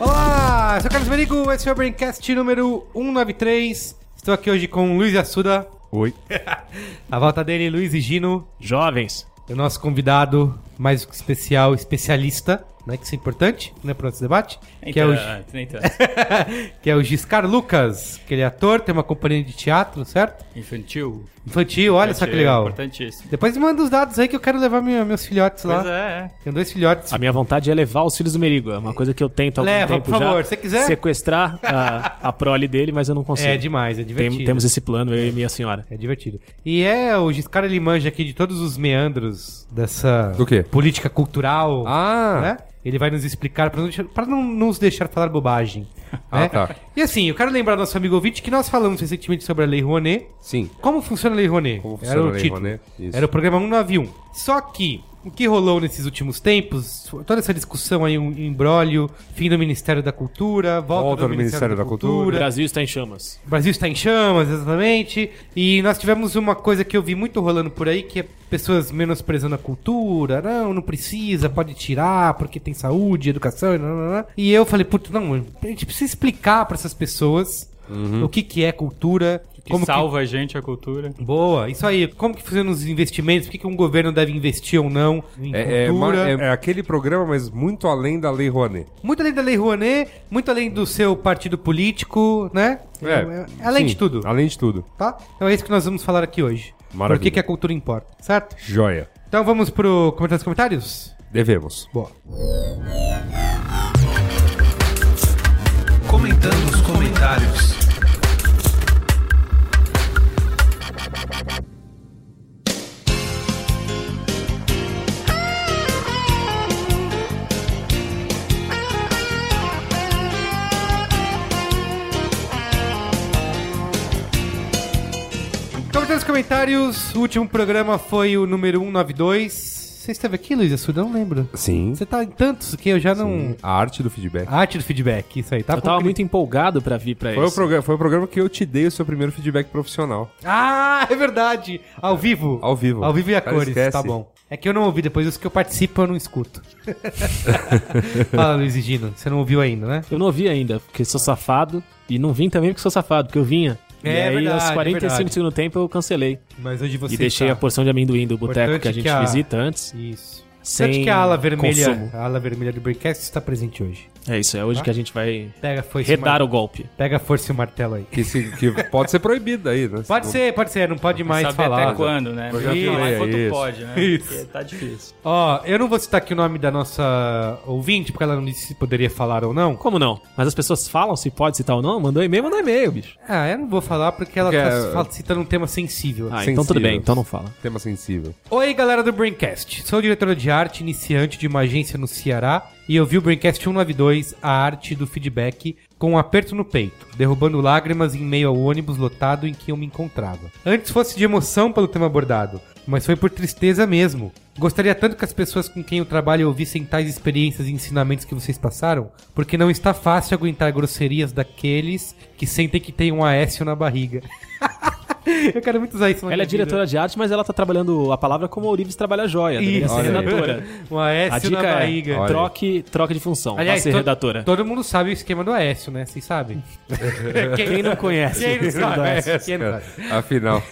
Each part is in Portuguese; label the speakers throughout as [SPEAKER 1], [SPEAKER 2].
[SPEAKER 1] Olá, eu sou o Carlos Merigo, esse é o Braincast número 193. Estou aqui hoje com o Luiz Assuda. Oi. A volta dele, Luiz e Gino.
[SPEAKER 2] Jovens.
[SPEAKER 1] O nosso convidado mais que especial, especialista, né? Que isso é importante, né? Para o nosso debate. Que é, o, Gi-
[SPEAKER 2] Interessante,
[SPEAKER 1] que é o Giscar Lucas, que ele é ator, tem uma companhia de teatro, certo?
[SPEAKER 2] Infantil.
[SPEAKER 1] Infantil, olha só que legal.
[SPEAKER 2] Importantíssimo.
[SPEAKER 1] Depois me manda os dados aí que eu quero levar minha- meus filhotes lá.
[SPEAKER 2] Pois é, é.
[SPEAKER 1] Tenho dois filhotes.
[SPEAKER 3] A minha vontade é levar os filhos do Merigo. É uma coisa que eu tento há algum
[SPEAKER 1] Leva,
[SPEAKER 3] tempo
[SPEAKER 1] por favor,
[SPEAKER 3] já.
[SPEAKER 1] se quiser.
[SPEAKER 3] Sequestrar a, a prole dele, mas eu não consigo.
[SPEAKER 1] É demais, é
[SPEAKER 3] Tem-
[SPEAKER 1] divertido.
[SPEAKER 3] temos esse plano, eu e minha senhora.
[SPEAKER 1] É divertido. E é, o Giscar ele manja aqui de todos os meandros dessa
[SPEAKER 4] Do quê?
[SPEAKER 1] política cultural,
[SPEAKER 4] Ah.
[SPEAKER 1] né? Ele vai nos explicar para não, deixar- pra não nos deixar falar bobagem.
[SPEAKER 4] Ah,
[SPEAKER 1] né?
[SPEAKER 4] tá.
[SPEAKER 1] E assim, eu quero lembrar nosso amigo ouvinte que nós falamos recentemente sobre a Lei Rouanet.
[SPEAKER 4] Sim.
[SPEAKER 1] Como funciona a Lei Rouanet?
[SPEAKER 4] Como funciona
[SPEAKER 1] Era o
[SPEAKER 4] a Lei
[SPEAKER 1] título.
[SPEAKER 4] Rouanet, isso.
[SPEAKER 1] Era o programa 191. Só que o que rolou nesses últimos tempos, toda essa discussão aí, um embrólio, fim do Ministério da Cultura, volta,
[SPEAKER 4] Volta
[SPEAKER 1] do
[SPEAKER 4] do
[SPEAKER 1] Ministério,
[SPEAKER 4] Ministério
[SPEAKER 1] da,
[SPEAKER 4] da
[SPEAKER 1] Cultura
[SPEAKER 4] Cultura.
[SPEAKER 3] O Brasil está em chamas.
[SPEAKER 1] o Brasil está em chamas, exatamente. E nós tivemos uma coisa que eu vi muito rolando por aí, que é pessoas menosprezando a cultura. Não, não precisa, pode tirar, porque tem saúde, educação, e nananã. E eu falei, puto, não, a gente precisa explicar para essas pessoas
[SPEAKER 4] Uhum.
[SPEAKER 1] o que, que é cultura.
[SPEAKER 2] Que salva a gente a cultura.
[SPEAKER 1] Boa, isso aí. Como que funciona os investimentos? Por que, que um governo deve investir ou não em
[SPEAKER 4] É, é
[SPEAKER 1] cultura?
[SPEAKER 4] ma- é- é aquele programa, mas muito além da Lei Rouanet.
[SPEAKER 1] Muito além da Lei Rouanet, muito além do seu partido político, né?
[SPEAKER 3] É,
[SPEAKER 1] além
[SPEAKER 4] É, sim,
[SPEAKER 1] de tudo.
[SPEAKER 4] Além de tudo.
[SPEAKER 1] tá? Então é isso que nós vamos falar aqui hoje.
[SPEAKER 4] Maravilha.
[SPEAKER 1] Por que, que a cultura importa, certo?
[SPEAKER 4] Joia.
[SPEAKER 1] Então vamos pro comentário dos comentários?
[SPEAKER 4] Devemos.
[SPEAKER 1] Boa.
[SPEAKER 5] Comentando os comentários.
[SPEAKER 1] Comentários dos comentários, o último programa foi o número 192. Você esteve aqui, Luiz Assuda? Eu Não lembro.
[SPEAKER 4] Sim.
[SPEAKER 1] Você tá em tantos que eu já não.
[SPEAKER 4] A arte do feedback.
[SPEAKER 1] A arte do feedback, isso aí, tá?
[SPEAKER 3] Eu tava
[SPEAKER 1] com-
[SPEAKER 3] muito empolgado pra vir pra
[SPEAKER 4] Foi o,
[SPEAKER 3] isso.
[SPEAKER 4] programa, foi o programa que eu te dei o seu primeiro feedback profissional.
[SPEAKER 1] Ah, é verdade! Ao vivo.
[SPEAKER 4] Ao vivo.
[SPEAKER 1] Ao vivo e a
[SPEAKER 4] Cara,
[SPEAKER 1] cores,
[SPEAKER 4] esquece.
[SPEAKER 1] tá bom. É que eu não ouvi, depois os que eu participo eu não escuto. Fala, Luiz e Gino, você não ouviu ainda, né?
[SPEAKER 3] Eu não vi ainda, porque sou safado. E não vim também porque sou safado, porque eu vinha.
[SPEAKER 1] É,
[SPEAKER 3] e aí,
[SPEAKER 1] verdade,
[SPEAKER 3] aos 45
[SPEAKER 1] verdade.
[SPEAKER 3] do segundo tempo, eu cancelei.
[SPEAKER 1] Mas hoje você.
[SPEAKER 3] e deixei
[SPEAKER 1] tá.
[SPEAKER 3] a porção de amendoim do boteco
[SPEAKER 1] Importante
[SPEAKER 3] que a gente
[SPEAKER 1] que a-
[SPEAKER 3] visita antes.
[SPEAKER 1] Isso.
[SPEAKER 3] Sem
[SPEAKER 1] Tanto que a ala vermelha,
[SPEAKER 3] consumo.
[SPEAKER 1] a ala vermelha do Braincast está presente hoje.
[SPEAKER 3] É isso, é hoje que a gente vai
[SPEAKER 1] Pega a força, e o
[SPEAKER 3] redar
[SPEAKER 1] Tá. mar-
[SPEAKER 3] o golpe.
[SPEAKER 1] Pega a força e o martelo aí.
[SPEAKER 4] Que, se- que pode ser proibido aí, né?
[SPEAKER 1] Pode
[SPEAKER 4] Não-
[SPEAKER 1] ser, pode ser, não pode mais
[SPEAKER 2] Saber
[SPEAKER 1] falar.
[SPEAKER 2] até quando, né?
[SPEAKER 4] Eu já
[SPEAKER 2] Porque
[SPEAKER 4] falei,
[SPEAKER 2] falar quanto
[SPEAKER 4] isso.
[SPEAKER 2] pode, né?
[SPEAKER 1] Isso.
[SPEAKER 2] Porque tá difícil.
[SPEAKER 1] Ó, eu não vou citar aqui o nome da nossa ouvinte, porque ela não disse se poderia falar ou não.
[SPEAKER 3] Como não? Mas as pessoas falam se pode citar ou não? Mandou e-mail, mandou e-mail, bicho.
[SPEAKER 1] Ah, eu não vou falar porque ela
[SPEAKER 4] Porque
[SPEAKER 1] tá
[SPEAKER 4] é-
[SPEAKER 1] fal- citando um tema sensível.
[SPEAKER 3] Ah,
[SPEAKER 4] Sensível.
[SPEAKER 3] então tudo bem, então não fala.
[SPEAKER 4] Tema sensível.
[SPEAKER 1] Oi, galera do Braincast. Sou diretora de arte iniciante de uma agência no Ceará e eu vi o Braincast 192, a arte do feedback, com um aperto no peito, derrubando lágrimas em meio ao ônibus lotado em que eu me encontrava. Antes fosse de emoção pelo tema abordado, mas foi por tristeza mesmo. Gostaria tanto que as pessoas com quem eu trabalho ouvissem tais experiências e ensinamentos que vocês passaram, porque não está fácil aguentar grosserias daqueles que sentem que tem um Aécio na barriga. eu quero muito usar isso na
[SPEAKER 3] Ela é
[SPEAKER 1] minha vida.
[SPEAKER 3] diretora de arte, mas ela tá trabalhando a palavra como Ourives trabalha a joia. Deveria
[SPEAKER 1] Isso,
[SPEAKER 3] ser
[SPEAKER 4] olha aí.
[SPEAKER 3] redatora.
[SPEAKER 1] Um
[SPEAKER 3] A
[SPEAKER 1] Aécio na
[SPEAKER 3] dica é
[SPEAKER 1] barriga.
[SPEAKER 4] Olha.
[SPEAKER 3] troque, troque de função. Aliás, ser
[SPEAKER 1] to-
[SPEAKER 3] redatora.
[SPEAKER 1] todo mundo sabe o esquema do Aécio, né? Vocês sabem.
[SPEAKER 3] Quem não conhece?
[SPEAKER 1] Quem não sabe?
[SPEAKER 3] Aécio.
[SPEAKER 1] Quem não sabe?
[SPEAKER 4] É, Afinal.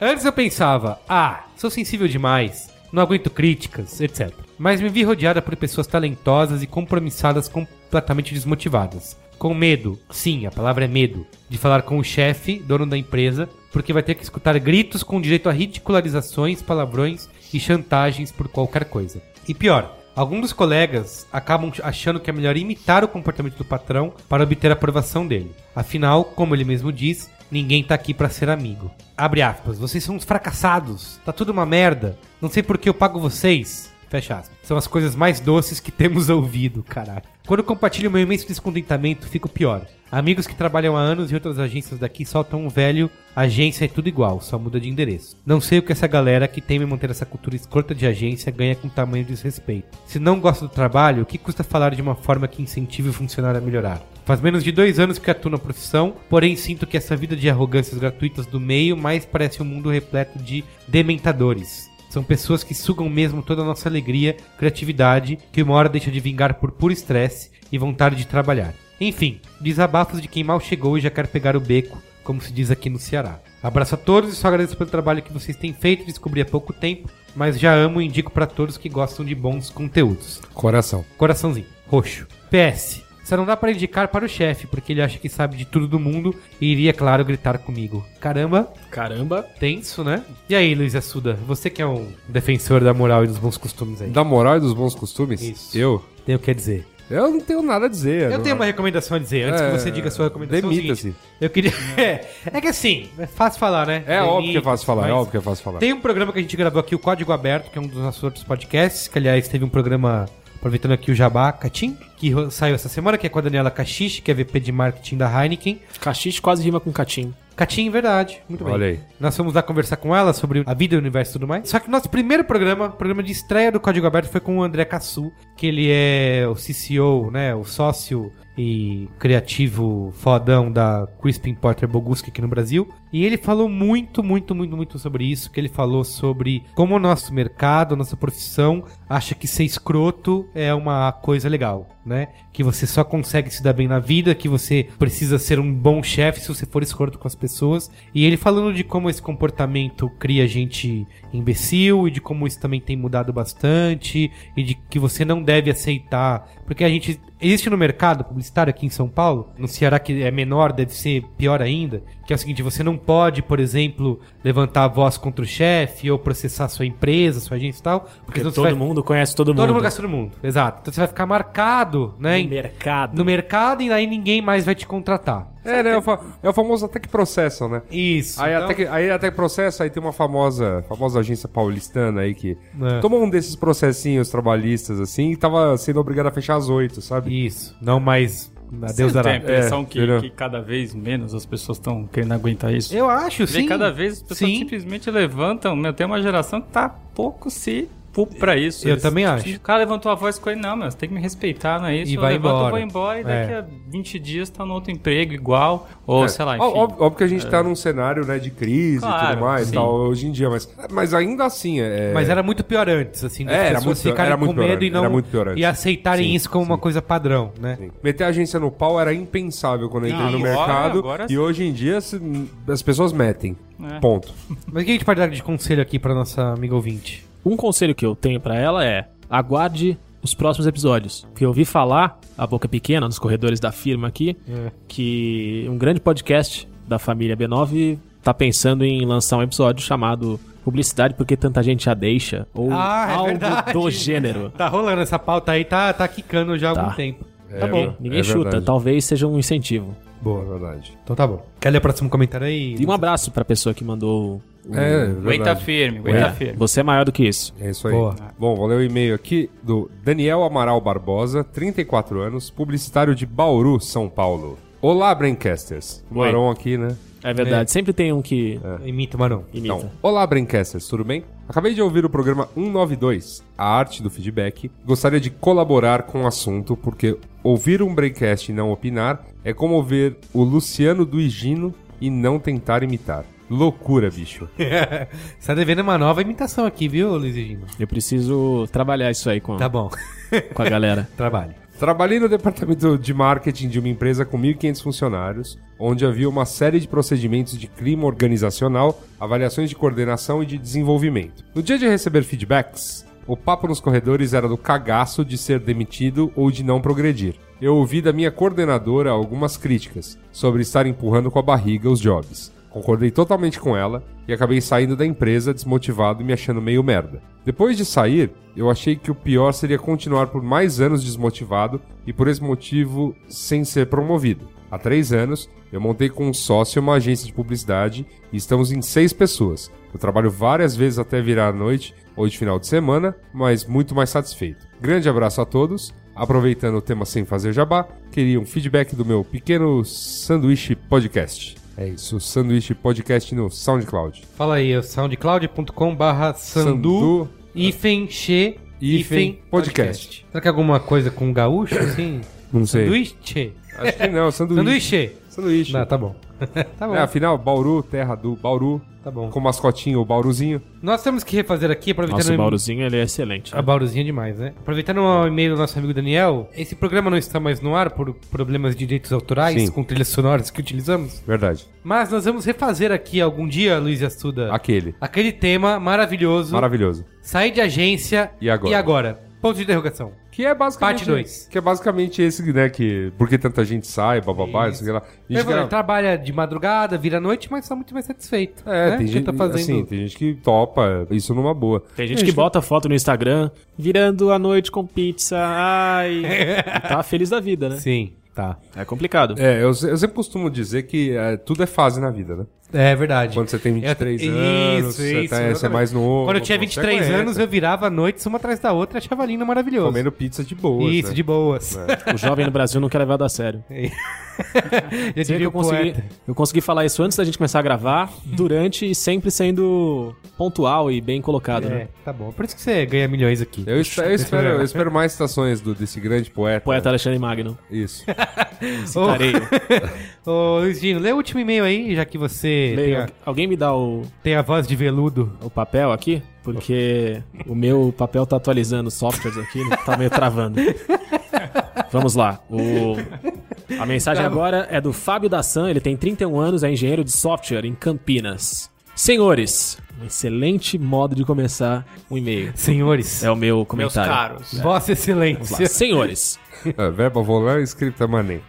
[SPEAKER 1] Antes eu pensava, ah, sou sensível demais, não aguento críticas, etc. Mas me vi rodeada por pessoas talentosas e compromissadas completamente desmotivadas. Com medo, sim, a palavra é medo, de falar com o chefe, dono da empresa, porque vai ter que escutar gritos com direito a ridicularizações, palavrões e chantagens por qualquer coisa. E pior, alguns dos colegas acabam achando que é melhor imitar o comportamento do patrão para obter a aprovação dele. Afinal, como ele mesmo diz, ninguém tá aqui para ser amigo. Abre aspas, vocês são uns fracassados, tá tudo uma merda, não sei por que eu pago vocês. Fecha aspas. São as coisas mais doces que temos ouvido, caralho. Quando compartilho meu imenso descontentamento, fico pior. Amigos que trabalham há anos em outras agências daqui soltam um velho. Agência é tudo igual, só muda de endereço. Não sei o que essa galera que teme manter essa cultura escrota de agência ganha com tamanho desrespeito. Se não gosta do trabalho, o que custa falar de uma forma que incentive o funcionário a melhorar? Faz menos de dois anos que atuo na profissão, porém sinto que essa vida de arrogâncias gratuitas do meio mais parece um mundo repleto de dementadores. São pessoas que sugam mesmo toda a nossa alegria, criatividade, que uma hora deixa de vingar por puro estresse e vontade de trabalhar. Enfim, desabafos de quem mal chegou e já quer pegar o beco, como se diz aqui no Ceará. Abraço a todos e só agradeço pelo trabalho que vocês têm feito, descobri há pouco tempo, mas já amo e indico pra todos que gostam de bons conteúdos.
[SPEAKER 4] Coração.
[SPEAKER 1] Coraçãozinho, roxo. PS. Só não dá pra indicar para o chefe, porque ele acha que sabe de tudo do mundo e iria, claro, gritar comigo. Caramba,
[SPEAKER 3] Caramba.
[SPEAKER 1] tenso, né? E aí, Luiz Assuda, você que é um defensor da moral e dos bons costumes aí,
[SPEAKER 4] Da moral e dos bons costumes?
[SPEAKER 1] Isso.
[SPEAKER 4] Eu?
[SPEAKER 1] tem o que dizer?
[SPEAKER 4] Eu não tenho nada a dizer.
[SPEAKER 1] Eu
[SPEAKER 4] não-
[SPEAKER 1] tenho uma recomendação a dizer, antes
[SPEAKER 4] É,
[SPEAKER 1] que você diga a sua recomendação. é o
[SPEAKER 4] demita-se.
[SPEAKER 1] seguinte, eu queria. É, é que assim, é fácil falar, né?
[SPEAKER 4] É óbvio que é
[SPEAKER 1] Demita-se,
[SPEAKER 4] fácil falar, é
[SPEAKER 1] mas-
[SPEAKER 4] óbvio que é fácil falar.
[SPEAKER 1] Tem um programa que a gente gravou aqui, o Código Aberto, que é um dos nossos outros podcasts, que aliás teve um programa, aproveitando aqui o Jabá, Catim, que ro- saiu essa semana, que é com a Daniela Cachiche, que é VP de Marketing da Heineken.
[SPEAKER 3] Caxixi quase rima com catim.
[SPEAKER 1] Catim, verdade. Muito bem.
[SPEAKER 4] Olha aí.
[SPEAKER 1] Nós fomos lá conversar com ela sobre a vida, o universo e tudo mais. Só que o nosso primeiro programa, programa de estreia do Código Aberto, foi com o André Cassu, que ele é o CCO, né? O sócio e criativo fodão da Crispin Porter Boguski aqui no Brasil. E ele falou muito, muito, muito, muito sobre isso. Que ele falou sobre como o nosso mercado, a nossa profissão, acha que ser escroto é uma coisa legal, né? Que você só consegue se dar bem na vida, que você precisa ser um bom chefe se você for escroto com as pessoas. E ele falando de como esse comportamento cria gente imbecil e de como isso também tem mudado bastante e de que você não deve aceitar, porque a gente existe no mercado publicitário aqui em São Paulo, no Ceará que é menor, deve ser pior ainda, que é o seguinte, você não pode, por exemplo, levantar a voz contra o chefe ou processar sua empresa, sua agência e tal, porque,
[SPEAKER 3] Porque
[SPEAKER 1] senão você
[SPEAKER 3] todo
[SPEAKER 1] vai-
[SPEAKER 3] mundo conhece todo mundo.
[SPEAKER 1] Todo mundo conhece todo mundo, exato. Então você vai ficar marcado, né?
[SPEAKER 3] No
[SPEAKER 1] em-
[SPEAKER 3] mercado.
[SPEAKER 1] no mercado e aí ninguém mais vai te contratar.
[SPEAKER 4] É, né? É o, fa- é o famoso até que processam, né?
[SPEAKER 1] Isso.
[SPEAKER 4] Aí,
[SPEAKER 1] então-
[SPEAKER 4] até que, aí até que processa, aí tem uma famosa, famosa agência paulistana aí que
[SPEAKER 1] É.
[SPEAKER 4] tomou um desses processinhos trabalhistas assim e tava sendo obrigado a fechar às oito, sabe?
[SPEAKER 1] Isso. Não mais. Adeus,
[SPEAKER 2] Tem assim, a
[SPEAKER 1] Ará.
[SPEAKER 2] impressão
[SPEAKER 4] É,
[SPEAKER 2] que,
[SPEAKER 4] virou.
[SPEAKER 2] que cada vez menos as pessoas estão querendo aguentar isso.
[SPEAKER 1] Eu acho,
[SPEAKER 2] Vê
[SPEAKER 1] sim.
[SPEAKER 2] cada vez as pessoas
[SPEAKER 1] Sim.
[SPEAKER 2] simplesmente levantam. Meu, tem uma geração que tá pouco se pu- pra isso. tipo,
[SPEAKER 1] Eu também acho.
[SPEAKER 2] O cara levantou a voz com ele, não, meu, você tem que me respeitar, não é isso?
[SPEAKER 1] E
[SPEAKER 2] Eu
[SPEAKER 1] vai
[SPEAKER 2] levanto,
[SPEAKER 1] embora.
[SPEAKER 2] eu vou embora e daqui
[SPEAKER 1] É.
[SPEAKER 2] a 20 dias tá no outro emprego igual, ou
[SPEAKER 4] É.
[SPEAKER 2] sei lá,
[SPEAKER 4] Ó-
[SPEAKER 2] enfim. É.
[SPEAKER 4] Óbvio, óbvio que a gente tá num cenário né, de crise e
[SPEAKER 2] Claro,
[SPEAKER 4] tudo mais
[SPEAKER 2] sim.
[SPEAKER 4] tal, hoje em dia, mas, mas ainda assim. É,
[SPEAKER 1] Mas era muito pior antes, assim. das
[SPEAKER 4] É, era
[SPEAKER 1] pessoas
[SPEAKER 4] muito pior-
[SPEAKER 1] ficarem
[SPEAKER 4] era muito
[SPEAKER 1] com
[SPEAKER 4] pior
[SPEAKER 1] medo e
[SPEAKER 4] antes, era
[SPEAKER 1] não.
[SPEAKER 4] muito pior antes.
[SPEAKER 1] E aceitarem
[SPEAKER 4] Sim,
[SPEAKER 1] isso como uma coisa padrão, né?
[SPEAKER 4] assim, Meter a agência no pau era impensável quando eu entrei
[SPEAKER 2] Não,
[SPEAKER 4] no
[SPEAKER 2] agora-
[SPEAKER 4] mercado.
[SPEAKER 2] agora sim.
[SPEAKER 4] e hoje em dia se- as pessoas metem.
[SPEAKER 2] É.
[SPEAKER 4] Ponto.
[SPEAKER 1] Mas o que a gente pode dar de conselho aqui pra nossa amiga ouvinte?
[SPEAKER 3] Um conselho que eu tenho pra ela é: aguarde os próximos episódios. Porque eu ouvi falar, a boca é pequena, nos corredores da firma aqui,
[SPEAKER 1] É.
[SPEAKER 3] que um grande podcast da família B9 tá pensando em lançar um episódio chamado Publicidade porque tanta gente já deixa, ou
[SPEAKER 1] Ah, é
[SPEAKER 3] algo
[SPEAKER 1] verdade.
[SPEAKER 3] do gênero.
[SPEAKER 1] Tá rolando essa pauta aí, tá, tá quicando já há algum
[SPEAKER 3] Tá.
[SPEAKER 1] tempo.
[SPEAKER 3] tá bom,
[SPEAKER 4] ver-
[SPEAKER 3] ninguém
[SPEAKER 4] é
[SPEAKER 3] chuta,
[SPEAKER 4] verdade.
[SPEAKER 3] talvez seja um incentivo.
[SPEAKER 4] Boa, verdade.
[SPEAKER 1] Então tá bom. Quer ler o próximo comentário aí?
[SPEAKER 3] E um abraço pra pessoa que mandou o.
[SPEAKER 4] É,
[SPEAKER 2] Aguenta
[SPEAKER 4] verdade.
[SPEAKER 2] firme,
[SPEAKER 3] o-
[SPEAKER 2] aguenta firme.
[SPEAKER 3] Você é maior do que isso.
[SPEAKER 4] É isso aí.
[SPEAKER 1] Boa.
[SPEAKER 4] Bom, vou ler o e-mail aqui do Daniel Amaral Barbosa, 34 anos, publicitário de Bauru, São Paulo. Olá, Braincasters.
[SPEAKER 3] Oi.
[SPEAKER 4] Maron aqui, né?
[SPEAKER 3] É verdade, sempre tem um que
[SPEAKER 1] Imita o Marão.
[SPEAKER 3] imita.
[SPEAKER 4] É. Então, olá, Braincasters, tudo bem? Acabei de ouvir o programa 192, a arte do feedback. Gostaria de colaborar com o assunto, porque ouvir um Braincast e não opinar é como ouvir o Luciano do Higino e não tentar imitar. Loucura, bicho.
[SPEAKER 1] Você tá devendo uma nova imitação aqui, viu, Luiz Egino?
[SPEAKER 3] Eu preciso trabalhar isso aí com,
[SPEAKER 1] Tá bom.
[SPEAKER 3] com a galera.
[SPEAKER 1] Trabalhe.
[SPEAKER 4] Trabalhei no departamento de marketing de uma empresa com 1.500 funcionários, onde havia uma série de procedimentos de clima organizacional, avaliações de coordenação e de desenvolvimento. No dia de receber feedbacks, o papo nos corredores era do cagaço de ser demitido ou de não progredir. Eu ouvi da minha coordenadora algumas críticas sobre estar empurrando com a barriga os jobs. Concordei totalmente com ela e acabei saindo da empresa desmotivado e me achando meio merda. Depois de sair, eu achei que o pior seria continuar por mais anos desmotivado e por esse motivo sem ser promovido. Há três anos, eu montei com um sócio uma agência de publicidade e estamos em seis pessoas. Eu trabalho várias vezes até virar a noite ou de final de semana, mas muito mais satisfeito. Grande abraço a todos Aproveitando o tema sem fazer jabá, queria um feedback do meu pequeno sanduíche podcast. É isso, sanduíche podcast no SoundCloud.
[SPEAKER 1] Fala aí, é o soundcloud.com barra sandu,
[SPEAKER 4] Sandu,
[SPEAKER 1] hífen, che, hífen,
[SPEAKER 4] hífen, podcast.
[SPEAKER 1] Será que é alguma coisa com gaúcho, assim?
[SPEAKER 4] Não sei.
[SPEAKER 1] Sanduíche.
[SPEAKER 4] Acho que não, sanduíche.
[SPEAKER 1] Sanduíche.
[SPEAKER 4] Sanduíche.
[SPEAKER 1] Não, tá bom. tá bom,
[SPEAKER 4] É, afinal, Bauru, terra do Bauru,
[SPEAKER 1] tá bom.
[SPEAKER 4] com mascotinho o Bauruzinho.
[SPEAKER 1] Nós temos que refazer aqui, aproveitando...
[SPEAKER 3] Nossa, o Bauruzinho ele é excelente.
[SPEAKER 1] A Bauruzinha demais, né? Aproveitando o e-mail do nosso amigo Daniel, esse programa não está mais no ar por problemas de direitos autorais
[SPEAKER 4] Sim.
[SPEAKER 1] com trilhas sonoras que utilizamos.
[SPEAKER 4] Verdade.
[SPEAKER 1] Mas nós vamos refazer aqui algum dia, Luiz e Assuda,
[SPEAKER 4] Aquele.
[SPEAKER 1] aquele tema maravilhoso.
[SPEAKER 4] Maravilhoso.
[SPEAKER 1] Sair de agência
[SPEAKER 4] E agora?
[SPEAKER 1] Ponto de interrogação.
[SPEAKER 4] Que é basicamente.
[SPEAKER 1] Parte dois.
[SPEAKER 4] Que é basicamente esse, né? Que porque tanta gente sai, bababá, isso, que lá. A
[SPEAKER 1] Ele
[SPEAKER 4] gente grava-
[SPEAKER 1] trabalha de madrugada, vira noite, mas tá muito mais satisfeito.
[SPEAKER 4] É,
[SPEAKER 1] né?
[SPEAKER 4] tem
[SPEAKER 1] Que
[SPEAKER 4] gente,
[SPEAKER 1] tá fazendo.
[SPEAKER 4] assim, tem gente que topa isso numa boa.
[SPEAKER 3] Tem gente que bota foto no Instagram virando a noite com pizza. Ai. E tá feliz da vida,
[SPEAKER 4] assim,
[SPEAKER 3] né?
[SPEAKER 1] Sim, tá.
[SPEAKER 3] É complicado.
[SPEAKER 4] É, eu, se- eu sempre costumo dizer que é, tudo é fase na vida, né?
[SPEAKER 1] É verdade.
[SPEAKER 4] Quando você tem 23
[SPEAKER 1] Eu-
[SPEAKER 4] anos,
[SPEAKER 1] isso,
[SPEAKER 4] você,
[SPEAKER 1] isso,
[SPEAKER 4] tá- você é
[SPEAKER 1] exatamente.
[SPEAKER 4] mais novo.
[SPEAKER 1] Quando eu tinha
[SPEAKER 4] você
[SPEAKER 1] 23
[SPEAKER 4] aguenta,
[SPEAKER 1] anos, eu virava noites uma atrás da outra e achava lindo maravilhoso.
[SPEAKER 4] Comendo né? É. pizza de boa.
[SPEAKER 1] Isso, de boas.
[SPEAKER 3] O jovem no Brasil não quer levar a sério.
[SPEAKER 1] Eu
[SPEAKER 3] Sei é que
[SPEAKER 1] diria
[SPEAKER 3] eu
[SPEAKER 1] o poeta. Uhum.
[SPEAKER 3] consegui, eu consegui falar isso antes da gente começar a gravar, durante e sempre sendo pontual e bem colocado,
[SPEAKER 1] É,
[SPEAKER 3] né?
[SPEAKER 1] tá bom. Por isso que você ganha milhões aqui.
[SPEAKER 4] Eu espero, eu espero, eu espero mais citações do, desse grande poeta.
[SPEAKER 3] Poeta Alexandre Magno.
[SPEAKER 4] Isso.
[SPEAKER 3] Citarei.
[SPEAKER 1] Ô, Luiz Dino, lê o último e-mail aí, já que você tem
[SPEAKER 3] Leia.
[SPEAKER 1] a,
[SPEAKER 3] Alguém me dá o,
[SPEAKER 1] tem a voz de veludo.
[SPEAKER 3] o papel aqui? Porque o meu papel tá atualizando os softwares aqui, né? tá meio travando. Vamos lá. O- A
[SPEAKER 6] Tá
[SPEAKER 3] mensagem agora é do Fábio Dassan, ele tem 31 anos, é engenheiro de software em Campinas. Senhores, um excelente modo de começar um e-mail.
[SPEAKER 1] Senhores,
[SPEAKER 3] É o meu
[SPEAKER 6] Meus
[SPEAKER 3] comentário.
[SPEAKER 6] caros.
[SPEAKER 1] Vossa
[SPEAKER 3] Vamos
[SPEAKER 1] Excelência.
[SPEAKER 3] lá. Senhores,
[SPEAKER 4] É, verba volar, escrita mané.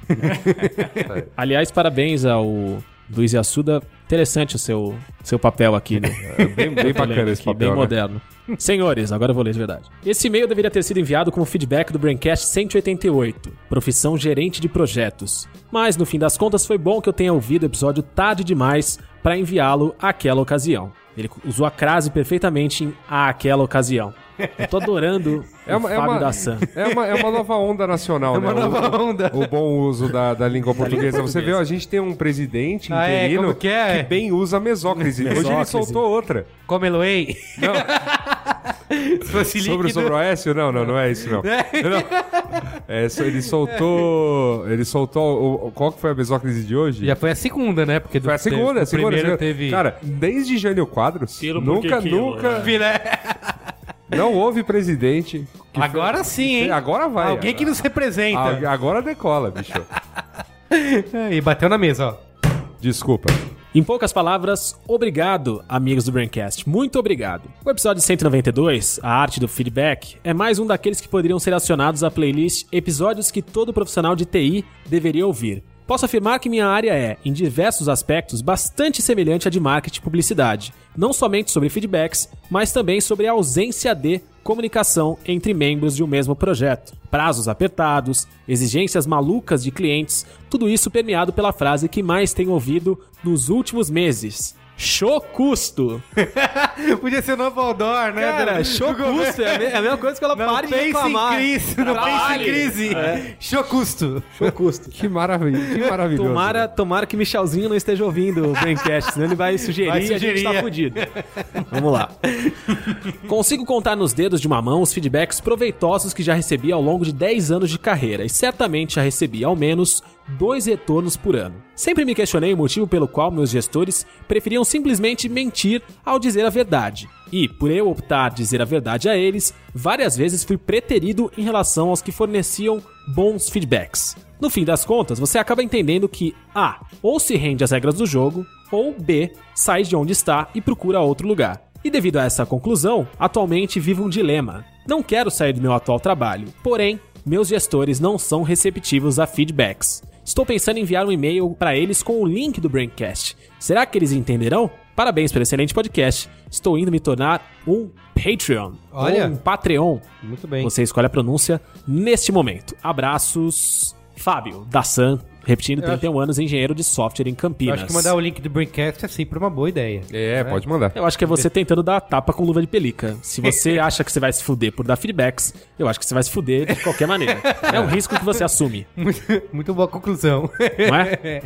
[SPEAKER 3] aliás, parabéns ao Luiz Assuda. Interessante o seu, seu papel aqui, né?
[SPEAKER 4] É bem, bem bacana esse
[SPEAKER 3] Aqui,
[SPEAKER 4] papel.
[SPEAKER 3] é Bem
[SPEAKER 4] né?
[SPEAKER 3] moderno. Senhores, agora eu vou ler de verdade. Esse e-mail deveria ter sido enviado como feedback do Braincast 188, profissão gerente de projetos. Mas, no fim das contas, foi bom que eu tenha ouvido o episódio tarde demais para enviá-lo àquela ocasião. Ele usou a crase perfeitamente em àquela ocasião. Eu tô adorando
[SPEAKER 4] É uma,
[SPEAKER 3] o
[SPEAKER 4] é,
[SPEAKER 3] Fábio
[SPEAKER 4] uma,
[SPEAKER 3] da Sam.
[SPEAKER 4] é, uma, é uma nova onda nacional,
[SPEAKER 1] É
[SPEAKER 4] né?
[SPEAKER 1] uma
[SPEAKER 4] O-
[SPEAKER 1] nova onda.
[SPEAKER 4] o bom uso da, da língua portuguesa. Você vê, ó, a gente tem um presidente
[SPEAKER 1] Ah, é?
[SPEAKER 4] interino
[SPEAKER 1] Como que é?
[SPEAKER 4] bem usa a mesócrise. Hoje ele
[SPEAKER 3] Mesócrise.
[SPEAKER 4] soltou outra.
[SPEAKER 1] Comeloei. Se fosse
[SPEAKER 4] Sobre,
[SPEAKER 1] líquido-
[SPEAKER 4] sobre o Oécio? Não, não, não é isso, não. Não. É, so- ele soltou... Ele soltou... o- o- qual que foi a mesócrise de hoje?
[SPEAKER 1] Já foi a segunda, né? Porque do-
[SPEAKER 4] Foi a segunda,
[SPEAKER 1] teve,
[SPEAKER 4] a segunda.
[SPEAKER 1] O primeiro
[SPEAKER 4] segunda.
[SPEAKER 1] teve...
[SPEAKER 4] Cara, desde Jânio Quadros,
[SPEAKER 2] Quilo por
[SPEAKER 4] nunca,
[SPEAKER 2] que quilo,
[SPEAKER 4] nunca...
[SPEAKER 1] Filé.
[SPEAKER 4] Não houve presidente... que
[SPEAKER 1] agora sim, hein?
[SPEAKER 4] Agora vai.
[SPEAKER 1] Alguém que nos representa.
[SPEAKER 4] Agora, agora decola, bicho.
[SPEAKER 1] E bateu na mesa, ó.
[SPEAKER 4] Desculpa.
[SPEAKER 3] Em poucas palavras, obrigado, amigos do Braincast. Muito obrigado. O episódio 192, A Arte do Feedback, é mais um daqueles que poderiam ser acionados à playlist Episódios que todo profissional de TI deveria ouvir. Posso afirmar que minha área é, em diversos aspectos, bastante semelhante à de marketing e publicidade. Não somente sobre feedbacks, mas também sobre a ausência de comunicação entre membros de um mesmo projeto. Prazos apertados, exigências malucas de clientes, tudo isso permeado pela frase que mais tenho ouvido nos últimos meses. Show custo!
[SPEAKER 1] Podia ser o novo Aldor, né?
[SPEAKER 3] Cara,
[SPEAKER 1] Do-
[SPEAKER 3] show custo é a me- é a mesma coisa que ela
[SPEAKER 1] Não
[SPEAKER 3] para de
[SPEAKER 1] pense em
[SPEAKER 3] reclamar.
[SPEAKER 1] crise, não pense em
[SPEAKER 3] Trabalhe.
[SPEAKER 1] crise. É. Chocusto.
[SPEAKER 4] Que maravilha, que maravilhoso.
[SPEAKER 3] Tomara, tomara que Michelzinho não esteja ouvindo o Braincast, senão ele vai sugerir,
[SPEAKER 1] Vai
[SPEAKER 3] e a gente
[SPEAKER 1] sugerir.
[SPEAKER 3] tá fudido. Vamos lá. Consigo contar nos dedos de uma mão os feedbacks proveitosos que já recebi ao longo de 10 anos de carreira e certamente já recebi ao menos dois retornos por ano. Sempre me questionei o motivo pelo qual meus gestores preferiam simplesmente mentir ao dizer a verdade. E, por eu optar dizer a verdade a eles, várias vezes fui preterido em relação aos que forneciam bons feedbacks. No fim das contas, você acaba entendendo que A. Ou se rende às regras do jogo, ou B. Sai de onde está e procura outro lugar. E devido a essa conclusão, atualmente vivo um dilema. Não quero sair do meu atual trabalho, porém, meus gestores não são receptivos a feedbacks. Estou pensando em enviar um e-mail para eles com o link do Braincast. Será que eles entenderão? Parabéns pelo excelente podcast. Estou indo me tornar um Patreon.
[SPEAKER 1] Olha.
[SPEAKER 3] Ou um Patreon.
[SPEAKER 1] Muito bem.
[SPEAKER 3] Você escolhe a pronúncia neste momento. Abraços, Fábio, da San, Repetindo, 31 anos, engenheiro de software em
[SPEAKER 1] Eu
[SPEAKER 3] Campinas.
[SPEAKER 1] acho que mandar o link do Braincast é sempre uma boa ideia.
[SPEAKER 4] É, pode mandar.
[SPEAKER 3] Eu acho que é você tentando dar a tapa com luva de pelica. Se você acha que você vai se fuder por dar feedbacks, eu acho que você vai se fuder de qualquer maneira. É um risco que você assume,
[SPEAKER 1] Muito, muito boa conclusão.
[SPEAKER 3] não é?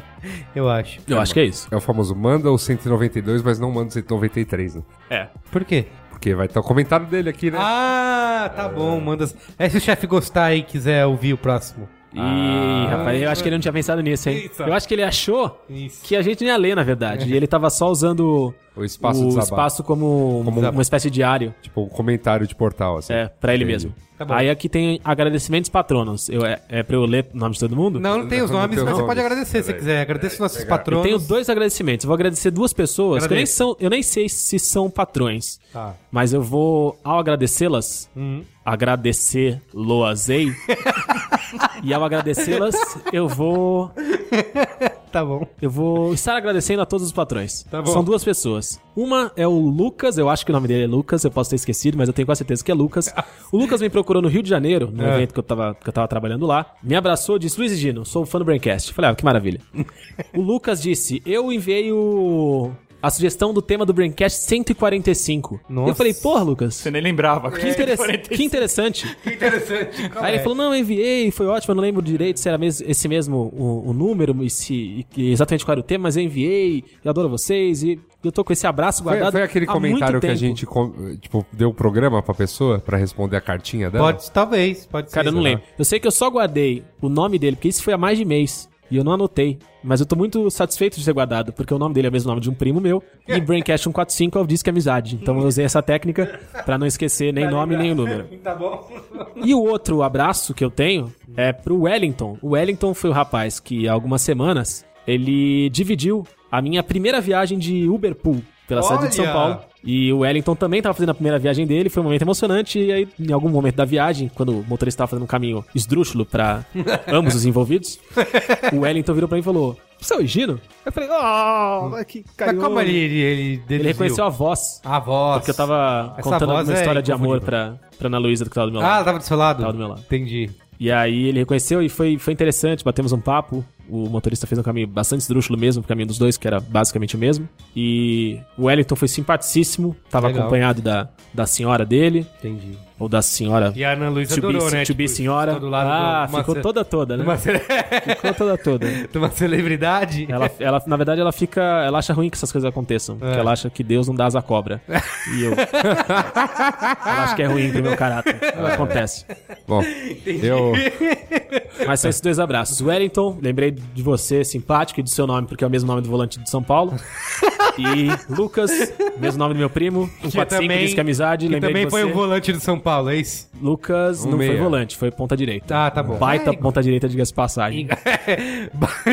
[SPEAKER 1] Eu acho.
[SPEAKER 3] Eu acho que é isso.
[SPEAKER 4] É o famoso manda o 192, mas não manda o 193, né?
[SPEAKER 3] É.
[SPEAKER 1] Por quê?
[SPEAKER 4] Porque vai estar o comentário dele aqui, né?
[SPEAKER 1] Ah, tá bom, manda. É se o chefe gostar e quiser ouvir o próximo.
[SPEAKER 3] Ih, rapaz, eu acho que ele não tinha pensado nisso, hein?
[SPEAKER 1] Eita.
[SPEAKER 3] Eu acho que ele achou
[SPEAKER 1] Isso.
[SPEAKER 3] que a gente não ia ler, na verdade. E ele tava só usando
[SPEAKER 4] O espaço
[SPEAKER 3] o
[SPEAKER 4] desabafo. um
[SPEAKER 3] espaço como, um, uma espécie de diário.
[SPEAKER 4] Tipo, o comentário de portal, assim.
[SPEAKER 3] É, pra ele
[SPEAKER 4] Entendi.
[SPEAKER 3] mesmo.
[SPEAKER 1] Tá bom.
[SPEAKER 3] Aí aqui tem agradecimentos patronos. Eu, é, é pra eu ler o nome de todo mundo?
[SPEAKER 1] Não, não tem os
[SPEAKER 4] Não
[SPEAKER 1] nomes,
[SPEAKER 4] tem
[SPEAKER 1] mas
[SPEAKER 4] os
[SPEAKER 1] você pode
[SPEAKER 4] nomes.
[SPEAKER 1] agradecer se
[SPEAKER 4] Peraí.
[SPEAKER 1] quiser. Agradeço nossos É,
[SPEAKER 3] Eu
[SPEAKER 1] patronos.
[SPEAKER 3] tenho dois agradecimentos. Eu Vou agradecer duas pessoas que eu nem,
[SPEAKER 1] Agradeço.
[SPEAKER 3] são, eu nem sei se são patrões.
[SPEAKER 1] Tá. Hum.
[SPEAKER 3] Mas eu vou, ao agradecê-las, agradecer Loazei. e ao agradecê-las, eu vou.
[SPEAKER 1] Tá bom.
[SPEAKER 3] Eu vou estar agradecendo a todos os patrões.
[SPEAKER 1] Tá bom.
[SPEAKER 3] São duas pessoas. Uma é o Lucas, eu acho que o nome dele é Lucas, eu posso ter esquecido, mas eu tenho quase certeza que é Lucas. O Lucas me procurou no Rio de Janeiro, no
[SPEAKER 1] É.
[SPEAKER 3] evento que eu, tava, que eu tava trabalhando lá. Me abraçou e disse: Luiz e Gino, sou fã do Braincast. Falei, ah, que maravilha. o Lucas disse: Eu enviei o. A sugestão do tema do Braincast 145.
[SPEAKER 1] Nossa.
[SPEAKER 3] Eu falei, porra, Lucas.
[SPEAKER 2] Você nem lembrava.
[SPEAKER 3] Que, interess- que interessante. Aí
[SPEAKER 4] é?
[SPEAKER 3] ele falou: não, eu enviei, foi ótimo, eu não lembro direito se era mes- esse mesmo o, o número e se e exatamente qual era o tema, mas eu enviei, eu adoro vocês e eu tô com esse abraço
[SPEAKER 4] Foi,
[SPEAKER 3] guardado.
[SPEAKER 4] foi aquele
[SPEAKER 3] há muito
[SPEAKER 4] comentário que a
[SPEAKER 3] tempo.
[SPEAKER 4] gente, com- tipo, deu o programa pra pessoa pra responder a cartinha dela?
[SPEAKER 1] Pode, talvez, pode ser.
[SPEAKER 3] Cara, eu não
[SPEAKER 4] né?
[SPEAKER 1] sei lá.
[SPEAKER 3] lembro. Eu sei que eu só guardei o nome dele, porque isso foi há mais de mês. E eu não anotei. Mas eu tô muito satisfeito de ter guardado, porque o nome dele é o mesmo nome de um primo meu. E Braincast 145 é o Disque Amizade. Então eu usei essa técnica pra não esquecer nem nome nem o número.
[SPEAKER 1] Tá bom.
[SPEAKER 3] E o outro abraço que eu tenho é pro Wellington. O Wellington foi o rapaz que, há algumas semanas, ele dividiu a minha primeira viagem de Uberpool pela cidade de São
[SPEAKER 1] Olha!
[SPEAKER 3] Paulo. E o Wellington também tava fazendo a primeira viagem dele, foi um momento emocionante. E aí, em algum momento da viagem, quando o motorista tava fazendo um caminho esdrúxulo pra ambos os envolvidos, o Wellington virou pra mim e falou: Você é o Gino? Eu falei: Oh, mas que
[SPEAKER 1] Mas
[SPEAKER 3] carinhoso."
[SPEAKER 1] como ele, ele, ele
[SPEAKER 3] Ele
[SPEAKER 1] deduziu?
[SPEAKER 3] reconheceu a voz.
[SPEAKER 1] a voz.
[SPEAKER 3] Porque eu tava
[SPEAKER 1] Essa
[SPEAKER 3] contando
[SPEAKER 1] voz
[SPEAKER 3] alguma
[SPEAKER 1] é
[SPEAKER 3] história de amor
[SPEAKER 1] inconfundível.
[SPEAKER 3] pra, pra Ana Luísa que tava do meu lado.
[SPEAKER 1] Ah, ela tava do seu lado?
[SPEAKER 3] Tava do meu lado.
[SPEAKER 1] Entendi.
[SPEAKER 3] E aí ele reconheceu e foi, foi interessante, batemos um papo. O motorista fez um caminho bastante esdrúxulo mesmo, o caminho dos dois, que era basicamente o mesmo. E o Wellington foi simpaticíssimo, tava
[SPEAKER 1] Legal.
[SPEAKER 3] acompanhado da, da senhora dele,
[SPEAKER 1] Entendi.
[SPEAKER 3] ou da senhora.
[SPEAKER 1] E a Ana Luísa
[SPEAKER 3] to be-
[SPEAKER 1] adorou, né?
[SPEAKER 3] to be
[SPEAKER 1] Tipo,
[SPEAKER 3] senhora.
[SPEAKER 1] tá do lado
[SPEAKER 3] ah,
[SPEAKER 1] do- uma
[SPEAKER 3] ficou
[SPEAKER 1] ce-
[SPEAKER 3] toda toda, né?
[SPEAKER 1] De uma, ce-
[SPEAKER 3] Ficou toda toda.
[SPEAKER 1] de uma celebridade?
[SPEAKER 3] Ela, ela, na verdade, ela fica. Ela acha ruim que essas coisas aconteçam.
[SPEAKER 1] É.
[SPEAKER 3] Porque ela acha que Deus não dá asa à cobra. E eu. ela acha que é ruim pro meu caráter. Acontece.
[SPEAKER 4] Bom, eu...
[SPEAKER 3] Mas são esses dois abraços. Wellington, lembrei de você, simpático, e do seu nome, porque é o mesmo nome do volante de São Paulo. E Lucas, mesmo nome do meu primo, 145,
[SPEAKER 1] também-
[SPEAKER 3] diz que é amizade,
[SPEAKER 1] que
[SPEAKER 3] lembrei
[SPEAKER 1] também
[SPEAKER 3] de
[SPEAKER 1] foi um
[SPEAKER 3] você.
[SPEAKER 1] o volante do São Paulo, é isso?
[SPEAKER 3] Lucas
[SPEAKER 4] Um
[SPEAKER 3] não
[SPEAKER 4] meia.
[SPEAKER 3] foi volante, foi ponta direita.
[SPEAKER 1] Ah, tá bom.
[SPEAKER 3] Baita
[SPEAKER 1] É,
[SPEAKER 3] ponta direita, diga-se de passagem.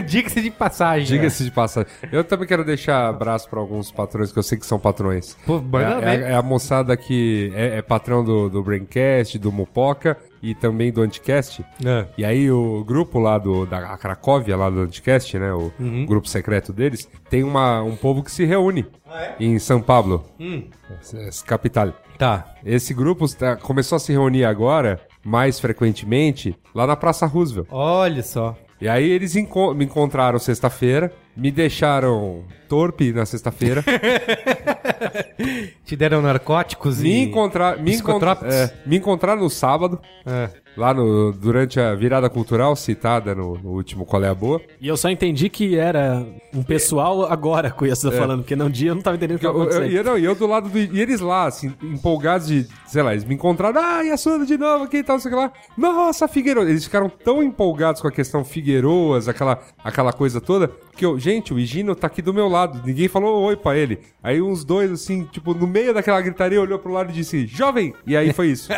[SPEAKER 1] Diga-se de passagem.
[SPEAKER 4] Diga-se de passagem. Eu também quero deixar abraço pra alguns patrões, que eu sei que são patrões.
[SPEAKER 1] Pô, manda
[SPEAKER 4] é, é-
[SPEAKER 1] ver.
[SPEAKER 4] é a moçada que é, é patrão do, do Braincast, do Mupoca e também do Anticast.
[SPEAKER 1] É.
[SPEAKER 4] E aí o grupo lá do, da a Cracóvia, lá do Anticast, né? O
[SPEAKER 1] Uhum.
[SPEAKER 4] grupo secreto deles, tem uma, um povo que se reúne em São Paulo.
[SPEAKER 1] Hum.
[SPEAKER 4] Essa- essa Capital.
[SPEAKER 1] Tá.
[SPEAKER 4] Esse grupo está- começou a se reunir agora, mais frequentemente, lá na Praça Roosevelt.
[SPEAKER 1] Olha só.
[SPEAKER 4] E aí eles enco- me encontraram sexta-feira, me deixaram torpe na sexta-feira,
[SPEAKER 1] Te deram narcóticos
[SPEAKER 4] me,
[SPEAKER 1] e...
[SPEAKER 4] encontra me, encon-
[SPEAKER 1] Psicotrópicos?
[SPEAKER 4] é, me encontraram no sábado,
[SPEAKER 1] É.
[SPEAKER 4] lá no, durante a virada cultural citada no, no último Qual é a Boa.
[SPEAKER 3] E eu só entendi que era um pessoal agora com isso que eu
[SPEAKER 1] É.
[SPEAKER 3] tô falando, porque não dia eu não tava entendendo o que
[SPEAKER 4] Eu, eu,
[SPEAKER 3] aconteceu.
[SPEAKER 4] eu, não, e eu do lado do. E eles lá, assim, empolgados de. Sei lá, eles me encontraram. Ah, e a Suana de novo aqui e tal, não sei o que lá. Nossa, Figueiroa. Eles ficaram tão empolgados com a questão Figueiroas, aquela, aquela coisa toda, que eu. Gente, o Higino tá aqui do meu lado. Ninguém falou oi pra ele. Aí uns dois, assim, tipo, no meio daquela gritaria, olhou pro lado e disse: Jovem! E aí foi isso.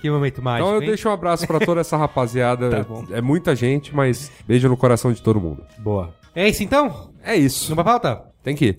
[SPEAKER 1] Que momento mágico,
[SPEAKER 4] Então eu
[SPEAKER 1] hein?
[SPEAKER 4] deixo um abraço pra toda essa rapaziada. É muita gente, mas beijo no coração de todo mundo.
[SPEAKER 1] Boa. É isso então?
[SPEAKER 4] É isso.
[SPEAKER 1] Não pra pauta?
[SPEAKER 4] Tem que ir.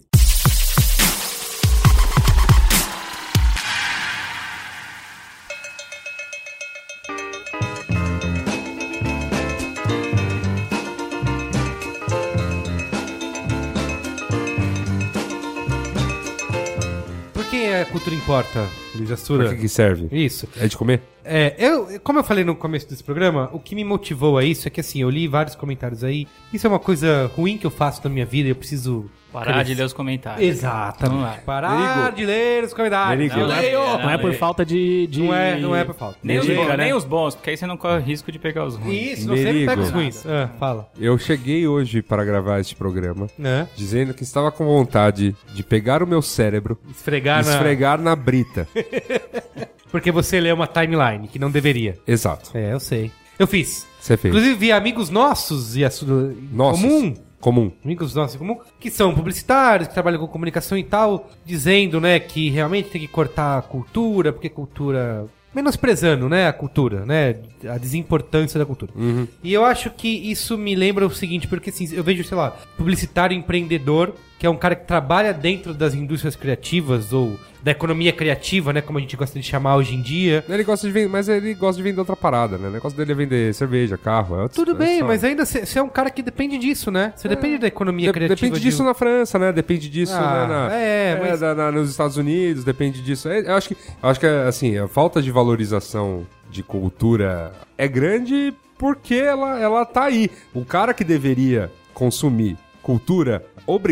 [SPEAKER 1] Por que a cultura importa? Luiz
[SPEAKER 4] Pra
[SPEAKER 1] Assura.
[SPEAKER 4] que, que serve?
[SPEAKER 1] Isso.
[SPEAKER 4] É de comer?
[SPEAKER 1] É, eu, como eu falei no começo desse programa, o que me motivou a isso é que assim, eu li vários comentários aí. Isso é uma coisa ruim que eu faço na minha vida, eu preciso.
[SPEAKER 2] Parar de ler os comentários.
[SPEAKER 1] Exatamente.
[SPEAKER 2] Vamos lá.
[SPEAKER 1] Parar
[SPEAKER 4] Merigo.
[SPEAKER 1] de ler os comentários.
[SPEAKER 4] Merigo.
[SPEAKER 1] Não,
[SPEAKER 2] Não,
[SPEAKER 1] leio.
[SPEAKER 2] não,
[SPEAKER 3] Não é por
[SPEAKER 2] ele-
[SPEAKER 3] falta de. de-
[SPEAKER 1] Não é, não é por falta.
[SPEAKER 2] Nem, os
[SPEAKER 1] Leio.
[SPEAKER 2] bons,
[SPEAKER 3] né?
[SPEAKER 2] nem os bons, porque aí você não corre o risco de pegar os ruins.
[SPEAKER 1] Isso, não sempre
[SPEAKER 4] Merigo.
[SPEAKER 1] pega os ruins. Ah, fala.
[SPEAKER 4] Eu cheguei hoje para gravar este programa
[SPEAKER 1] Né?
[SPEAKER 4] dizendo que estava com vontade de pegar o meu cérebro e
[SPEAKER 1] Esfregar, na-
[SPEAKER 4] esfregar na brita.
[SPEAKER 1] Porque você lê uma timeline que não deveria.
[SPEAKER 4] Exato.
[SPEAKER 1] É, eu sei. Eu fiz.
[SPEAKER 4] Você fez.
[SPEAKER 1] Inclusive, vi amigos nossos e a sua
[SPEAKER 4] Nossos.
[SPEAKER 1] comum
[SPEAKER 4] Comum.
[SPEAKER 1] amigos nossos em comum, que são publicitários, que trabalham com comunicação e tal, dizendo, né, que realmente tem que cortar a cultura, porque cultura. menosprezando, né, a cultura, né, a desimportância da cultura.
[SPEAKER 4] Uhum.
[SPEAKER 1] E eu acho que isso me lembra o seguinte, porque assim, eu vejo, sei lá, publicitário empreendedor, que é um cara que trabalha dentro das indústrias criativas ou da economia criativa, né, como a gente gosta de chamar hoje em dia.
[SPEAKER 4] Ele gosta de vender, mas ele gosta de vender outra parada, né? O negócio dele é vender cerveja, carro. é outra-
[SPEAKER 1] Tudo
[SPEAKER 4] é
[SPEAKER 1] bem,
[SPEAKER 4] só-
[SPEAKER 1] mas ainda você é um cara que depende disso, né? Você depende da economia
[SPEAKER 4] De-
[SPEAKER 1] criativa.
[SPEAKER 4] depende
[SPEAKER 1] de
[SPEAKER 4] disso
[SPEAKER 1] um-
[SPEAKER 4] na França, né? Depende disso
[SPEAKER 1] Ah,
[SPEAKER 4] né, na,
[SPEAKER 1] é, mas-
[SPEAKER 4] da- na- nos Estados Unidos, depende disso. É, Eu acho que, eu acho que assim, a falta de valorização de cultura é grande porque ela, ela tá aí. O cara que deveria consumir cultura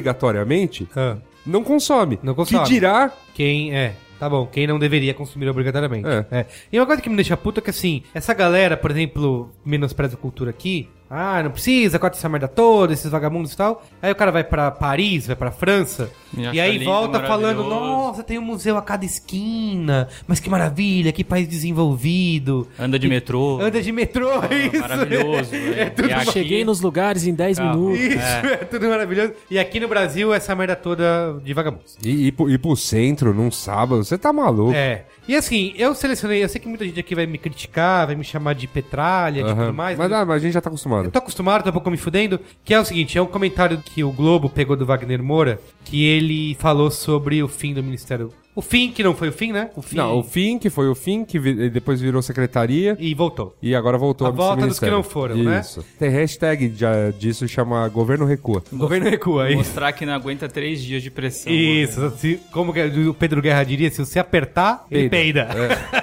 [SPEAKER 4] obrigatoriamente
[SPEAKER 1] Ah.
[SPEAKER 4] não consome.
[SPEAKER 1] Não consome.
[SPEAKER 4] Que dirá
[SPEAKER 1] Quem é. Tá bom, quem não deveria consumir obrigatoriamente.
[SPEAKER 4] É.
[SPEAKER 1] É. E uma coisa que me deixa puto é que assim, essa galera, por exemplo, menospreza a cultura aqui. Ah, não precisa, corta essa merda toda, esses vagabundos e tal. Aí o cara vai pra Paris, vai pra França.
[SPEAKER 2] E
[SPEAKER 1] E,
[SPEAKER 2] acha
[SPEAKER 1] aí
[SPEAKER 2] lindo,
[SPEAKER 1] volta falando:
[SPEAKER 2] maravilhoso.
[SPEAKER 1] nossa, tem um museu a cada esquina. Mas que maravilha, que país desenvolvido.
[SPEAKER 2] Anda de metrô. É
[SPEAKER 1] Anda de metrô, isso.
[SPEAKER 2] Ah, Maravilhoso. né?
[SPEAKER 1] É tudo
[SPEAKER 2] E aqui-
[SPEAKER 3] Cheguei nos lugares em 10
[SPEAKER 2] Carro.
[SPEAKER 3] minutos.
[SPEAKER 1] Isso, é. tudo maravilhoso. E aqui no Brasil, essa merda toda de vagabundos.
[SPEAKER 4] E ir pro, ir pro centro num sábado, você tá maluco.
[SPEAKER 1] É. E assim, eu selecionei, eu sei que muita gente aqui vai me criticar, vai me chamar de petralha, de
[SPEAKER 4] Aham.
[SPEAKER 1] tudo mais.
[SPEAKER 4] mas,
[SPEAKER 1] mas
[SPEAKER 4] ah, mas a gente já tá acostumado.
[SPEAKER 1] Eu tô acostumado, tô um pouco me fudendo. Que é o seguinte, é um comentário que o Globo pegou do Wagner Moura, que ele falou sobre o fim do Ministério. O fim, que não foi o fim, né? O fim.
[SPEAKER 4] Não, o fim, que foi o fim, que vi- depois virou secretaria.
[SPEAKER 1] E voltou.
[SPEAKER 4] E agora voltou
[SPEAKER 1] A
[SPEAKER 4] ao
[SPEAKER 1] volta dos que
[SPEAKER 4] ministério.
[SPEAKER 1] não foram, né?
[SPEAKER 4] Isso. Tem hashtag já disso chama governo recua.
[SPEAKER 1] O governo recua
[SPEAKER 3] é
[SPEAKER 1] aí.
[SPEAKER 2] Mostrar que não aguenta três dias de pressão. né?
[SPEAKER 1] Isso, se- como que o Pedro Guerra diria, se você apertar, ele peida.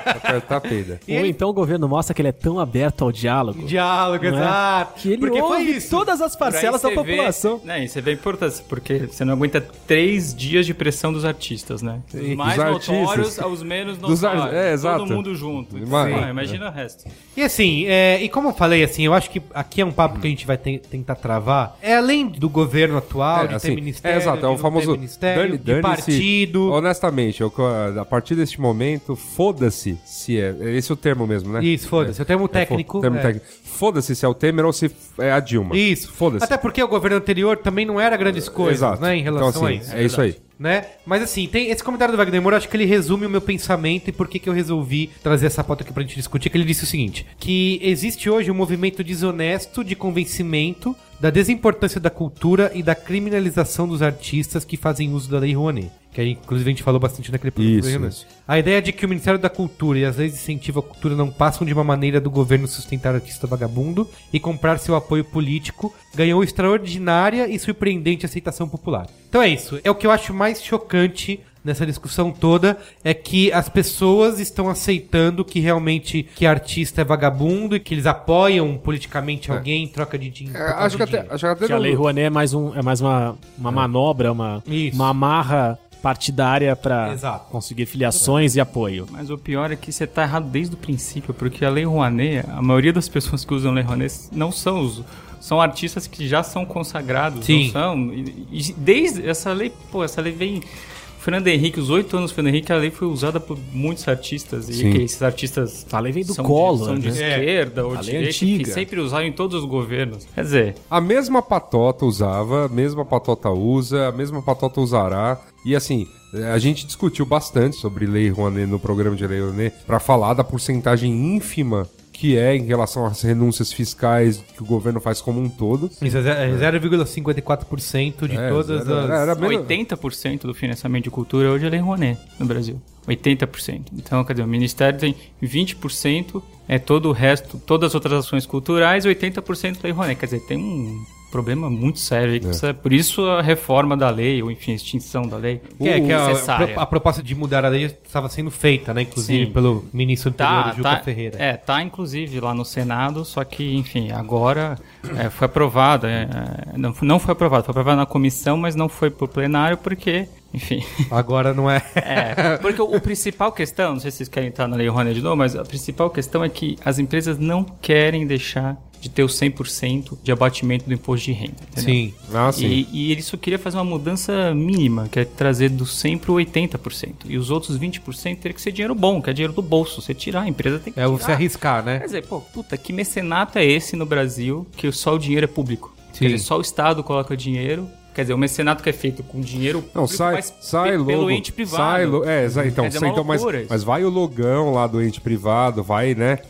[SPEAKER 4] É, apertar peida.
[SPEAKER 1] E
[SPEAKER 3] Ou
[SPEAKER 1] ele-
[SPEAKER 3] então o governo mostra que ele é tão aberto ao diálogo.
[SPEAKER 1] Diálogo,
[SPEAKER 3] não é?
[SPEAKER 1] exato.
[SPEAKER 3] Que ele
[SPEAKER 1] Porque foi
[SPEAKER 3] ouve
[SPEAKER 1] isso.
[SPEAKER 3] todas as
[SPEAKER 2] Por aí
[SPEAKER 3] parcelas da
[SPEAKER 2] você
[SPEAKER 3] população.
[SPEAKER 2] Vê, né, e você vê a importância, porque você não aguenta três dias de pressão dos artistas, né? Os mais
[SPEAKER 4] Dos artistas.
[SPEAKER 2] notórios aos menos
[SPEAKER 4] Dos ar-
[SPEAKER 2] notórios.
[SPEAKER 4] é, exato.
[SPEAKER 2] Todo mundo junto.
[SPEAKER 4] Ima-
[SPEAKER 2] Sim.
[SPEAKER 4] Sim.
[SPEAKER 2] imagina o resto.
[SPEAKER 1] E assim, é, e como eu falei, assim, eu acho que aqui é um papo que a gente vai ten- tentar travar. É além do governo atual,
[SPEAKER 4] É,
[SPEAKER 1] de
[SPEAKER 4] assim,
[SPEAKER 1] ter ministério,
[SPEAKER 4] é, exato,
[SPEAKER 1] de
[SPEAKER 4] é
[SPEAKER 1] não
[SPEAKER 4] o
[SPEAKER 1] ter
[SPEAKER 4] famoso
[SPEAKER 1] ministério,
[SPEAKER 4] dane-
[SPEAKER 1] de
[SPEAKER 4] dane-se.
[SPEAKER 1] partido.
[SPEAKER 4] Honestamente, eu, a partir deste momento, foda-se se é. Esse é o termo mesmo, né?
[SPEAKER 1] Isso, foda-se. Eu tenho um
[SPEAKER 4] É, fo-
[SPEAKER 1] técnico.
[SPEAKER 4] termo
[SPEAKER 1] é.
[SPEAKER 4] técnico. Foda-se se é o Temer ou se é a Dilma.
[SPEAKER 1] Isso,
[SPEAKER 4] Foda-se.
[SPEAKER 1] Até porque o governo anterior também não era grandes coisas,
[SPEAKER 4] É, Exato.
[SPEAKER 1] né, em relação
[SPEAKER 4] então,
[SPEAKER 1] a
[SPEAKER 4] assim,
[SPEAKER 1] isso.
[SPEAKER 4] É isso aí.
[SPEAKER 1] Né? Mas assim, tem esse comentário do Wagner Moura, acho que ele resume o meu pensamento e por que, que eu resolvi trazer essa pauta aqui pra gente discutir, que ele disse o seguinte, que existe hoje um movimento desonesto de convencimento da desimportância da cultura e da criminalização dos artistas que fazem uso da Lei Rouanet. Que aí, inclusive a gente falou bastante naquele
[SPEAKER 4] Isso,
[SPEAKER 1] né?
[SPEAKER 4] isso.
[SPEAKER 1] A ideia de que o Ministério da Cultura e as leis de incentivo à cultura não passam de uma maneira do governo sustentar o artista vagabundo e comprar seu apoio político ganhou extraordinária e surpreendente aceitação popular. Então é isso. É o que eu acho mais chocante nessa discussão toda é que as pessoas estão aceitando que realmente que artista é vagabundo e que eles apoiam politicamente alguém em troca de dinheiro.
[SPEAKER 4] É, acho, que até, acho que
[SPEAKER 2] Tá
[SPEAKER 4] até
[SPEAKER 3] Que a
[SPEAKER 4] no-
[SPEAKER 3] Lei Rouanet é mais, um, é mais uma, uma manobra, uma,
[SPEAKER 1] Isso.
[SPEAKER 3] uma amarra partidária pra
[SPEAKER 1] Exato.
[SPEAKER 3] conseguir filiações e apoio.
[SPEAKER 2] Mas o pior é que você tá errado desde o princípio, porque a Lei Rouanet, a maioria das pessoas que usam Lei Rouanet não são os são artistas que já são consagrados,
[SPEAKER 1] Sim.
[SPEAKER 2] não são. E- e desde essa lei, pô, essa lei vem Fernando Henrique, os oito anos do Fernando Henrique, a lei foi usada por muitos artistas e
[SPEAKER 4] Sim.
[SPEAKER 2] que esses artistas
[SPEAKER 3] A lei vem do
[SPEAKER 2] são
[SPEAKER 3] Collor,
[SPEAKER 2] de, são de
[SPEAKER 3] né?
[SPEAKER 2] esquerda ou
[SPEAKER 3] A lei
[SPEAKER 2] direita,
[SPEAKER 3] antiga.
[SPEAKER 2] que sempre usaram em todos os governos. Quer dizer,
[SPEAKER 4] A mesma patota usava, a mesma patota usa, a mesma patota usará. E assim, a gente discutiu bastante sobre Lei Rouanet no programa de Lei Rouanet para falar da porcentagem ínfima que é em relação às renúncias fiscais que o governo faz como um todo.
[SPEAKER 1] Isso é ze- é 0,54% de
[SPEAKER 4] É,
[SPEAKER 1] todas
[SPEAKER 4] era-
[SPEAKER 1] as.
[SPEAKER 4] era menos-
[SPEAKER 2] 80% do financiamento de cultura hoje é Lei Rouanet no Brasil. 80%. Então, quer dizer, o Ministério tem 20%, é todo o resto, todas as outras ações culturais, 80% Lei Rouanet. Quer dizer, tem um problema muito sério. aí que precisa- por isso a reforma da lei, ou enfim, a extinção da lei,
[SPEAKER 1] Que é, que a,
[SPEAKER 2] necessária.
[SPEAKER 1] a proposta de mudar a lei estava sendo feita, né? Inclusive
[SPEAKER 2] Sim.
[SPEAKER 1] pelo ministro anterior,
[SPEAKER 2] Tá,
[SPEAKER 1] Juca
[SPEAKER 2] tá,
[SPEAKER 1] Ferreira.
[SPEAKER 2] é, tá inclusive lá no Senado, só que, enfim, agora é, foi aprovada, é, é, não, não foi aprovada, foi aprovada na comissão, mas não foi pro plenário porque, enfim,
[SPEAKER 1] Agora não é.
[SPEAKER 2] é, porque o, o principal questão, não sei se vocês querem entrar na Lei Rouanet de novo, mas a principal questão é que as empresas não querem deixar de ter o 100% de abatimento do imposto de renda. entendeu?
[SPEAKER 1] Sim.
[SPEAKER 4] Ah, sim.
[SPEAKER 2] E, e ele só queria fazer uma mudança mínima, que é trazer do 100 para 80%. E os outros 20% teria que ser dinheiro bom, que é dinheiro do bolso. Você tirar, a empresa tem que
[SPEAKER 1] É o
[SPEAKER 2] tirar.
[SPEAKER 1] se arriscar,
[SPEAKER 2] Quer
[SPEAKER 1] né?
[SPEAKER 2] dizer, pô, puta, que mecenato é esse no Brasil que só o dinheiro é público?
[SPEAKER 1] Sim.
[SPEAKER 2] Quer dizer, só o Estado coloca dinheiro. Quer dizer, o mecenato que é feito com dinheiro
[SPEAKER 4] Não,
[SPEAKER 2] público,
[SPEAKER 4] sai,
[SPEAKER 2] mas
[SPEAKER 4] sai
[SPEAKER 2] pe-
[SPEAKER 4] logo.
[SPEAKER 2] pelo ente privado.
[SPEAKER 4] Sai lo- é, exa- então,
[SPEAKER 2] Quer dizer, é
[SPEAKER 4] sai-
[SPEAKER 2] uma
[SPEAKER 4] então mas,
[SPEAKER 2] loucura isso.
[SPEAKER 4] mas vai o logão lá do ente privado, vai, né?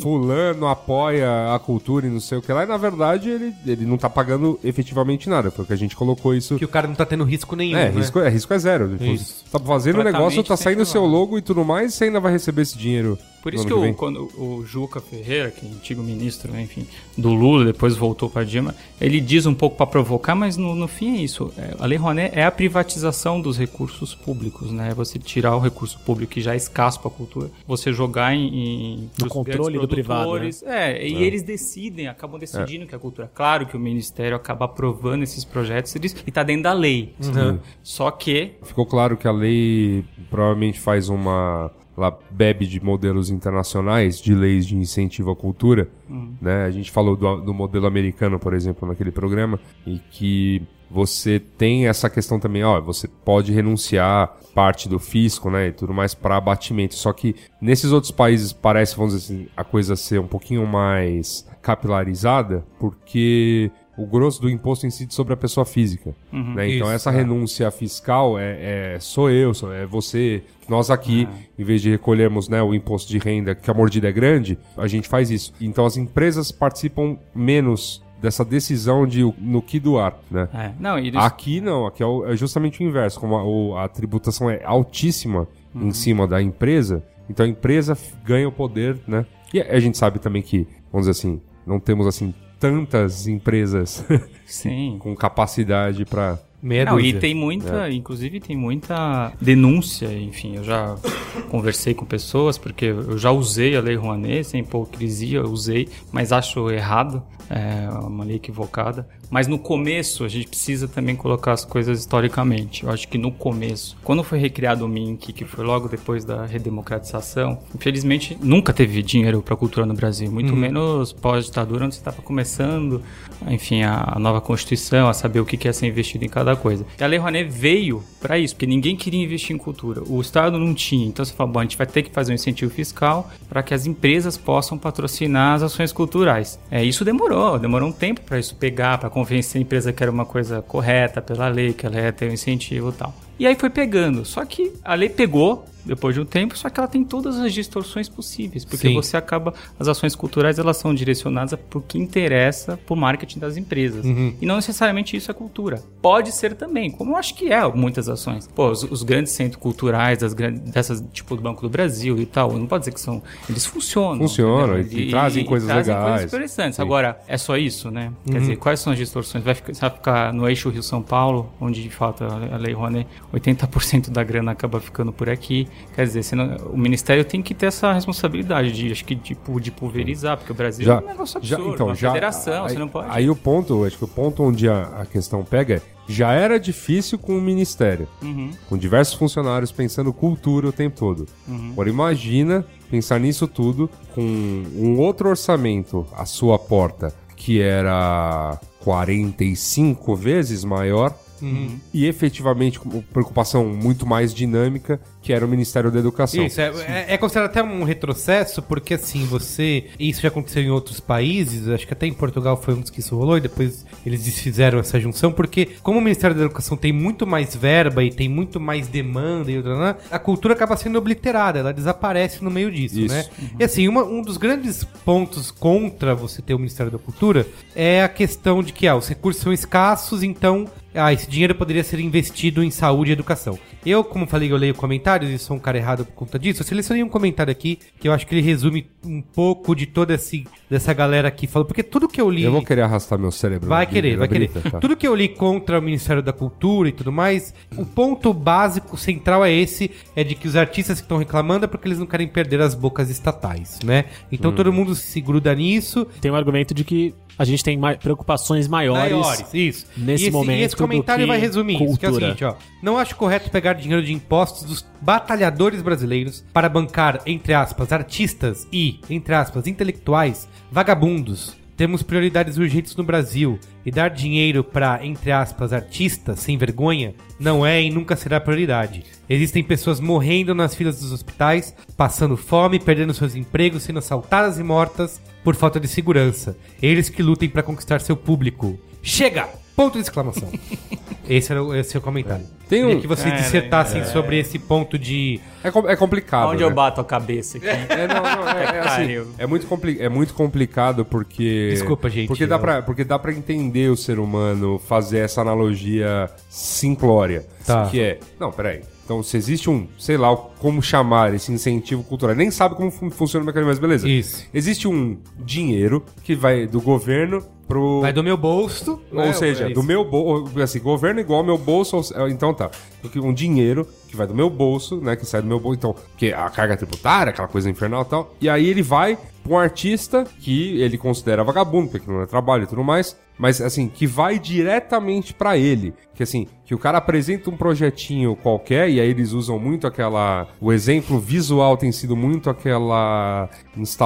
[SPEAKER 4] Fulano apoia a cultura e não sei o que lá, e na verdade ele, ele não tá pagando efetivamente nada. Foi o que a gente colocou isso.
[SPEAKER 1] Que o cara não tá tendo risco nenhum.
[SPEAKER 4] É,
[SPEAKER 1] né?
[SPEAKER 4] risco, é, risco é zero. Tipo,
[SPEAKER 1] Isso.
[SPEAKER 4] Tá fazendo o
[SPEAKER 2] Completamente
[SPEAKER 4] negócio, tá
[SPEAKER 2] sem
[SPEAKER 4] saindo o seu
[SPEAKER 2] problema.
[SPEAKER 4] logo e tudo mais, você ainda vai receber esse dinheiro.
[SPEAKER 2] Por
[SPEAKER 4] no
[SPEAKER 2] isso
[SPEAKER 4] ano
[SPEAKER 2] que, o,
[SPEAKER 4] vem.
[SPEAKER 2] quando o Juca Ferreira, que é antigo ministro, enfim, do Lula, depois voltou para Dilma, ele diz um pouco para provocar, mas no, no fim é isso. É, A Lei Rouanet é a privatização dos recursos públicos, né? É Você tirar o recurso público que já é escasso para a cultura, você jogar em, em
[SPEAKER 3] No
[SPEAKER 2] pros
[SPEAKER 3] controle
[SPEAKER 2] grandes
[SPEAKER 3] do privado, né?
[SPEAKER 2] produtores. É, e eles decidem, acabam
[SPEAKER 4] É.
[SPEAKER 2] decidindo que a cultura. Claro que o ministério acaba aprovando esses projetos eles- e tá dentro da lei.
[SPEAKER 4] Uhum.
[SPEAKER 2] Só que
[SPEAKER 4] Ficou claro que a lei provavelmente faz uma. Ela bebe de modelos internacionais, de leis de incentivo à cultura. Né? A gente falou do, do modelo americano, por exemplo, naquele programa, e que você tem essa questão também, ó, você pode renunciar parte do fisco, né, e tudo mais para abatimento. Só que nesses outros países parece, vamos dizer assim, a coisa ser um pouquinho mais capilarizada, porque o grosso do imposto incide sobre a pessoa física. né? Então
[SPEAKER 1] Isso,
[SPEAKER 4] essa
[SPEAKER 1] tá.
[SPEAKER 4] renúncia fiscal é, é- sou eu, sou, é você, nós aqui,
[SPEAKER 2] Ah.
[SPEAKER 4] em vez de recolhermos né, o imposto de renda, que a mordida é grande, a gente faz isso. Então as empresas participam menos dessa decisão de o- no que doar, né?
[SPEAKER 2] é, não, eles,
[SPEAKER 4] Aqui não, aqui é, o- é justamente o inverso, como a, o- a tributação é altíssima
[SPEAKER 2] Uhum.
[SPEAKER 4] em cima da empresa, então a empresa f- ganha o poder, né? E a, a gente sabe também que, vamos dizer assim, não temos assim tantas empresas
[SPEAKER 2] sim.
[SPEAKER 4] com capacidade para
[SPEAKER 1] Meia
[SPEAKER 2] Não, e
[SPEAKER 1] dúzia.
[SPEAKER 2] tem muita, inclusive tem muita denúncia, enfim, eu já conversei com pessoas, porque eu já usei a Lei Rouanet, sem hipocrisia, eu usei, mas acho errado, é uma lei equivocada. Mas no começo, a gente precisa também colocar as coisas historicamente. Eu acho que no começo, quando foi recriado o MINC, que foi logo depois da redemocratização, infelizmente nunca teve dinheiro para cultura no Brasil, muito menos pós-ditadura, onde você estava começando, enfim, a, a nova Constituição, a saber o que que é ser investido em cada coisa. E a Lei Rouanet veio para isso, porque ninguém queria investir em cultura. O Estado não tinha. Então você fala, bom, a gente vai ter que fazer um incentivo fiscal para que as empresas possam patrocinar as ações culturais. É, isso demorou, demorou um tempo para isso pegar, para convencer a empresa que era uma coisa correta pela lei, que ela ia ter um incentivo e tal. E aí foi pegando. Só que a lei pegou depois de um tempo, só que ela tem todas as distorções possíveis, porque
[SPEAKER 1] Sim.
[SPEAKER 2] você acaba as ações culturais elas são direcionadas por que interessa pro marketing das empresas.
[SPEAKER 4] Uhum.
[SPEAKER 2] E não necessariamente isso é cultura. Pode ser também, como eu acho que é muitas ações. Pô, os, os grandes centros culturais das grandes dessas tipo do Banco do Brasil e tal, não pode dizer que são, eles funcionam.
[SPEAKER 4] Funcionam,
[SPEAKER 2] entendeu?
[SPEAKER 4] e trazem coisas legais.
[SPEAKER 2] interessantes.
[SPEAKER 4] Sim. Uhum.
[SPEAKER 2] Agora, é só isso, né? Quer dizer, quais são as distorções? Vai ficar, você vai ficar no eixo Rio-São Paulo, onde de fato a a Lei Rouanet, 80% da grana acaba ficando por aqui. Quer dizer, você não- o Ministério tem que ter essa responsabilidade de, acho que, tipo, de pulverizar, porque o Brasil é um negócio absurdo, uma federação,
[SPEAKER 4] então, aí,
[SPEAKER 2] você não pode.
[SPEAKER 4] Aí o ponto, acho que o ponto onde a, a questão pega é, já era difícil com o ministério,
[SPEAKER 2] Uhum.
[SPEAKER 4] com diversos funcionários pensando cultura o tempo todo.
[SPEAKER 2] Uhum.
[SPEAKER 4] Agora imagina pensar nisso tudo com um outro orçamento à sua porta, que era 45 vezes maior.
[SPEAKER 2] Uhum.
[SPEAKER 4] E efetivamente com uma preocupação muito mais dinâmica que era o Ministério da Educação.
[SPEAKER 1] Isso, é, é, é considerado até um retrocesso, porque assim, você. Isso já aconteceu em outros países, acho que até em Portugal foi um dos que isso rolou, e depois eles desfizeram essa junção, porque como o Ministério da Educação tem muito mais verba e tem muito mais demanda e outra, né, a cultura acaba sendo obliterada, ela desaparece no meio disso,
[SPEAKER 4] Isso.
[SPEAKER 1] né? E assim, uma- um dos grandes pontos contra você ter o Ministério da Cultura é a questão de que ah, os recursos são escassos, então ah, esse dinheiro poderia ser investido em saúde e educação. Eu, como falei, eu leio comentários e sou um cara errado por conta disso. Eu selecionei um comentário aqui que eu acho que ele resume um pouco de toda esse, dessa galera que falou. Porque tudo que eu li.
[SPEAKER 4] Eu vou querer arrastar meu cérebro.
[SPEAKER 1] Vai
[SPEAKER 4] aqui,
[SPEAKER 1] querer, vai querer.
[SPEAKER 4] Brita, tá.
[SPEAKER 1] Tudo que eu li contra o Ministério da Cultura e tudo mais, o ponto básico central é esse, é de que os artistas que estão reclamando é porque eles não querem perder as bocas estatais, né? Então
[SPEAKER 3] Hum.
[SPEAKER 1] todo mundo se gruda nisso.
[SPEAKER 3] Tem um argumento de que a gente tem mai- preocupações maiores.
[SPEAKER 1] Maiores, isso.
[SPEAKER 3] nesse
[SPEAKER 1] e esse,
[SPEAKER 3] momento
[SPEAKER 1] E esse comentário
[SPEAKER 3] do que
[SPEAKER 1] vai resumir isso, que é o
[SPEAKER 3] cultura.
[SPEAKER 1] seguinte, ó. Não acho correto pegar dinheiro de impostos dos batalhadores brasileiros para bancar, entre aspas, artistas e, entre aspas, intelectuais, vagabundos. Temos prioridades urgentes no Brasil e dar dinheiro para, entre aspas, artistas sem vergonha não é e nunca será prioridade. Existem pessoas morrendo nas filas dos hospitais, passando fome, perdendo seus empregos, sendo assaltadas e mortas por falta de segurança. Eles que lutem para conquistar seu público. Chega! Ponto de exclamação. Esse era o, esse é o comentário.
[SPEAKER 4] Tem um-
[SPEAKER 1] Queria que vocês
[SPEAKER 2] É,
[SPEAKER 1] dissertassem sobre esse ponto de.
[SPEAKER 4] É, com- é complicado.
[SPEAKER 2] Onde
[SPEAKER 4] né?
[SPEAKER 2] eu bato a cabeça aqui?
[SPEAKER 4] É, não, não, é, é
[SPEAKER 2] Pariu.
[SPEAKER 4] assim, é muito, compli é muito complicado porque...
[SPEAKER 1] Desculpa, gente,
[SPEAKER 4] Porque dá,
[SPEAKER 1] eu-
[SPEAKER 4] pra, porque dá pra entender o ser humano fazer essa analogia simplória.
[SPEAKER 1] Tá.
[SPEAKER 4] Que é... Não, peraí. Então, se existe um, sei lá, como chamar esse incentivo cultural. Nem sabe como fun- funciona o mecanismo, mas beleza.
[SPEAKER 1] Isso.
[SPEAKER 4] Existe um dinheiro que vai do governo pro...
[SPEAKER 1] Vai do meu bolso.
[SPEAKER 4] É.
[SPEAKER 1] né?
[SPEAKER 4] Ou seja, do meu bolso, assim, governo igual ao meu bolso, ou- então tá. Porque Um dinheiro que vai do meu bolso, né, que sai do meu bolso, então, porque a carga tributária, aquela coisa infernal e tal. E aí ele vai pra um artista que ele considera vagabundo, porque aquilo não é trabalho e tudo mais, mas assim, que vai diretamente pra ele. Que assim, que o cara apresenta um projetinho qualquer, e aí eles usam muito aquela. O exemplo visual tem sido muito aquela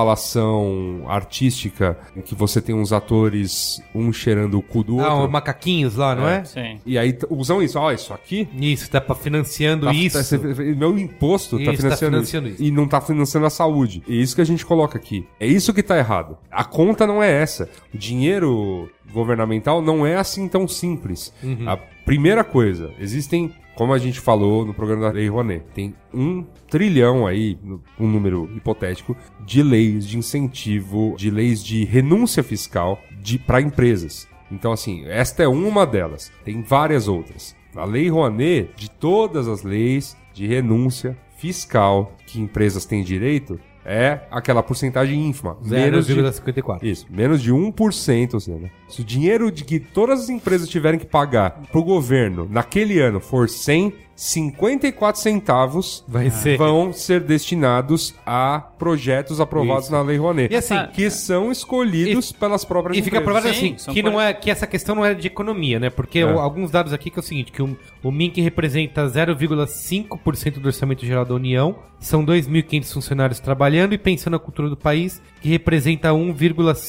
[SPEAKER 4] instalação artística em que você tem uns atores, um cheirando o cu do outro.
[SPEAKER 1] Ah, os macaquinhos lá, não é?
[SPEAKER 2] Sim.
[SPEAKER 4] E aí t- usam isso, ó, isso aqui.
[SPEAKER 1] Isso, tá pra financiando
[SPEAKER 4] tá-
[SPEAKER 1] isso.
[SPEAKER 4] tá- cê- meu imposto
[SPEAKER 1] Isso,
[SPEAKER 4] tá
[SPEAKER 1] tá
[SPEAKER 4] financiando,
[SPEAKER 1] financiando
[SPEAKER 4] isso.
[SPEAKER 1] isso.
[SPEAKER 4] E não tá financiando a saúde. É isso que a gente coloca aqui. É isso que tá errado. A conta não é essa. O dinheiro governamental não é assim tão simples.
[SPEAKER 1] Uhum.
[SPEAKER 4] A primeira coisa, existem, como a gente falou no programa da Lei Rouanet, tem um trilhão aí, um número hipotético, de leis de incentivo, de leis de renúncia fiscal de, para empresas. Então, assim, esta é uma delas. Tem várias outras. A Lei Rouanet, de todas as leis de renúncia fiscal que empresas têm direito, é aquela porcentagem ínfima. Menos de,
[SPEAKER 1] 0,54.
[SPEAKER 4] isso, menos de 1%, ou seja, né? se o dinheiro de que todas as empresas tiverem que pagar pro governo naquele ano for 100, 54 centavos Ah.
[SPEAKER 1] Vai ser.
[SPEAKER 4] vão ser destinados a projetos aprovados na Lei Rouanet.
[SPEAKER 1] E assim,
[SPEAKER 4] que são escolhidos pelas próprias
[SPEAKER 1] E fica
[SPEAKER 4] empresas.
[SPEAKER 1] provado
[SPEAKER 2] Sim,
[SPEAKER 1] assim,
[SPEAKER 2] são
[SPEAKER 1] que, não é, que essa questão não é de economia, né? Porque o- alguns dados aqui que é o seguinte, que o, o MINC representa 0,5% do orçamento geral da União, são 2.500 funcionários trabalhando e pensando na cultura do país, que representa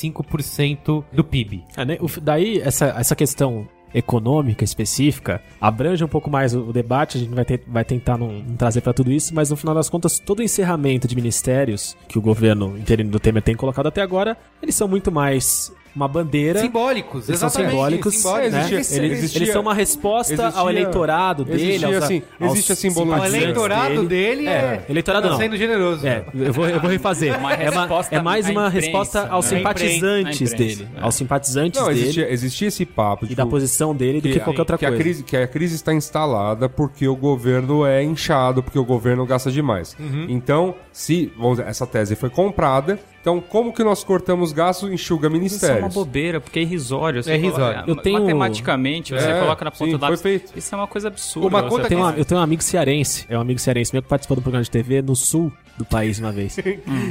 [SPEAKER 1] 1,5% do PIB.
[SPEAKER 3] É, né? O f- Daí, essa, essa questão econômica específica abrange um pouco mais o o debate, a gente vai, ter- vai tentar não, não trazer para tudo isso, mas no final das contas, todo o encerramento de ministérios que o governo interino do Temer tem colocado até agora, eles são muito mais uma bandeira...
[SPEAKER 1] Simbólicos,
[SPEAKER 3] Eles são
[SPEAKER 1] exatamente,
[SPEAKER 3] simbólicos,
[SPEAKER 1] simbólicos,
[SPEAKER 3] né?
[SPEAKER 1] né?
[SPEAKER 4] Existia-
[SPEAKER 3] Eles,
[SPEAKER 4] existia-
[SPEAKER 3] eles são uma resposta ao
[SPEAKER 4] existia-
[SPEAKER 3] eleitorado dele.
[SPEAKER 4] existia,
[SPEAKER 3] aos-
[SPEAKER 4] assim,
[SPEAKER 3] aos
[SPEAKER 4] existe a simbologia.
[SPEAKER 1] O
[SPEAKER 3] simpatizantes
[SPEAKER 1] eleitorado dele é...
[SPEAKER 3] Eleitorado
[SPEAKER 1] tá
[SPEAKER 3] não.
[SPEAKER 1] sendo generoso.
[SPEAKER 3] É, eu vou, eu vou refazer.
[SPEAKER 2] Uma
[SPEAKER 3] é, uma-
[SPEAKER 2] resposta
[SPEAKER 3] é mais
[SPEAKER 2] à
[SPEAKER 3] uma
[SPEAKER 2] imprensa,
[SPEAKER 3] resposta aos
[SPEAKER 2] né?
[SPEAKER 3] simpatizantes
[SPEAKER 2] À imprensa,
[SPEAKER 3] dele.
[SPEAKER 2] é.
[SPEAKER 3] Aos simpatizantes
[SPEAKER 4] Não,
[SPEAKER 3] dele
[SPEAKER 4] existia, existia esse papo.
[SPEAKER 3] e
[SPEAKER 4] tipo,
[SPEAKER 3] da posição dele do que, qualquer outra
[SPEAKER 4] a
[SPEAKER 3] coisa.
[SPEAKER 4] crise, que a crise está instalada porque o governo é inchado, porque o governo gasta demais.
[SPEAKER 2] Uhum.
[SPEAKER 4] Então, se vamos dizer, essa tese foi comprada, então como que nós cortamos gastos
[SPEAKER 2] Isso
[SPEAKER 4] enxuga
[SPEAKER 2] é uma
[SPEAKER 4] ministérios?
[SPEAKER 2] bobeira, porque é irrisório.
[SPEAKER 4] assim,
[SPEAKER 2] você
[SPEAKER 1] É irrisório.
[SPEAKER 2] coloca-
[SPEAKER 3] Eu tenho-
[SPEAKER 2] Matematicamente, você
[SPEAKER 4] É,
[SPEAKER 2] coloca na ponta
[SPEAKER 4] sim,
[SPEAKER 2] do lápis.
[SPEAKER 4] foi feito.
[SPEAKER 2] Isso é uma coisa absurda.
[SPEAKER 4] Uma
[SPEAKER 2] você
[SPEAKER 1] tá
[SPEAKER 4] conta
[SPEAKER 3] Eu tenho,
[SPEAKER 2] pensar.
[SPEAKER 3] uma- eu tenho um amigo cearense, é um amigo cearense meu que participou do programa de TV no sul do país uma vez.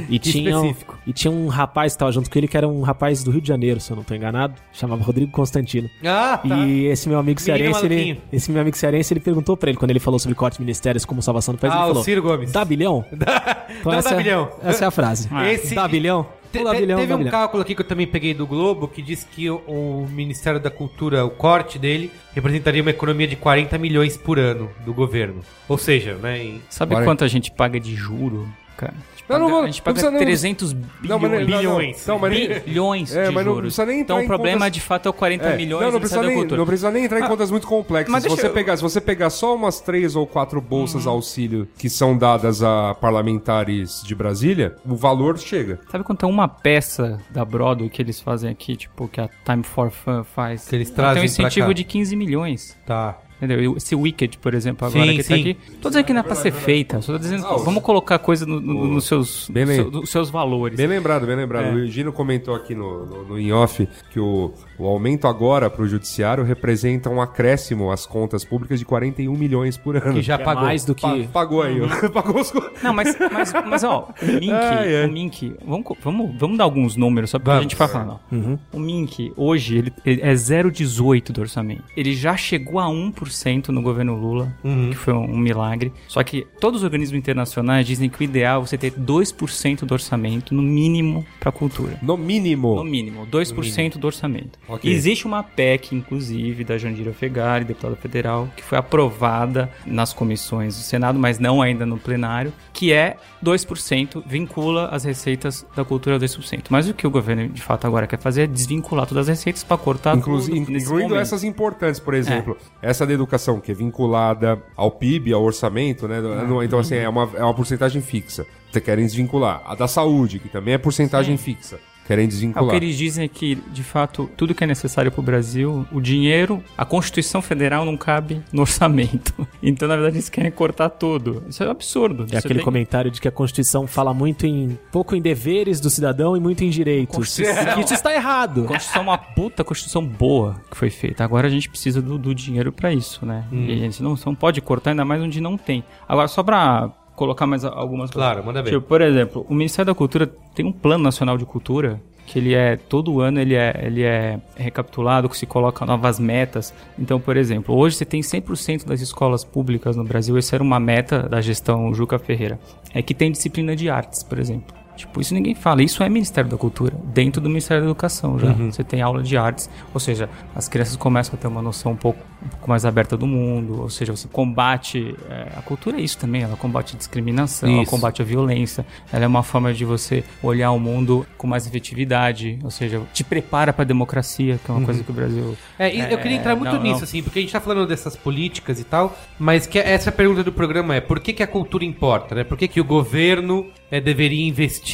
[SPEAKER 3] e, tinha um,
[SPEAKER 1] Hum. específico.
[SPEAKER 3] e tinha um rapaz que tava junto com ele que era um rapaz do Rio de Janeiro, se eu não tô enganado, chamava Rodrigo Constantino.
[SPEAKER 1] Ah, tá.
[SPEAKER 3] E esse meu amigo
[SPEAKER 1] Menino
[SPEAKER 3] cearense, ele,
[SPEAKER 1] maluquinho.
[SPEAKER 3] esse meu amigo cearense, ele perguntou pra ele quando ele falou sobre corte de ministérios como salvação do país,
[SPEAKER 1] Ah,
[SPEAKER 3] ele
[SPEAKER 1] o
[SPEAKER 3] falou:
[SPEAKER 1] Ciro Gomes.
[SPEAKER 3] "Dá bilhão?" Então
[SPEAKER 1] Não
[SPEAKER 3] essa
[SPEAKER 1] dá
[SPEAKER 3] é-
[SPEAKER 1] bilhão.
[SPEAKER 3] Essa é a frase.
[SPEAKER 1] Esse-
[SPEAKER 3] Dá bilhão?
[SPEAKER 1] Te-
[SPEAKER 3] Dá
[SPEAKER 1] te-
[SPEAKER 3] bilhão,
[SPEAKER 1] teve
[SPEAKER 3] dá
[SPEAKER 1] um
[SPEAKER 3] bilhão.
[SPEAKER 1] cálculo aqui que eu também peguei do Globo que diz que o, o Ministério da Cultura, o corte dele, representaria uma economia de 40 milhões por ano do governo. Ou seja, né? em-
[SPEAKER 2] Sabe
[SPEAKER 4] Olha.
[SPEAKER 2] quanto a gente paga de juro cara. Tipo,
[SPEAKER 4] Não, não vou-
[SPEAKER 2] a gente
[SPEAKER 4] não
[SPEAKER 2] paga
[SPEAKER 4] precisa nem-
[SPEAKER 2] 300
[SPEAKER 4] Não, mas não-
[SPEAKER 2] bilhões.
[SPEAKER 4] Não, não, mas nem-
[SPEAKER 2] bilhões
[SPEAKER 4] É,
[SPEAKER 2] de
[SPEAKER 4] mas não
[SPEAKER 2] juros.
[SPEAKER 4] precisa nem
[SPEAKER 2] então
[SPEAKER 4] entrar
[SPEAKER 2] o
[SPEAKER 4] em
[SPEAKER 2] problema
[SPEAKER 4] contas-
[SPEAKER 2] de fato é o 40
[SPEAKER 4] É,
[SPEAKER 2] milhões
[SPEAKER 4] não,
[SPEAKER 2] do
[SPEAKER 4] não precisa,
[SPEAKER 2] Ministério da
[SPEAKER 4] nem,
[SPEAKER 2] Cultura. Ah,
[SPEAKER 4] não precisa nem entrar em contas muito complexas.
[SPEAKER 2] mas deixa
[SPEAKER 4] você
[SPEAKER 2] eu- Uhum.
[SPEAKER 4] pegar, se você pegar só umas três ou quatro bolsas auxílio que são dadas a parlamentares de Brasília, o valor chega.
[SPEAKER 2] Sabe quanto é uma peça da Broadway que eles fazem aqui, tipo, que a Time for Fun faz?
[SPEAKER 1] Que eles
[SPEAKER 2] Tem
[SPEAKER 1] trazem
[SPEAKER 2] um
[SPEAKER 1] pra cá.
[SPEAKER 2] incentivo de 15 milhões.
[SPEAKER 1] Tá.
[SPEAKER 2] Entendeu? E Esse Wicked, por exemplo, agora
[SPEAKER 1] Sim,
[SPEAKER 2] que tá
[SPEAKER 1] sim.
[SPEAKER 2] aqui. Tô dizendo que não é pra ser feita. Só tô dizendo,
[SPEAKER 4] Ah,
[SPEAKER 2] vamos colocar coisa no- no- nos seus,
[SPEAKER 4] Bem
[SPEAKER 2] seu-
[SPEAKER 4] lem-
[SPEAKER 2] nos seus valores.
[SPEAKER 4] Bem lembrado, bem lembrado. O Gino comentou aqui no, no, no em off que o, o aumento agora para o judiciário representa um acréscimo às contas públicas de 41 milhões por ano.
[SPEAKER 1] Que já
[SPEAKER 3] Que é
[SPEAKER 1] pagou.
[SPEAKER 3] mais do
[SPEAKER 4] Pa-
[SPEAKER 3] que...
[SPEAKER 4] Pagou aí, ó. pagou os co-
[SPEAKER 2] Não, mas, mas, mas ó, o Mink,
[SPEAKER 4] Ai, ai.
[SPEAKER 2] o Mink, vamos, co- vamos, vamos dar alguns números só porque a
[SPEAKER 1] Vamos.
[SPEAKER 2] gente vai falando. ó.
[SPEAKER 4] Uhum.
[SPEAKER 2] O Mink, hoje, ele, ele é 0,18 do orçamento. Ele já chegou a 1% no governo Lula,
[SPEAKER 4] Uhum.
[SPEAKER 2] que foi um, um milagre. Só que todos os organismos internacionais dizem que o ideal é você ter 2% do orçamento, no mínimo, pra cultura.
[SPEAKER 4] No mínimo.
[SPEAKER 2] No mínimo, 2% do orçamento.
[SPEAKER 4] Ok.
[SPEAKER 2] Existe uma PEC, inclusive, da Jandira Fegari, deputada federal, que foi aprovada nas comissões do Senado, mas não ainda no plenário, que é 2%, vincula as receitas da cultura a 2%. Mas o que o governo, de fato, agora quer fazer é desvincular todas as receitas para cortar
[SPEAKER 4] Inclusi-
[SPEAKER 2] tudo nesse
[SPEAKER 4] incluindo
[SPEAKER 2] momento.
[SPEAKER 4] essas importantes, por exemplo, essa da educação que é vinculada ao PIB, ao orçamento, né? Não, Então, assim, é uma, é uma porcentagem fixa. Te- Querem desvincular. A da saúde, que também é porcentagem fixa.
[SPEAKER 2] Ah,
[SPEAKER 4] Querem
[SPEAKER 2] o
[SPEAKER 4] desvincular.
[SPEAKER 2] que eles dizem é que, de fato, tudo que é necessário para o Brasil, o dinheiro, a Constituição Federal não cabe no orçamento. Então, na verdade, eles querem cortar tudo. Isso é um absurdo.
[SPEAKER 3] É aquele
[SPEAKER 2] comentário.
[SPEAKER 3] comentário de que a Constituição fala muito em pouco em deveres do cidadão e muito em direitos.
[SPEAKER 2] Constituição.
[SPEAKER 3] E que isso está errado.
[SPEAKER 2] Constituição é uma puta constituição boa que foi feita. Agora a gente precisa do, do dinheiro pra isso, né? E a gente não, não pode cortar ainda mais onde não tem. Agora, só pra colocar mais a- algumas coisas.
[SPEAKER 1] Claro, manda bem.
[SPEAKER 2] Tipo, por exemplo, o Ministério da Cultura tem um Plano Nacional de Cultura que ele é todo ano ele é, ele é recapitulado, que se coloca novas metas. Então, por exemplo, hoje você tem 100% das escolas públicas no Brasil, essa era uma meta da gestão Juca Ferreira, é que tem disciplina de artes, por exemplo. Tipo, isso ninguém fala. Isso é Ministério da Cultura. Dentro do Ministério da Educação já. Você tem aula de artes. Ou seja, as crianças começam a ter uma noção um pouco, um pouco mais aberta do mundo. Ou seja, você combate. é, a cultura é isso também. Ela combate a discriminação,
[SPEAKER 1] Isso.
[SPEAKER 2] ela Então, combate a violência. Ela é uma forma de você olhar o mundo com mais efetividade. Ou seja, te prepara para a democracia, que é uma
[SPEAKER 4] Uhum.
[SPEAKER 2] coisa que o Brasil.
[SPEAKER 1] É, e eu queria entrar muito
[SPEAKER 2] não,
[SPEAKER 1] nisso,
[SPEAKER 2] não.
[SPEAKER 1] assim, porque a gente tá falando dessas políticas e tal, mas que é, essa pergunta do programa é por que, que a cultura importa, né? Por que, que o governo eh, deveria investir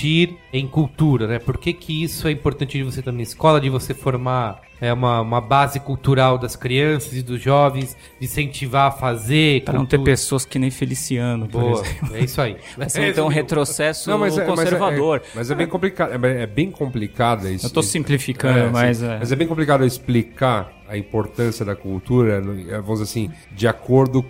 [SPEAKER 1] em cultura, né? Por que, que isso é importante de você estar na escola, de você formar eh, uma, uma base cultural das crianças e dos jovens, de incentivar a fazer.
[SPEAKER 2] Para não ter
[SPEAKER 1] cultura.
[SPEAKER 2] pessoas que nem Feliciano, por
[SPEAKER 1] Boa,
[SPEAKER 2] exemplo.
[SPEAKER 1] é isso aí.
[SPEAKER 2] Você tem um
[SPEAKER 4] é
[SPEAKER 2] retrocesso conservador.
[SPEAKER 4] Mas é, bem complicado. É, é bem complicado isso.
[SPEAKER 2] Eu tô
[SPEAKER 4] isso.
[SPEAKER 2] simplificando,
[SPEAKER 4] É,
[SPEAKER 2] mas.
[SPEAKER 4] sim.
[SPEAKER 2] é.
[SPEAKER 4] Mas é bem complicado explicar a importância da cultura, no- eh, vamos dizer assim, de acordo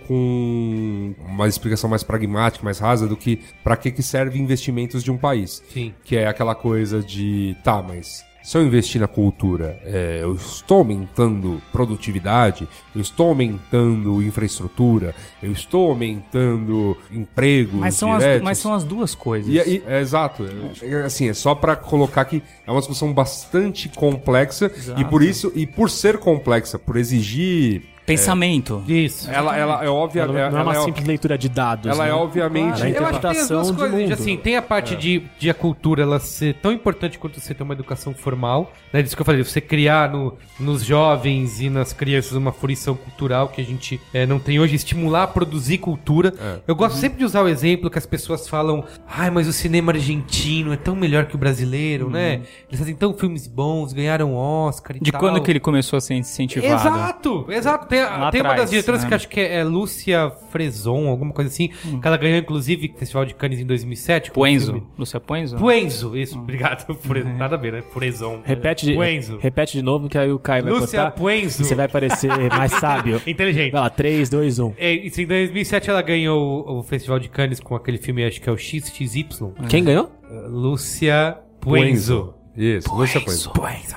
[SPEAKER 4] com uma explicação mais pragmática, mais rasa do que para que que serve investimentos de um país.
[SPEAKER 1] Sim.
[SPEAKER 4] Que é aquela coisa de, tá, mas se eu investir na cultura, eh, eu estou aumentando produtividade, eu estou aumentando infraestrutura, eu estou aumentando empregos
[SPEAKER 2] Mas são, as,
[SPEAKER 4] diretos.
[SPEAKER 2] mas são as duas coisas.
[SPEAKER 4] E, aí- é, exato. É, é, assim, é só pra colocar que é uma discussão bastante complexa e por isso e por ser complexa, por exigir,
[SPEAKER 2] Pensamento.
[SPEAKER 1] Isso.
[SPEAKER 4] ela, ela é óbvia,
[SPEAKER 3] Ela não
[SPEAKER 4] ela,
[SPEAKER 3] não é uma
[SPEAKER 4] é, o-
[SPEAKER 3] simples leitura de dados.
[SPEAKER 4] ela
[SPEAKER 3] né?
[SPEAKER 4] é obviamente
[SPEAKER 3] Claro.
[SPEAKER 1] Eu acho que tem as
[SPEAKER 3] interpretação
[SPEAKER 1] duas
[SPEAKER 3] de
[SPEAKER 1] coisas. gente,
[SPEAKER 3] mundo.
[SPEAKER 1] assim, tem a parte de, de a cultura ela ser tão importante quanto você ter uma educação formal. Né? Disso que eu falei, você criar no, nos jovens e nas crianças uma fruição cultural que a gente eh, não tem hoje, estimular a produzir cultura. Eu gosto sempre de usar o exemplo que as pessoas falam: ai, mas o cinema argentino é tão melhor que o brasileiro, né? Eles fazem tão filmes bons, ganharam Oscar e
[SPEAKER 2] De
[SPEAKER 1] tal.
[SPEAKER 2] quando que ele começou a ser incentivado?
[SPEAKER 1] Exato, exato. Tem,
[SPEAKER 2] Lá
[SPEAKER 1] tem uma
[SPEAKER 2] atrás,
[SPEAKER 1] das diretoras
[SPEAKER 2] né?
[SPEAKER 1] que acho que é, é Lúcia Frezon, alguma coisa assim, que ela ganhou, inclusive, o Festival de Cannes em 2007. com o
[SPEAKER 2] Puenzo.
[SPEAKER 1] filme-
[SPEAKER 2] Lúcia Puenzo?
[SPEAKER 1] Puenzo, isso, obrigado. Fre- Nada a ver, né? Frezon.
[SPEAKER 3] Repete de,
[SPEAKER 1] Puenzo.
[SPEAKER 3] repete de novo que aí o Caio vai
[SPEAKER 1] Lúcia
[SPEAKER 3] cortar.
[SPEAKER 1] Puenzo.
[SPEAKER 3] E você vai parecer mais sábio.
[SPEAKER 1] Inteligente.
[SPEAKER 3] Vai lá, um. 3, 2, 1.
[SPEAKER 1] É, isso, em 2007 ela ganhou o, o Festival de Cannes com aquele filme, acho que é o XXY.
[SPEAKER 3] Quem ganhou?
[SPEAKER 1] Lúcia Puenzo.
[SPEAKER 4] Isso, Lúcia Puenzo.
[SPEAKER 1] Puenzo.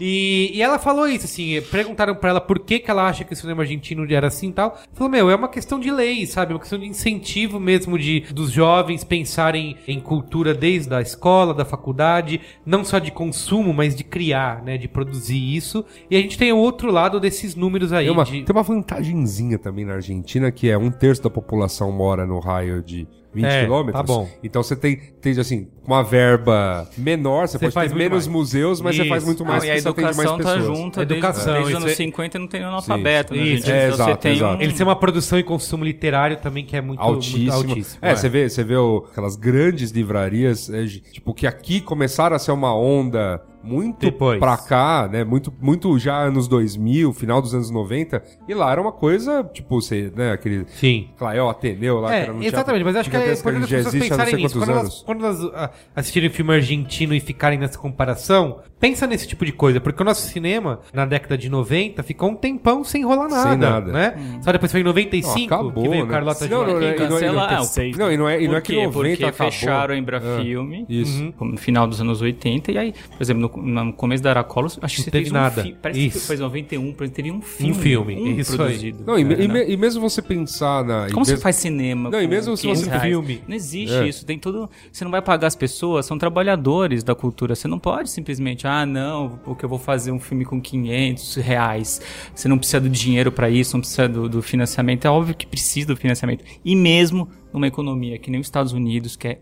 [SPEAKER 1] E, e ela falou isso, assim, perguntaram pra ela por que, que ela acha que o cinema argentino era assim e tal. Falou, meu, é uma questão de lei, sabe? É Uma questão de incentivo mesmo de dos jovens pensarem em cultura desde a escola, da faculdade, não só de consumo, mas de criar, né? De produzir isso. E a gente tem o outro lado desses números aí.
[SPEAKER 4] Tem uma,
[SPEAKER 1] de-
[SPEAKER 4] tem uma vantagenzinha também na Argentina, que é um terço da população mora no raio de 20
[SPEAKER 1] É,
[SPEAKER 4] quilômetros.
[SPEAKER 1] tá bom.
[SPEAKER 4] Então você tem, tem, assim, uma verba menor, você,
[SPEAKER 1] Você
[SPEAKER 4] pode
[SPEAKER 1] faz
[SPEAKER 4] ter
[SPEAKER 1] muito
[SPEAKER 4] menos
[SPEAKER 1] mais.
[SPEAKER 4] museus, mas você
[SPEAKER 1] Isso.
[SPEAKER 4] faz muito mais
[SPEAKER 2] Não, e a
[SPEAKER 4] porque você atende mais
[SPEAKER 2] educação tá
[SPEAKER 4] pessoas.
[SPEAKER 2] junta
[SPEAKER 1] Educação,
[SPEAKER 2] desde, desde
[SPEAKER 1] isso
[SPEAKER 2] os
[SPEAKER 1] é-
[SPEAKER 2] anos 50 não tem analfabeto, né?
[SPEAKER 1] Isso,
[SPEAKER 2] gente?
[SPEAKER 4] é,
[SPEAKER 2] Então você
[SPEAKER 4] exato,
[SPEAKER 2] tem
[SPEAKER 4] exato.
[SPEAKER 2] um-
[SPEAKER 1] Eles têm uma produção e consumo literário também que é muito
[SPEAKER 4] Altíssimo.
[SPEAKER 1] Muito altíssimo
[SPEAKER 4] é, você vê, você vê o- aquelas grandes livrarias, é, gi- tipo, que aqui começaram a ser uma onda muito
[SPEAKER 1] Depois.
[SPEAKER 4] pra cá, né? Muito, muito já anos 2000, final dos anos 90, e lá era uma coisa, tipo, você, né, aquele
[SPEAKER 1] Sim.
[SPEAKER 4] Clael Ateneu lá, que era no teatro
[SPEAKER 1] É, exatamente, mas acho que é
[SPEAKER 4] gigantesco,
[SPEAKER 1] importante as
[SPEAKER 4] ele já
[SPEAKER 1] pessoas
[SPEAKER 4] existe há não
[SPEAKER 1] pensarem
[SPEAKER 4] sei
[SPEAKER 1] nisso. Quando
[SPEAKER 4] quantos
[SPEAKER 1] elas, quando elas ah, assistirem filme argentino e ficarem nessa comparação, pensa nesse tipo de coisa, porque o nosso cinema, na década de 90, ficou um tempão sem rolar nada,
[SPEAKER 4] Sem nada.
[SPEAKER 1] né?
[SPEAKER 3] Hum.
[SPEAKER 1] Só depois foi em 95
[SPEAKER 4] Não, acabou,
[SPEAKER 1] que veio
[SPEAKER 4] né?
[SPEAKER 1] Carlota
[SPEAKER 4] Não,
[SPEAKER 1] de
[SPEAKER 4] não,
[SPEAKER 1] Melo.
[SPEAKER 4] não,
[SPEAKER 2] Quem
[SPEAKER 4] e não- e
[SPEAKER 2] cancela é
[SPEAKER 4] não-
[SPEAKER 2] o-
[SPEAKER 4] Não, e não é, e não é
[SPEAKER 2] Por
[SPEAKER 4] que
[SPEAKER 2] quê?
[SPEAKER 4] 90
[SPEAKER 2] Porque
[SPEAKER 4] acabou. Ah.
[SPEAKER 2] fecharam a Embrafilme
[SPEAKER 4] Isso.
[SPEAKER 2] uhum, no final dos anos 80 e aí, por exemplo, no, no começo da Aracolos, acho que
[SPEAKER 1] Não
[SPEAKER 2] você
[SPEAKER 1] teve
[SPEAKER 2] fez
[SPEAKER 1] nada.
[SPEAKER 2] um filme, parece que
[SPEAKER 1] Isso.
[SPEAKER 2] foi 91, parece que teria um filme,
[SPEAKER 1] filme,
[SPEAKER 2] um
[SPEAKER 1] isso aí.
[SPEAKER 2] produzido.
[SPEAKER 4] Não, e, me-
[SPEAKER 2] É,
[SPEAKER 4] e
[SPEAKER 2] não.
[SPEAKER 4] me- e mesmo você pensar na... e
[SPEAKER 2] Como você
[SPEAKER 4] mesmo-
[SPEAKER 2] faz cinema?
[SPEAKER 4] Não, e
[SPEAKER 2] com
[SPEAKER 4] mesmo se
[SPEAKER 2] 500
[SPEAKER 4] você-
[SPEAKER 2] reais?
[SPEAKER 1] filme.
[SPEAKER 2] Não existe
[SPEAKER 4] É.
[SPEAKER 2] isso. Tem tudo. Você não vai pagar as pessoas, são trabalhadores da cultura. Você não pode simplesmente, ah, não, porque eu vou fazer um filme com 500 reais. Você não precisa do dinheiro pra isso, não precisa do, do financiamento. É óbvio que precisa do financiamento. E mesmo numa economia que nem os Estados Unidos, que é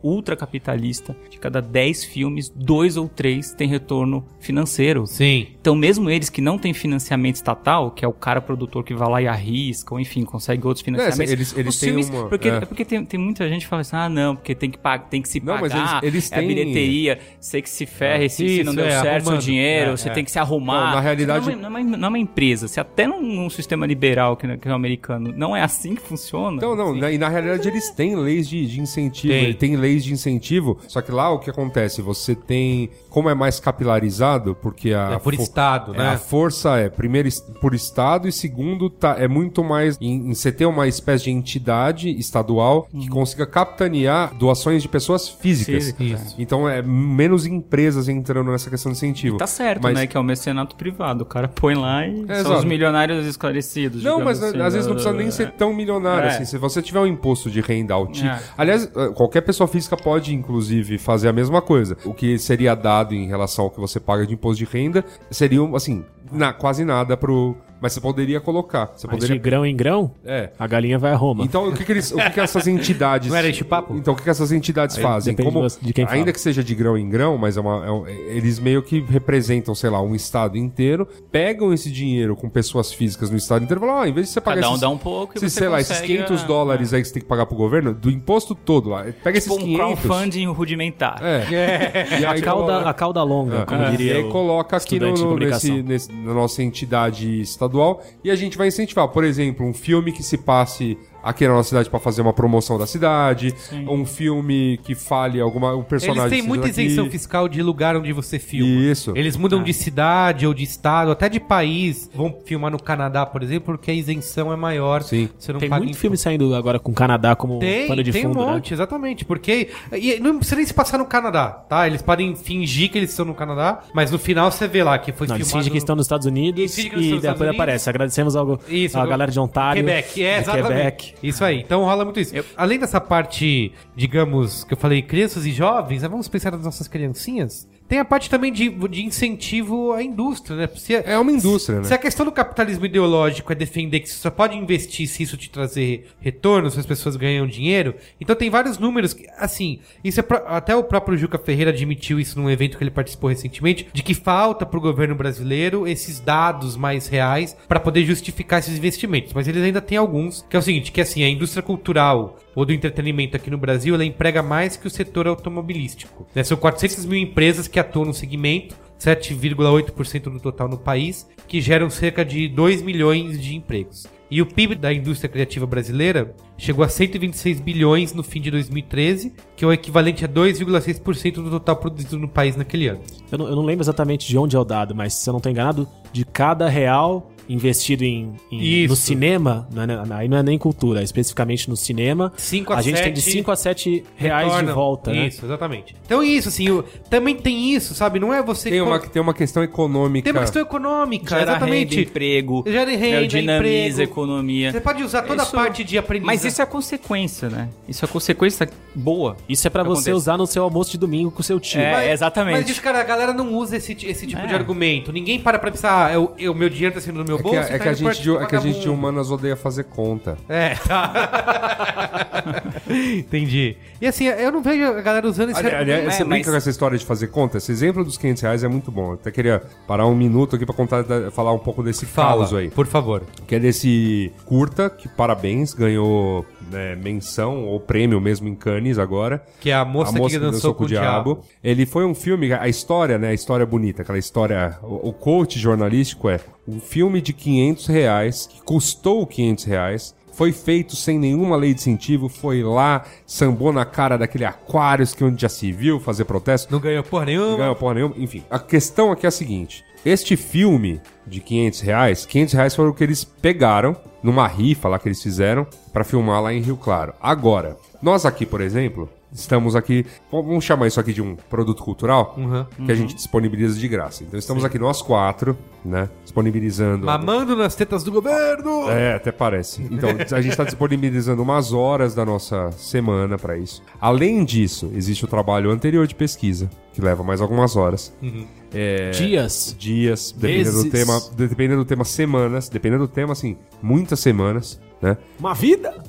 [SPEAKER 2] ultracapitalista, de cada 10 filmes, dois ou três têm retorno financeiro.
[SPEAKER 1] Sim.
[SPEAKER 2] Então, mesmo eles que não têm financiamento estatal, que é o cara produtor que vai lá e arrisca, ou enfim, consegue outros financiamentos.
[SPEAKER 4] É, eles- eles
[SPEAKER 2] os
[SPEAKER 4] têm
[SPEAKER 2] filmes,
[SPEAKER 4] uma-
[SPEAKER 2] porque
[SPEAKER 4] é.
[SPEAKER 2] porque tem, tem muita gente que fala assim: ah, não, porque tem que, pag- tem que se
[SPEAKER 4] Não,
[SPEAKER 2] pagar.
[SPEAKER 4] mas eles- eles
[SPEAKER 2] é a
[SPEAKER 4] têm-
[SPEAKER 2] bilheteria, sei que se ferre, se, se não
[SPEAKER 1] Isso,
[SPEAKER 2] deu
[SPEAKER 1] é,
[SPEAKER 2] certo seu
[SPEAKER 1] arrumando.
[SPEAKER 2] dinheiro,
[SPEAKER 1] É,
[SPEAKER 2] você
[SPEAKER 1] é.
[SPEAKER 2] tem que se arrumar.
[SPEAKER 4] Não, na realidade-
[SPEAKER 2] Não é, uma- não é uma, não é uma empresa. Se até num, num sistema liberal, que, que é o americano, não é assim que funciona.
[SPEAKER 4] Então, não,
[SPEAKER 2] assim,
[SPEAKER 4] na- e na realidade eles têm leis de, de incentivo,
[SPEAKER 1] Tem.
[SPEAKER 4] ele tem leis de incentivo, só que lá o que acontece? Você tem, como é mais capilarizado, porque a...
[SPEAKER 1] É por
[SPEAKER 4] fo-
[SPEAKER 1] estado,
[SPEAKER 4] é,
[SPEAKER 1] né?
[SPEAKER 4] A força é, primeiro, es- por estado e segundo, tá, é muito mais em, em você ter uma espécie de entidade estadual que consiga capitanear doações de pessoas físicas.
[SPEAKER 2] Físicas, Isso.
[SPEAKER 4] Então, é menos empresas entrando nessa questão de incentivo.
[SPEAKER 2] Tá certo,
[SPEAKER 4] Mas- É,
[SPEAKER 2] né? Que é o mecenato privado. O cara põe lá e são os
[SPEAKER 4] exato.
[SPEAKER 2] milionários esclarecidos.
[SPEAKER 4] Não,
[SPEAKER 2] digamos
[SPEAKER 4] mas
[SPEAKER 2] assim,
[SPEAKER 4] às vezes não precisa nem
[SPEAKER 2] né?
[SPEAKER 4] ser tão milionário
[SPEAKER 2] É.
[SPEAKER 4] assim. Se você tiver um imposto de renda altíssimo.
[SPEAKER 2] É.
[SPEAKER 4] Aliás, eh, qualquer pessoa física pode, inclusive, fazer a mesma coisa. O que seria dado em relação ao que você paga de imposto de renda seria, um, assim, na, quase nada pro. Mas você poderia colocar. Você
[SPEAKER 3] Mas de
[SPEAKER 4] poderia.
[SPEAKER 3] grão em grão,
[SPEAKER 4] É.
[SPEAKER 3] a galinha vai a Roma.
[SPEAKER 4] Então, o que, que eles, o que, que essas entidades.
[SPEAKER 1] Não era este o papo?
[SPEAKER 4] Então, o que, que essas entidades fazem?
[SPEAKER 3] depende
[SPEAKER 4] Como,
[SPEAKER 3] de quem
[SPEAKER 4] ainda
[SPEAKER 3] fala.
[SPEAKER 4] que seja de grão em grão, mas é uma, é um- eles meio que representam, sei lá, um estado inteiro, pegam esse dinheiro com pessoas físicas no estado inteiro e falam: ó, em vez de você pagar
[SPEAKER 2] Cada um
[SPEAKER 4] esses,
[SPEAKER 2] dá um pouco e
[SPEAKER 4] esses,
[SPEAKER 2] você
[SPEAKER 4] sei lá,
[SPEAKER 2] consegue
[SPEAKER 4] esses 500
[SPEAKER 2] a-
[SPEAKER 4] dólares aí que você tem que pagar pro governo, do imposto todo lá. Pega
[SPEAKER 2] Tipo
[SPEAKER 4] esses
[SPEAKER 2] um
[SPEAKER 4] 500.
[SPEAKER 2] crowdfunding rudimentar.
[SPEAKER 4] É. E aí
[SPEAKER 3] a, cauda, a cauda longa, como
[SPEAKER 4] é.
[SPEAKER 3] diria
[SPEAKER 4] E aí
[SPEAKER 3] o
[SPEAKER 4] coloca aqui no,
[SPEAKER 3] estudante de
[SPEAKER 4] no-
[SPEAKER 3] comunicação.
[SPEAKER 4] nesse- nesse- na nossa entidade estadual e a gente vai incentivar, por exemplo, um filme que se passe aqui na nossa cidade pra fazer uma promoção da cidade, um filme que fale alguma um personagem.
[SPEAKER 1] Eles têm
[SPEAKER 4] que
[SPEAKER 1] muita
[SPEAKER 4] seja
[SPEAKER 1] isenção
[SPEAKER 4] daqui.
[SPEAKER 1] fiscal de lugar onde você filma.
[SPEAKER 4] Isso. É.
[SPEAKER 1] Eles mudam de cidade ou de estado, até de país. Vão filmar no Canadá, por exemplo, porque a isenção é maior.
[SPEAKER 4] Sim.
[SPEAKER 1] Você não
[SPEAKER 3] Tem
[SPEAKER 1] paga
[SPEAKER 3] muito
[SPEAKER 1] imposto.
[SPEAKER 3] filme saindo agora com o Canadá como
[SPEAKER 1] Tem,
[SPEAKER 3] pano de
[SPEAKER 1] tem
[SPEAKER 3] fundo,
[SPEAKER 1] um
[SPEAKER 3] né?
[SPEAKER 1] monte, exatamente. Porque. E não precisa nem se passar no Canadá, tá? Eles podem fingir que eles estão no Canadá, mas no final você vê lá que foi
[SPEAKER 3] Não, eles
[SPEAKER 1] filmado.
[SPEAKER 3] fingem
[SPEAKER 1] no-
[SPEAKER 3] que estão nos Estados
[SPEAKER 1] Eles
[SPEAKER 3] Unidos e,
[SPEAKER 1] fingem que eles estão nos
[SPEAKER 3] depois
[SPEAKER 1] Estados Unidos.
[SPEAKER 3] aparece. Agradecemos ao,
[SPEAKER 1] Isso,
[SPEAKER 3] a
[SPEAKER 1] do-
[SPEAKER 3] galera de Ontário.
[SPEAKER 1] Quebec, é,
[SPEAKER 3] de
[SPEAKER 1] exatamente.
[SPEAKER 3] Quebec.
[SPEAKER 1] Isso aí, então rola muito isso. Além dessa parte, digamos, que eu falei, crianças e jovens, né, vamos pensar nas nossas criancinhas. Tem a parte também de, de incentivo à indústria, né? Se,
[SPEAKER 4] É uma indústria, né?
[SPEAKER 1] Se a questão do capitalismo ideológico é defender que você só pode investir se isso te trazer retorno, se as pessoas ganham dinheiro, então tem vários números que, assim, isso é pro- até o próprio Juca Ferreira admitiu isso num evento que ele participou recentemente, de que falta pro governo brasileiro esses dados mais reais para poder justificar esses investimentos. Mas eles ainda têm alguns, que é o seguinte, que assim, a indústria cultural ou do entretenimento aqui no Brasil, ela emprega mais que o setor automobilístico. né? São 400 mil empresas que atuam no segmento, 7,8% do total no país, que geram cerca de 2 milhões de empregos. E o PIB da indústria criativa brasileira chegou a 126 bilhões no fim de 2013, que é o equivalente a 2,6% do total produzido no país naquele ano.
[SPEAKER 3] Eu não, eu não lembro exatamente de onde é o dado, mas se eu não tô enganado, de cada real investido em, em-
[SPEAKER 1] Isso.
[SPEAKER 3] no cinema, não é, né? aí não é nem cultura, é especificamente no cinema,
[SPEAKER 1] Cinco a
[SPEAKER 3] a gente tem de
[SPEAKER 1] sete
[SPEAKER 3] 5 a 7 reais de
[SPEAKER 1] Retornam.
[SPEAKER 3] volta, né?
[SPEAKER 1] Isso, exatamente. Então é isso, assim, o- também tem isso, sabe? Não é você
[SPEAKER 4] Tem
[SPEAKER 1] que-
[SPEAKER 4] uma, tem uma questão econômica.
[SPEAKER 1] Tem uma questão econômica,
[SPEAKER 2] Gera
[SPEAKER 1] exatamente.
[SPEAKER 2] renda, emprego,
[SPEAKER 1] Gera renda,
[SPEAKER 2] né, dinamiza a
[SPEAKER 1] emprego.
[SPEAKER 2] economia.
[SPEAKER 1] Você pode usar toda
[SPEAKER 2] Isso-
[SPEAKER 1] a parte de aprendizado.
[SPEAKER 2] Mas isso é a consequência, né? Isso é a consequência boa.
[SPEAKER 3] Isso é pra você
[SPEAKER 2] Acontece.
[SPEAKER 3] usar no seu almoço de domingo com seu tio.
[SPEAKER 2] É,
[SPEAKER 1] Mas-
[SPEAKER 2] exatamente.
[SPEAKER 1] Mas diz, cara, a galera não usa esse, ti- esse tipo de
[SPEAKER 2] É.
[SPEAKER 1] argumento. Ninguém para pra pensar, ah, é o, é o meu dinheiro tá saindo do meu
[SPEAKER 4] É que,
[SPEAKER 1] bolso.
[SPEAKER 4] é
[SPEAKER 1] tá
[SPEAKER 4] que a
[SPEAKER 1] indo pra
[SPEAKER 4] gente de, é que a gente de
[SPEAKER 1] vagabundo.
[SPEAKER 4] humanas odeia fazer conta.
[SPEAKER 1] É, tá. Entendi. E assim, eu não vejo a galera usando esse
[SPEAKER 4] Ali- Aliás,
[SPEAKER 2] É,
[SPEAKER 4] você brinca
[SPEAKER 2] mas-
[SPEAKER 4] com essa história de fazer conta? Esse exemplo dos 500 reais é muito bom. Eu até queria parar um minuto aqui pra contar, da- falar um pouco desse caos aí.
[SPEAKER 1] Por favor.
[SPEAKER 4] Que é desse curta, que parabéns, ganhou né, menção ou prêmio mesmo em Cannes agora.
[SPEAKER 1] Que é a moça, que, dançou com o diabo.
[SPEAKER 4] Ele foi um filme, a história, né? A história bonita, aquela história. O, o coach jornalístico é um filme de 500 reais, que custou 500 reais. Foi feito sem nenhuma lei de incentivo, foi lá, sambou na cara daquele Aquarius que onde já se viu fazer protesto.
[SPEAKER 1] Não ganhou porra nenhuma.
[SPEAKER 4] Não ganhou porra nenhuma. Enfim, a questão aqui é a seguinte: este filme de 500 reais, 500 reais foram o que eles pegaram numa rifa lá que eles fizeram pra filmar lá em Rio Claro. Agora, nós aqui, por exemplo, estamos aqui, vamos chamar isso aqui de um produto cultural que a gente disponibiliza de graça. Então estamos aqui nós quatro, né, disponibilizando.
[SPEAKER 1] Mamando nas tetas do governo.
[SPEAKER 4] É, até parece. Então, a gente está disponibilizando umas horas da nossa semana para isso. Além disso, existe o trabalho anterior de pesquisa, que leva mais algumas horas.
[SPEAKER 3] Dias.
[SPEAKER 4] Dias, dependendo do
[SPEAKER 3] Meses.
[SPEAKER 4] tema, dependendo do tema, semanas, dependendo do tema, assim, muitas semanas, né?
[SPEAKER 3] Uma vida?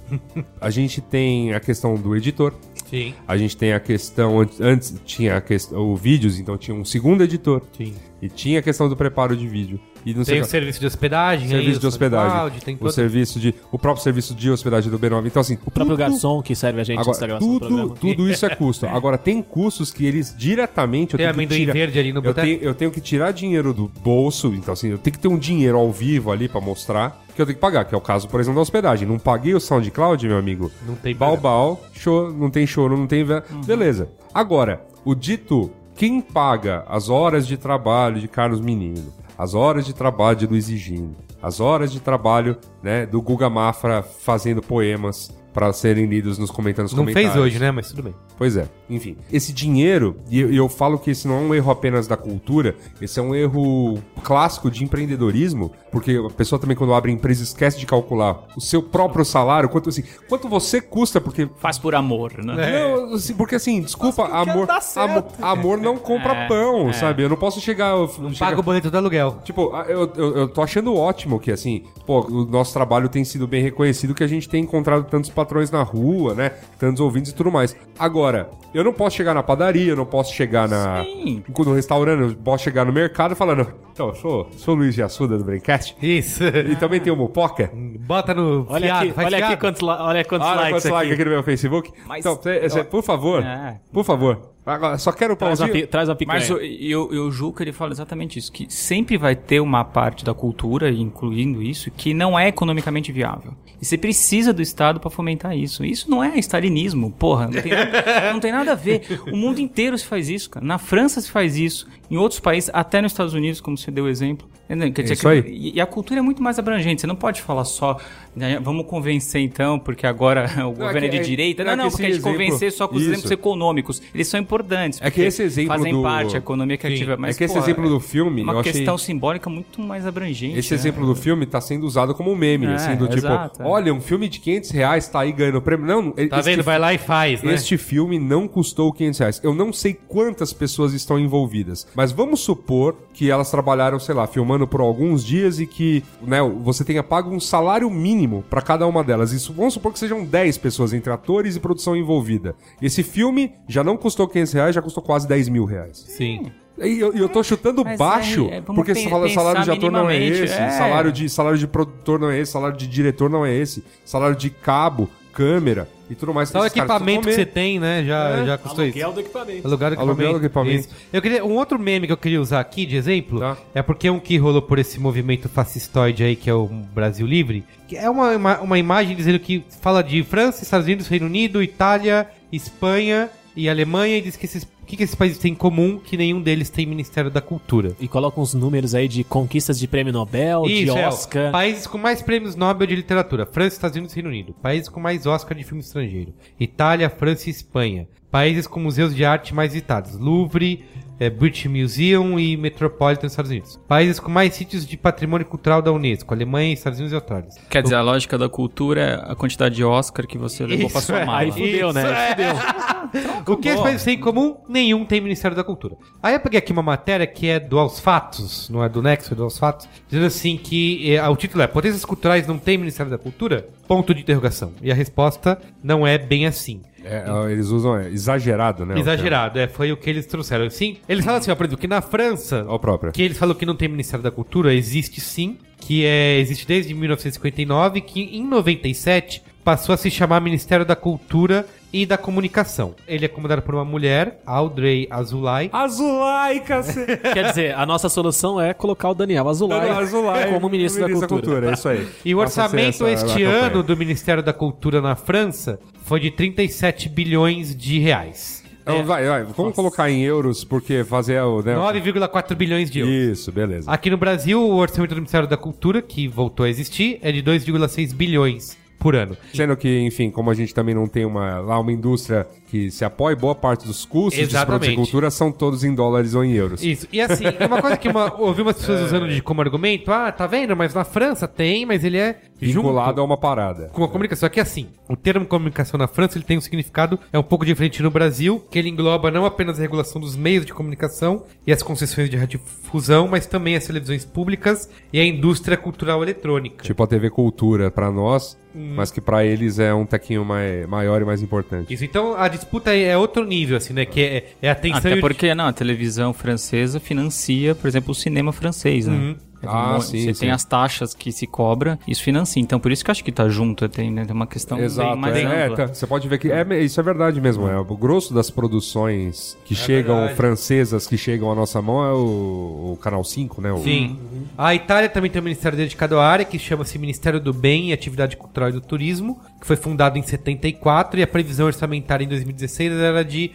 [SPEAKER 4] A gente tem a questão do editor,
[SPEAKER 1] Sim.
[SPEAKER 4] a gente tem a questão. antes- Antes tinha a questão. O vídeos, então tinha um segundo editor.
[SPEAKER 1] Sim.
[SPEAKER 4] E tinha a questão do preparo de vídeo. E não
[SPEAKER 1] Tem
[SPEAKER 4] sei
[SPEAKER 1] o
[SPEAKER 4] qual-
[SPEAKER 1] serviço de hospedagem. aí,
[SPEAKER 4] serviço de
[SPEAKER 1] o
[SPEAKER 4] hospedagem.
[SPEAKER 1] áudio, tem
[SPEAKER 4] O
[SPEAKER 1] todo...
[SPEAKER 4] serviço de. O próprio serviço de hospedagem do B9. Então, assim,
[SPEAKER 3] O próprio garçom que serve a gente antes da
[SPEAKER 4] Agora,
[SPEAKER 3] gravação do
[SPEAKER 4] tudo,
[SPEAKER 3] programa.
[SPEAKER 4] tudo isso é custo. Agora, tem custos que eles diretamente. Eu
[SPEAKER 1] Tem
[SPEAKER 4] tenho que
[SPEAKER 1] amendoim
[SPEAKER 4] tirar-
[SPEAKER 1] verde ali no
[SPEAKER 4] eu
[SPEAKER 1] boteco.
[SPEAKER 4] tenho, eu tenho que tirar dinheiro do bolso, então assim, eu tenho que ter um dinheiro ao vivo ali pra mostrar que eu tenho que pagar, que é o caso, por exemplo, da hospedagem. Não paguei o SoundCloud, meu amigo.
[SPEAKER 1] Não tem Uhum. problema.
[SPEAKER 4] balbal, show, não tem choro, não tem. ve- Beleza. Agora, o dito, quem paga as horas de trabalho de Carlos Menino, as horas de trabalho de Luiz e Gino, as horas de trabalho, né, do Guga Mafra fazendo poemas pra serem lidos nos comentando nos
[SPEAKER 1] Não
[SPEAKER 4] comentários.
[SPEAKER 1] fez hoje, né? Mas tudo bem.
[SPEAKER 4] Pois é. Enfim, esse dinheiro, e eu, e eu falo que esse não é um erro apenas da cultura, esse é um erro clássico de empreendedorismo, porque a pessoa também, quando abre empresa, esquece de calcular o seu próprio salário, quanto assim, quanto você custa, porque.
[SPEAKER 2] Faz por amor, né?
[SPEAKER 4] Não, assim, porque assim, desculpa, amor, amor, amor não compra
[SPEAKER 2] É,
[SPEAKER 4] pão,
[SPEAKER 2] é.
[SPEAKER 4] sabe? Eu não posso chegar. eu f- chegar-
[SPEAKER 1] Paga o boleto do aluguel.
[SPEAKER 4] Tipo, a- eu, eu, eu tô achando ótimo que, assim, pô, o nosso trabalho tem sido bem reconhecido, que a gente tem encontrado tantos patrões na rua, né? Tantos ouvintes e tudo mais. Agora, eu não posso chegar na padaria, eu não posso chegar na,
[SPEAKER 2] Sim.
[SPEAKER 4] no restaurante, eu posso chegar no mercado falando, então, eu sou, sou o Luiz de Assuda do Braincast,
[SPEAKER 1] Isso.
[SPEAKER 4] e também tem o Mupoca.
[SPEAKER 1] Bota no
[SPEAKER 3] Olha
[SPEAKER 1] fiado,
[SPEAKER 3] aqui,
[SPEAKER 1] faz
[SPEAKER 3] olha aqui
[SPEAKER 1] fiado.
[SPEAKER 3] quantos, la- olha quantos
[SPEAKER 4] Olha
[SPEAKER 3] likes
[SPEAKER 4] quantos likes
[SPEAKER 3] aqui.
[SPEAKER 4] aqui no meu Facebook.
[SPEAKER 2] Mas-
[SPEAKER 4] então, cê- cê- por favor,
[SPEAKER 2] É.
[SPEAKER 4] por favor. Agora, só quero o
[SPEAKER 3] Traz uma,
[SPEAKER 4] pauzinho.
[SPEAKER 3] pi- traz uma picanha.
[SPEAKER 2] Mas eu, eu, eu julgo que ele fala exatamente isso, que sempre vai ter uma parte da cultura, incluindo isso, que não é economicamente viável. E você precisa do Estado para fomentar isso. Isso não é estalinismo, porra. Não tem, nada, não tem nada a ver. O mundo inteiro se faz isso, cara. Na França se faz isso, em outros países, até nos Estados Unidos, como você deu o exemplo. Entendeu? Quer dizer
[SPEAKER 4] isso
[SPEAKER 2] que-
[SPEAKER 4] aí.
[SPEAKER 2] E e a cultura é muito mais abrangente. Você não pode falar só, né, vamos convencer então, porque agora o governo é,
[SPEAKER 4] que-
[SPEAKER 2] de
[SPEAKER 4] é-
[SPEAKER 2] direita.
[SPEAKER 4] não,
[SPEAKER 2] Não,
[SPEAKER 4] é que
[SPEAKER 2] não, porque a
[SPEAKER 4] esse
[SPEAKER 2] gente convencer
[SPEAKER 4] exemplo-
[SPEAKER 2] só com os
[SPEAKER 4] isso.
[SPEAKER 2] exemplos econômicos. Eles são importantes.
[SPEAKER 4] É que
[SPEAKER 2] porque
[SPEAKER 4] esse exemplo
[SPEAKER 2] fazem
[SPEAKER 4] do-
[SPEAKER 2] parte da economia criativa.
[SPEAKER 4] Sim,
[SPEAKER 2] mas,
[SPEAKER 4] é que esse
[SPEAKER 2] porra,
[SPEAKER 4] exemplo do filme,
[SPEAKER 2] Uma
[SPEAKER 4] eu achei-
[SPEAKER 2] questão simbólica muito mais abrangente.
[SPEAKER 4] Esse
[SPEAKER 2] né?
[SPEAKER 1] é.
[SPEAKER 4] exemplo do filme tá sendo usado como um meme,
[SPEAKER 2] É,
[SPEAKER 4] assim, do tipo,
[SPEAKER 2] exato, é.
[SPEAKER 4] olha, um filme de 500 reais tá aí ganhando prêmio. Não,
[SPEAKER 1] Tá vendo? Vai lá e faz, né?
[SPEAKER 4] Este filme não custou 500 reais. Eu não sei quantas pessoas estão envolvidas, mas vamos supor que elas trabalharam, sei lá, filmando por alguns dias e que né, você tenha pago um salário mínimo pra cada uma delas. Isso, vamos supor que sejam 10 pessoas entre atores e produção envolvida. Esse filme já não custou 500 reais, já custou quase 10 mil reais.
[SPEAKER 1] Sim.
[SPEAKER 4] E eu, e eu tô chutando
[SPEAKER 2] Mas
[SPEAKER 4] baixo,
[SPEAKER 2] é, é, vamos
[SPEAKER 4] porque
[SPEAKER 2] pen-
[SPEAKER 4] sal- salário de
[SPEAKER 2] pensar
[SPEAKER 4] ator não é
[SPEAKER 2] minimamente,
[SPEAKER 4] esse,
[SPEAKER 2] é.
[SPEAKER 4] Salário, de, salário de produtor não é esse, salário de diretor não é esse, salário de cabo, câmera e tudo mais.
[SPEAKER 1] Só o
[SPEAKER 4] Esses caras
[SPEAKER 1] equipamento que
[SPEAKER 4] precisam
[SPEAKER 1] você
[SPEAKER 4] comer.
[SPEAKER 1] tem, né? Já,
[SPEAKER 4] É.
[SPEAKER 1] já custou isso.
[SPEAKER 3] Aluguel do equipamento.
[SPEAKER 1] Alugar o equipamento.
[SPEAKER 4] Aluguel do equipamento.
[SPEAKER 1] Isso. Eu queria, um outro meme que eu queria usar aqui de exemplo
[SPEAKER 4] Tá.
[SPEAKER 1] é porque é um que rolou por esse movimento fascistoide aí que é o Brasil Livre. Que é uma, uma, uma imagem dizendo que fala de França, Estados Unidos, Reino Unido, Itália, Espanha e Alemanha e diz que esses O que, que esses países têm em comum que nenhum deles tem Ministério da Cultura?
[SPEAKER 3] E coloca uns números aí de conquistas de prêmio Nobel, de
[SPEAKER 1] é, ó,
[SPEAKER 3] Oscar.
[SPEAKER 1] países com mais prêmios Nobel de literatura: França, Estados Unidos e Reino Unido. Países com mais Oscar de filme estrangeiro: Itália, França e Espanha. Países com museus de arte mais visitados: Louvre, eh, British Museum e Metropolitan nos Estados Unidos. Países com mais sítios de patrimônio cultural da Unesco: Alemanha, Estados Unidos e Austrália.
[SPEAKER 2] Quer dizer, a lógica da cultura é a quantidade de Oscar que você levou pra
[SPEAKER 1] Isso
[SPEAKER 2] sua
[SPEAKER 1] é.
[SPEAKER 2] mala.
[SPEAKER 3] Aí fudeu,
[SPEAKER 1] Isso
[SPEAKER 3] né?
[SPEAKER 1] é.
[SPEAKER 3] Fudeu.
[SPEAKER 1] O que
[SPEAKER 3] Bom.
[SPEAKER 1] esses países têm em comum? Nenhum tem Ministério da Cultura. Aí eu peguei aqui uma matéria que é do Aos Fatos, não é do Nexo, é do Aos Fatos, dizendo assim que eh, o título é Potências Culturais não têm Ministério da Cultura? Ponto de interrogação. E a resposta não é bem assim.
[SPEAKER 4] É, eles usam é, exagerado, né? o termo.
[SPEAKER 1] Exagerado, é, foi o que eles trouxeram. Sim, eles falam assim, ó, por exemplo, que na França,
[SPEAKER 4] Ó, o próprio.
[SPEAKER 1] que eles falam que não tem Ministério da Cultura, existe sim, que é, existe desde 1959, que em 97 passou a se chamar Ministério da Cultura e da Comunicação. Ele é comandado por uma mulher, Audrey Azulay.
[SPEAKER 4] Azulay, cacete.
[SPEAKER 3] Quer dizer, a nossa solução é colocar o Daniel Azulay, como ministro, da Cultura.
[SPEAKER 4] É isso aí.
[SPEAKER 1] E o
[SPEAKER 4] Faça
[SPEAKER 1] orçamento
[SPEAKER 4] essa-
[SPEAKER 1] este
[SPEAKER 4] a campanha.
[SPEAKER 1] ano do Ministério da Cultura na França foi de 37 bilhões de reais.
[SPEAKER 4] Então, vai, vai, vamos colocar em euros, porque fazer o. Né,
[SPEAKER 1] 9,4 bilhões de euros.
[SPEAKER 4] Isso, beleza.
[SPEAKER 1] Aqui no Brasil, o orçamento do Ministério da Cultura, que voltou a existir, é de 2,6 bilhões por ano.
[SPEAKER 4] Sendo que, enfim, como a gente também não tem uma, lá uma indústria que se apoia, boa parte dos custos de produtos
[SPEAKER 1] Exatamente.
[SPEAKER 4] de cultura são todos em dólares ou em euros.
[SPEAKER 1] Isso. E assim, é uma coisa que uma, ouvi umas pessoas usando de, como argumento, ah, tá vendo? Mas na França tem, mas ele é
[SPEAKER 4] vinculado
[SPEAKER 1] junto
[SPEAKER 4] a uma parada.
[SPEAKER 1] com a comunicação. Só que assim, o termo comunicação na França ele tem um significado, é um pouco diferente no Brasil, que ele engloba não apenas a regulação dos meios de comunicação e as concessões de radiodifusão, mas também as televisões públicas e a indústria cultural eletrônica.
[SPEAKER 4] Tipo a TV Cultura pra nós,
[SPEAKER 1] Hum.
[SPEAKER 4] mas que pra eles é um tequinho mai, maior e mais importante.
[SPEAKER 1] Isso, então a disputa é outro nível, assim, né? Que é, é a tensão e
[SPEAKER 2] Até
[SPEAKER 1] o-
[SPEAKER 2] porque, não, a televisão francesa financia, por exemplo, o cinema francês, né? Tem um
[SPEAKER 4] Ah,
[SPEAKER 2] monte-
[SPEAKER 4] sim,
[SPEAKER 2] Você
[SPEAKER 4] sim.
[SPEAKER 2] tem as taxas que se cobra, isso financia. Então, por isso que eu acho que tá junto, tem, né? Tem uma questão bem mais
[SPEAKER 4] é, é,
[SPEAKER 2] ampla.
[SPEAKER 4] tá, você pode ver que é, me- isso é verdade mesmo. É, o grosso das produções que chegam,
[SPEAKER 1] É verdade.
[SPEAKER 4] francesas que chegam à nossa mão, é o, o Canal 5, né? O,
[SPEAKER 1] Sim. A Itália também tem um ministério dedicado à área que chama-se Ministério do Bem e Atividade Cultural e do Turismo, que foi fundado em 74 e a previsão orçamentária em 2016 era de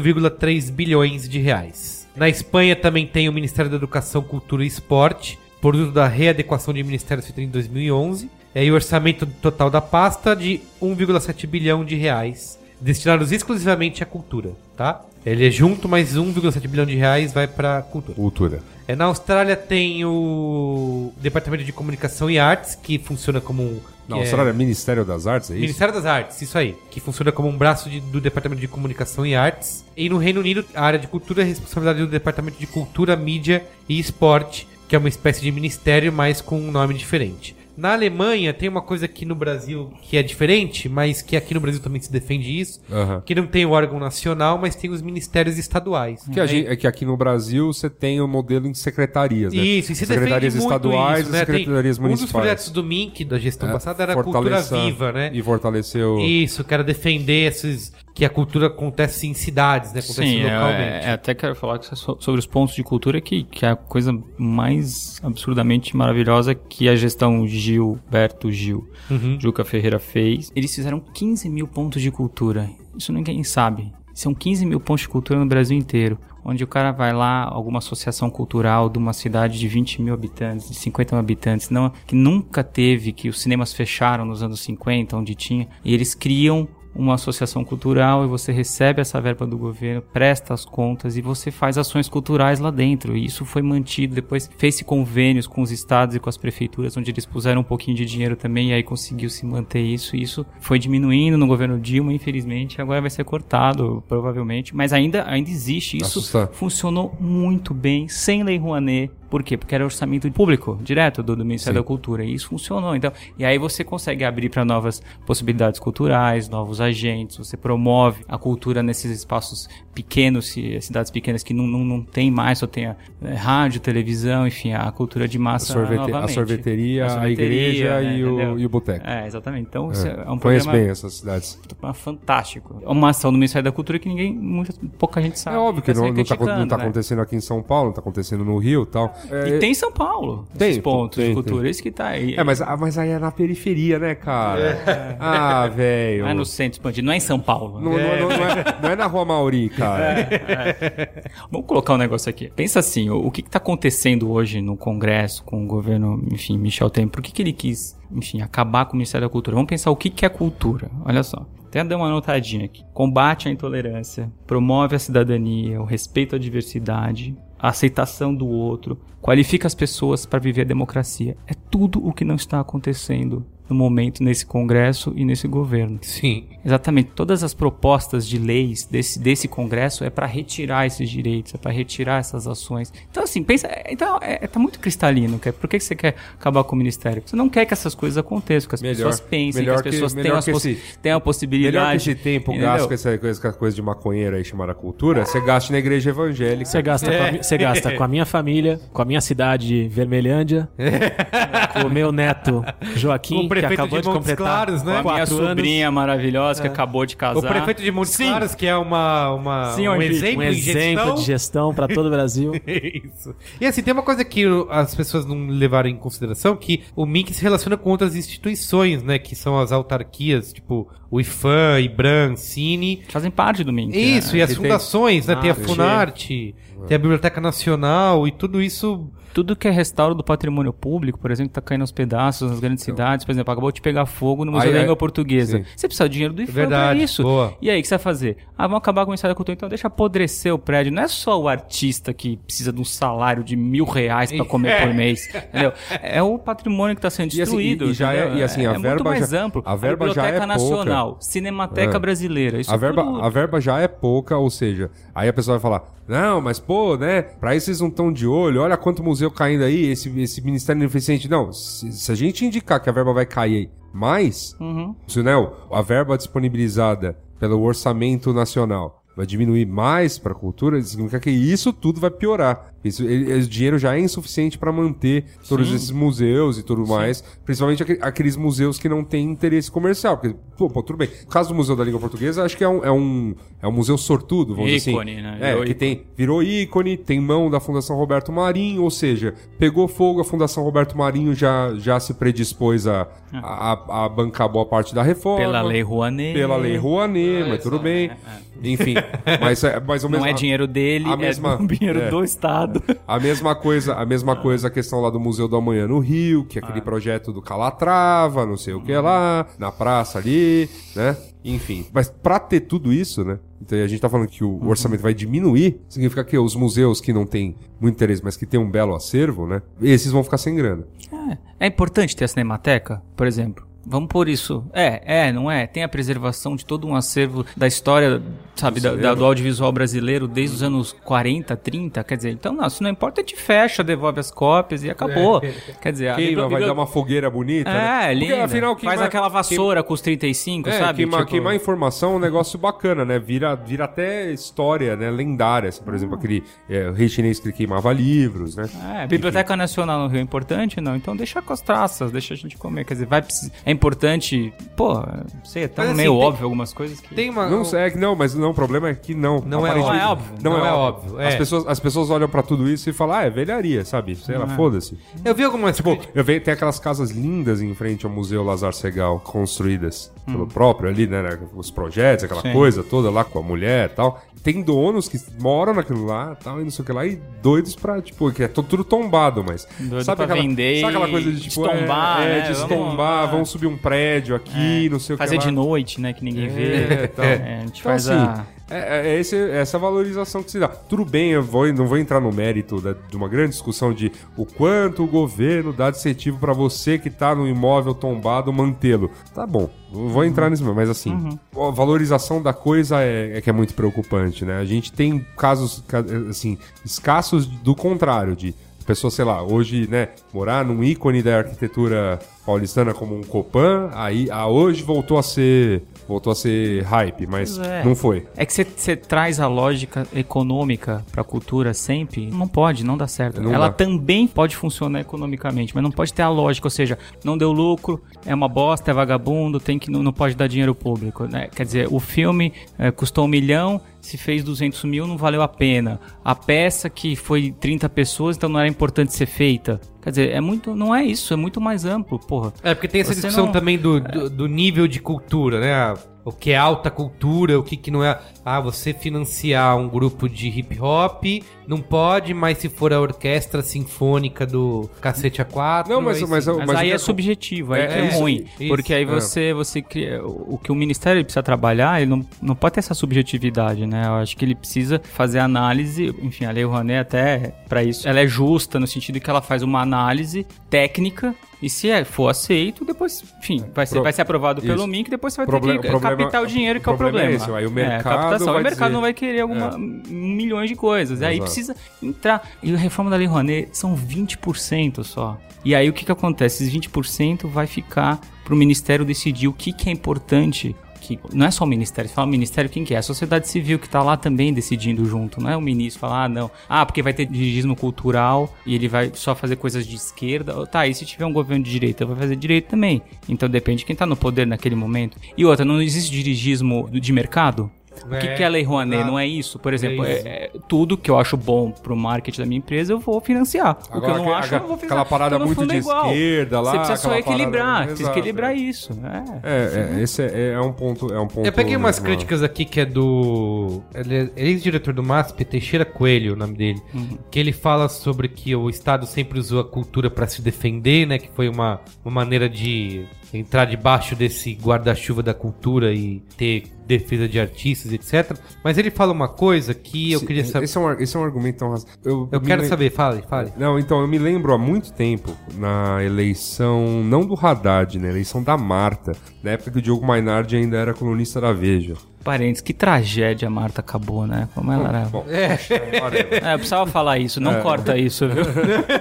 [SPEAKER 1] 8,3 bilhões de reais. Na Espanha também tem o Ministério da Educação, Cultura e Esporte, produto da readequação de ministérios feita em 2011, é, e o orçamento total da pasta de 1,7 bilhão de reais, destinados exclusivamente à cultura, tá? Ele é junto, mas 1,7 bilhão de reais vai para cultura.
[SPEAKER 4] Cultura.
[SPEAKER 1] É, na Austrália tem o Departamento de Comunicação e Artes, que funciona como um.
[SPEAKER 4] Na
[SPEAKER 1] que é
[SPEAKER 4] Austrália, Ministério das Artes, é isso?
[SPEAKER 1] Ministério das Artes, isso aí. Que funciona como um braço de- do Departamento de Comunicação e Artes. E no Reino Unido, a área de cultura é responsabilidade do Departamento de Cultura, Mídia e Esporte, que é uma espécie de ministério, mas com um nome diferente. Na Alemanha tem uma coisa aqui no Brasil que é diferente, mas que aqui no Brasil também se defende isso,
[SPEAKER 4] Aham.
[SPEAKER 1] que não tem o órgão nacional, mas tem os ministérios estaduais.
[SPEAKER 4] Que a gente- é que aqui no Brasil você tem o modelo em secretarias, né?
[SPEAKER 1] Isso, e se
[SPEAKER 4] secretarias
[SPEAKER 1] defende muito
[SPEAKER 4] estaduais
[SPEAKER 1] isso,
[SPEAKER 4] e
[SPEAKER 1] né? Tem-
[SPEAKER 4] secretarias
[SPEAKER 1] Um dos
[SPEAKER 4] municipais.
[SPEAKER 1] projetos do MINC, da gestão
[SPEAKER 4] É,
[SPEAKER 1] passada, era a cultura
[SPEAKER 4] fortaleça-
[SPEAKER 1] viva, né?
[SPEAKER 4] E fortaleceu.
[SPEAKER 1] Isso, quero defender esses que a cultura acontece em cidades, né? Acontece
[SPEAKER 2] Sim, é,
[SPEAKER 1] localmente.
[SPEAKER 2] é, até quero falar que so- sobre os pontos de cultura que, que é a coisa mais absurdamente maravilhosa que a gestão Gilberto Gil,
[SPEAKER 1] Uhum.
[SPEAKER 2] Juca Ferreira fez. Eles fizeram 15 mil pontos de cultura. Isso ninguém sabe. São 15 mil pontos de cultura no Brasil inteiro. Onde o cara vai lá, alguma associação cultural de uma cidade de 20 mil habitantes, de 50 mil habitantes, não, que nunca teve, que os cinemas fecharam nos anos 50, onde tinha, e eles criam uma associação cultural e você recebe essa verba do governo, presta as contas e você faz ações culturais lá dentro. E isso foi mantido. Depois fez-se convênios com os estados e com as prefeituras, onde eles puseram um pouquinho de dinheiro também e aí conseguiu se manter isso. E isso foi diminuindo no governo Dilma, infelizmente, e agora vai ser cortado, provavelmente. Mas ainda, ainda existe. Isso
[SPEAKER 4] Assusta.
[SPEAKER 2] funcionou muito bem, sem Lei Rouanet. Por quê? Porque era orçamento público, direto do, do Ministério da Cultura. E isso funcionou. Então, e aí você consegue abrir para novas possibilidades culturais, novos agentes, você promove a cultura nesses espaços pequenos, ci- cidades pequenas que não, não, não tem mais, só tem a, eh, rádio, televisão, enfim, a cultura de
[SPEAKER 4] A,
[SPEAKER 2] massa.
[SPEAKER 4] sorvete- a
[SPEAKER 2] novamente.
[SPEAKER 4] sorveteria, a, igreja
[SPEAKER 2] né,
[SPEAKER 4] e, o,
[SPEAKER 2] entendeu?
[SPEAKER 4] e o boteco.
[SPEAKER 2] É, exatamente. Então, isso é, um
[SPEAKER 4] Conheço
[SPEAKER 2] programa
[SPEAKER 4] bem essas cidades.
[SPEAKER 2] fantástico. É uma ação do Ministério da Cultura que ninguém, muita, pouca gente sabe.
[SPEAKER 4] É óbvio que
[SPEAKER 2] Tá
[SPEAKER 4] não,
[SPEAKER 2] sempre
[SPEAKER 4] não tá, acon- não
[SPEAKER 2] criticando,
[SPEAKER 4] tá
[SPEAKER 2] né?
[SPEAKER 4] acontecendo aqui em São Paulo, não tá acontecendo no Rio e tal.
[SPEAKER 2] e tem São Paulo.
[SPEAKER 4] Tem,
[SPEAKER 2] esses pontos
[SPEAKER 4] tem,
[SPEAKER 2] de
[SPEAKER 4] tem.
[SPEAKER 2] cultura. Isso que tá aí.
[SPEAKER 4] É, mas, ah, mas aí é na periferia, né, cara?
[SPEAKER 1] É.
[SPEAKER 4] Ah, velho.
[SPEAKER 2] Não é no centro expandido, não é em São Paulo.
[SPEAKER 4] Não, não- não- não é, não é na Rua Mauri, cara.
[SPEAKER 1] É.
[SPEAKER 2] Vamos colocar um negócio aqui. Pensa assim, o, o que está acontecendo hoje no Congresso com o governo, enfim, Michel Temer? Por que, que ele quis, enfim, acabar com o Ministério da Cultura? Vamos pensar o que, que é cultura. Olha só. Até dei uma anotadinha aqui. Combate a intolerância, promove a cidadania, o respeito à diversidade, a aceitação do outro, qualifica as pessoas para viver a democracia. É tudo o que não está acontecendo no momento nesse Congresso e nesse governo.
[SPEAKER 1] Sim.
[SPEAKER 2] Exatamente. Todas as propostas de leis desse, desse Congresso é para retirar esses direitos, é para retirar essas ações. Então, assim, pensa. é- Então, é, é- tá muito cristalino, cara. Por que, que você quer acabar com o Ministério? Você não quer que essas coisas aconteçam, que as
[SPEAKER 4] Melhor-
[SPEAKER 2] pessoas pensem, que
[SPEAKER 4] melhor
[SPEAKER 2] as
[SPEAKER 4] que-
[SPEAKER 2] pessoas tenham,
[SPEAKER 4] melhor
[SPEAKER 2] as
[SPEAKER 4] que
[SPEAKER 2] possi-
[SPEAKER 4] esse-
[SPEAKER 2] tenham a possibilidade.
[SPEAKER 4] Melhor que esse tempo
[SPEAKER 2] entendeu?
[SPEAKER 4] gasto com essa coisa, com essa coisa de maconheiro aí chamada cultura, você gasta na igreja evangélica.
[SPEAKER 3] Você gasta, com a mi- você gasta com a minha família, com a minha cidade Vermelhândia, com o meu neto
[SPEAKER 1] Com o
[SPEAKER 3] Joaquim, que
[SPEAKER 1] prefeito
[SPEAKER 3] acabou
[SPEAKER 1] de
[SPEAKER 3] de,
[SPEAKER 1] Montes
[SPEAKER 3] completar
[SPEAKER 1] Claros, né?
[SPEAKER 2] Com a minha
[SPEAKER 3] quatro anos.
[SPEAKER 2] sobrinha maravilhosa
[SPEAKER 4] É.
[SPEAKER 2] que acabou de casar.
[SPEAKER 1] O prefeito de Montes
[SPEAKER 2] Sim.
[SPEAKER 1] Claros, que é uma, uma,
[SPEAKER 2] Sim,
[SPEAKER 1] um
[SPEAKER 2] Henrique,
[SPEAKER 1] exemplo,
[SPEAKER 3] Um
[SPEAKER 1] em gestão.
[SPEAKER 3] exemplo de gestão para todo o Brasil.
[SPEAKER 1] Isso. E assim, tem uma coisa que o- as pessoas não levaram em consideração, que o MINC se relaciona com outras instituições, né? Que são as autarquias, tipo o IFAM, IBRAM, Cine.
[SPEAKER 2] Fazem parte do mim.
[SPEAKER 1] Isso, e as
[SPEAKER 4] que tem-
[SPEAKER 1] fundações, né? Tem a
[SPEAKER 3] Ah,
[SPEAKER 1] Funarte, tem a Biblioteca Nacional e tudo isso.
[SPEAKER 2] Tudo que é restauro do patrimônio público, por exemplo, tá caindo aos pedaços nas grandes cidades, por exemplo, acabou de pegar fogo no Museu
[SPEAKER 4] Ai,
[SPEAKER 2] da
[SPEAKER 4] ai.
[SPEAKER 2] Língua Portuguesa.
[SPEAKER 4] Então. é- Sim. É
[SPEAKER 2] Você precisa de dinheiro do IFAM pra
[SPEAKER 1] Verdade,
[SPEAKER 2] isso.
[SPEAKER 1] boa.
[SPEAKER 2] E aí, o que você vai fazer? Ah, vão acabar com o Ministério da Cultura, então deixa apodrecer o prédio. Não é só o artista que precisa de um salário de mil reais pra comer por mês, entendeu? É o patrimônio que tá sendo
[SPEAKER 4] E assim,
[SPEAKER 2] destruído.
[SPEAKER 4] e- e já é-
[SPEAKER 2] entendeu?
[SPEAKER 4] e assim, a
[SPEAKER 2] é muito
[SPEAKER 4] verba
[SPEAKER 2] mais
[SPEAKER 4] já-
[SPEAKER 2] amplo.
[SPEAKER 4] a verba já é
[SPEAKER 2] Biblioteca
[SPEAKER 4] pouca.
[SPEAKER 2] Nacional, Cinemateca
[SPEAKER 4] É.
[SPEAKER 2] Brasileira, isso
[SPEAKER 4] A verba,
[SPEAKER 2] tudo...
[SPEAKER 4] a verba já é pouca, ou seja, aí a pessoa vai falar: não, mas pô, né? Pra isso vocês não estão de olho, olha quanto museu caindo aí, esse, esse Ministério Ineficiente. Não, se, se a gente indicar que a verba vai cair mais,
[SPEAKER 2] Uhum.
[SPEAKER 4] se não, a verba disponibilizada pelo orçamento nacional vai diminuir mais pra cultura, isso significa que isso tudo vai piorar. Isso, ele- esse dinheiro já é insuficiente pra manter todos esses museus e tudo mais, principalmente aqu- aqueles museus que não têm interesse comercial. Porque, pô, pô, tudo bem. No caso do Museu da Língua Portuguesa, acho que é um, é um, é um museu sortudo, vamos dizer assim.
[SPEAKER 2] Ícone, né?
[SPEAKER 4] É,
[SPEAKER 2] Virou
[SPEAKER 4] que tem, virou ícone, tem mão da Fundação Roberto Marinho, ou seja, pegou fogo, a Fundação Roberto Marinho já, já se predispôs a, a, a bancar boa parte da reforma.
[SPEAKER 2] É. Pela Lei Rouanet.
[SPEAKER 4] Pela lei Rouanet,
[SPEAKER 2] é,
[SPEAKER 4] mas tudo bem. Enfim, mas, é- mas o
[SPEAKER 2] Não
[SPEAKER 4] mesmo-
[SPEAKER 2] é dinheiro dele,
[SPEAKER 4] a
[SPEAKER 2] é
[SPEAKER 4] mesma-
[SPEAKER 2] dinheiro
[SPEAKER 4] é.
[SPEAKER 2] do Estado.
[SPEAKER 4] A mesma coisa, a
[SPEAKER 2] É.
[SPEAKER 4] mesma coisa a questão lá do Museu do Amanhã no Rio, que é aquele projeto do Calatrava, não sei o que lá, na praça ali, né? Enfim, mas pra ter tudo isso, né? Então a gente tá falando que o
[SPEAKER 2] Uhum.
[SPEAKER 4] orçamento vai diminuir, significa que os museus que não têm muito interesse, mas que tem um belo acervo, né? Esses vão ficar sem grana.
[SPEAKER 2] É, é importante ter a Cinemateca, por exemplo. Vamos por isso. É, é, não é? Tem a preservação de todo um acervo da história, sabe, da- da- do audiovisual brasileiro desde os anos 40, 30. Quer dizer, então, não, se não importa, a gente fecha, devolve as cópias e acabou. Quer dizer, a
[SPEAKER 4] É, Queima,
[SPEAKER 2] bibli-
[SPEAKER 4] vai dar uma fogueira bonita, né?
[SPEAKER 2] Tá, É, linda.
[SPEAKER 4] afinal,
[SPEAKER 2] Faz
[SPEAKER 4] queimar-
[SPEAKER 2] aquela vassoura com os 35,
[SPEAKER 4] É,
[SPEAKER 2] sabe?
[SPEAKER 4] queimar,
[SPEAKER 2] Tipo-
[SPEAKER 4] queimar informação é um negócio bacana, né? Vira, vira até história, né? Lendária. assim, por exemplo, aquele é, rei chinês que queimava livros, né?
[SPEAKER 2] É, a Biblioteca Nacional no Rio é importante? Não. Então deixa com as traças, deixa a gente comer. Quer dizer, vai precis- É importante. Pô, não sei, é tão
[SPEAKER 1] Mas, assim,
[SPEAKER 2] meio
[SPEAKER 1] tem-
[SPEAKER 2] óbvio algumas coisas que.
[SPEAKER 1] Tem uma.
[SPEAKER 4] Não sei, é que não, mas não, o problema é que não.
[SPEAKER 1] Não é
[SPEAKER 4] Aparentemente,
[SPEAKER 2] óbvio.
[SPEAKER 4] Não, é, óbvio. As,
[SPEAKER 1] é.
[SPEAKER 4] pessoas, as pessoas olham pra tudo isso e falam, ah, é velharia, sabe? Sei lá, foda-se.
[SPEAKER 1] Eu vi algumas.
[SPEAKER 4] Tipo, eu vejo, tem aquelas casas lindas em frente ao Museu Lazar Segal, construídas pelo próprio ali, né, né? Os projetos, aquela
[SPEAKER 2] Hum. Sim.
[SPEAKER 4] coisa toda lá com a mulher e tal. Tem donos que moram naquilo lá tal, e não sei o que lá, e doidos pra, tipo, que é to- tudo tombado, mas.
[SPEAKER 2] Doido pra
[SPEAKER 4] aquela,
[SPEAKER 2] vender
[SPEAKER 4] sabe aquela coisa
[SPEAKER 2] e
[SPEAKER 4] de tipo.
[SPEAKER 2] destombar,
[SPEAKER 4] é, é,
[SPEAKER 2] né?
[SPEAKER 4] de
[SPEAKER 2] Vamos- É,
[SPEAKER 4] estombar, vamos, subir um prédio aqui, não sei o que
[SPEAKER 2] Fazer
[SPEAKER 4] lá.
[SPEAKER 2] de noite, né? Que ninguém vê.
[SPEAKER 4] É, tal.
[SPEAKER 2] É, a gente
[SPEAKER 4] Então,
[SPEAKER 2] faz
[SPEAKER 4] assim,
[SPEAKER 2] a.
[SPEAKER 4] é, é esse- é essa valorização que se dá. Tudo bem, eu vou- não vou entrar no mérito da- de uma grande discussão de o quanto o governo dá de incentivo pra você que tá no imóvel tombado mantê-lo. Tá bom, eu
[SPEAKER 2] Uhum.
[SPEAKER 4] vou entrar nisso, mas assim, a valorização da coisa é, é que é muito preocupante, né? A gente tem casos, ca- assim, escassos do contrário, de pessoa, sei lá, hoje, né, morar num ícone da arquitetura paulistana como um Copan, aí a hoje voltou a ser voltou a ser hype, mas
[SPEAKER 2] Pois é.
[SPEAKER 4] não foi.
[SPEAKER 2] É que você- você traz a lógica econômica pra cultura sempre. Não pode, não dá certo.
[SPEAKER 4] Não
[SPEAKER 2] Ela
[SPEAKER 4] dá.
[SPEAKER 2] também pode funcionar economicamente, mas não pode ter a lógica. Ou seja, não deu lucro, é uma bosta, é vagabundo, tem que, não, não pode dar dinheiro público. né? Quer dizer, o filme eh, custou um milhão. se fez 200 mil, não valeu a pena. A peça que foi 30 pessoas, então não era importante ser feita. Quer dizer, é muito, não é isso, é muito mais amplo, porra.
[SPEAKER 1] É, porque tem essa
[SPEAKER 2] Você
[SPEAKER 1] discussão
[SPEAKER 2] não-
[SPEAKER 1] também do, do, do nível de cultura, né? A- O que é alta cultura, o que, que não é. Ah, você financiar um grupo de hip hop não pode, mas se for a orquestra sinfônica do Cacete A4.
[SPEAKER 4] Não, mas-
[SPEAKER 1] aí sim.
[SPEAKER 4] mas eu-
[SPEAKER 2] Mas,
[SPEAKER 4] Mas
[SPEAKER 2] aí
[SPEAKER 4] o que
[SPEAKER 2] é
[SPEAKER 4] acon-
[SPEAKER 2] subjetivo, aí
[SPEAKER 4] É,
[SPEAKER 2] que
[SPEAKER 4] é
[SPEAKER 2] é,
[SPEAKER 4] isso,
[SPEAKER 2] ruim.
[SPEAKER 1] isso,
[SPEAKER 2] porque aí
[SPEAKER 4] é.
[SPEAKER 2] você, você cria. O que o Ministério precisa trabalhar, ele não, não pode ter essa subjetividade, né? Eu acho que ele precisa fazer análise. Enfim, a Lei Rouanet, é até pra isso, ela é justa no sentido que ela faz uma análise técnica. E se é- for aceito, depois, enfim, vai ser,
[SPEAKER 4] Pro-
[SPEAKER 2] vai ser aprovado pelo
[SPEAKER 4] isso.
[SPEAKER 2] MINC, depois você vai
[SPEAKER 4] Problema-
[SPEAKER 2] ter que
[SPEAKER 4] problema-
[SPEAKER 2] captar o dinheiro, que
[SPEAKER 4] o
[SPEAKER 2] é o
[SPEAKER 4] problema é
[SPEAKER 2] problema.
[SPEAKER 4] esse, aí o
[SPEAKER 2] É,
[SPEAKER 4] mercado
[SPEAKER 2] captação,
[SPEAKER 4] vai
[SPEAKER 2] o mercado
[SPEAKER 4] dizer-
[SPEAKER 2] não vai querer alguma,
[SPEAKER 4] É.
[SPEAKER 2] milhões de coisas. Aí
[SPEAKER 4] Exato.
[SPEAKER 2] precisa entrar. E a reforma da Lei Rouanet são 20% só. E aí o que, que acontece? Esses 20% vai ficar pro Ministério decidir o que, que é importante. Que não é só o Ministério, você fala Ministério, quem que é? A sociedade civil que tá lá também decidindo junto, não é o ministro falar, ah, não, ah, porque vai ter dirigismo cultural e ele vai só fazer coisas de esquerda. Tá, e se tiver um governo de direita, vai fazer direito também. Então depende de quem tá no poder naquele momento. E outra, não existe dirigismo de mercado? O que,
[SPEAKER 1] É,
[SPEAKER 2] que é a Lei Rouanet?
[SPEAKER 1] exato.
[SPEAKER 2] Não é isso? Por exemplo,
[SPEAKER 1] É
[SPEAKER 2] é
[SPEAKER 1] isso.
[SPEAKER 2] é, tudo que eu acho bom pro marketing da minha empresa, eu vou financiar. o que eu
[SPEAKER 4] Agora,
[SPEAKER 2] não
[SPEAKER 4] aquela-
[SPEAKER 2] acho, eu não vou financiar.
[SPEAKER 4] aquela parada
[SPEAKER 2] Então, no
[SPEAKER 4] muito
[SPEAKER 2] fundo, é
[SPEAKER 4] de
[SPEAKER 2] igual.
[SPEAKER 4] esquerda lá,
[SPEAKER 2] Você precisa só
[SPEAKER 4] aquela parada-
[SPEAKER 2] equilibrar, precisa
[SPEAKER 4] Exato,
[SPEAKER 2] equilibrar
[SPEAKER 4] é.
[SPEAKER 2] isso. É.
[SPEAKER 4] É, é, esse é, é um ponto. É um ponto
[SPEAKER 1] Eu peguei umas
[SPEAKER 4] mesmo,
[SPEAKER 1] críticas aqui que é do. Ele é ex-diretor do MASP, Teixeira Coelho, o nome dele.
[SPEAKER 4] Uhum.
[SPEAKER 1] Que ele fala sobre que o Estado sempre usou a cultura pra se defender, né? Que foi uma, uma maneira de entrar debaixo desse guarda-chuva da cultura e ter defesa de artistas, etc. Mas ele fala uma coisa que eu
[SPEAKER 4] Esse-
[SPEAKER 1] queria saber.
[SPEAKER 4] Esse é um, ar- esse é um argumento tão razoável.
[SPEAKER 1] Eu
[SPEAKER 4] me
[SPEAKER 1] quero
[SPEAKER 4] lem-
[SPEAKER 1] saber, fale, fale.
[SPEAKER 4] Não, então, eu me lembro há muito tempo, na eleição, não do Haddad, na eleição da Marta, na época que o Diogo Mainardi ainda era colunista da Veja.
[SPEAKER 2] Parênteses, que tragédia a Marta acabou, né? Como ela era.
[SPEAKER 4] Bom, é.
[SPEAKER 2] É, eu precisava falar isso, não corta isso, viu?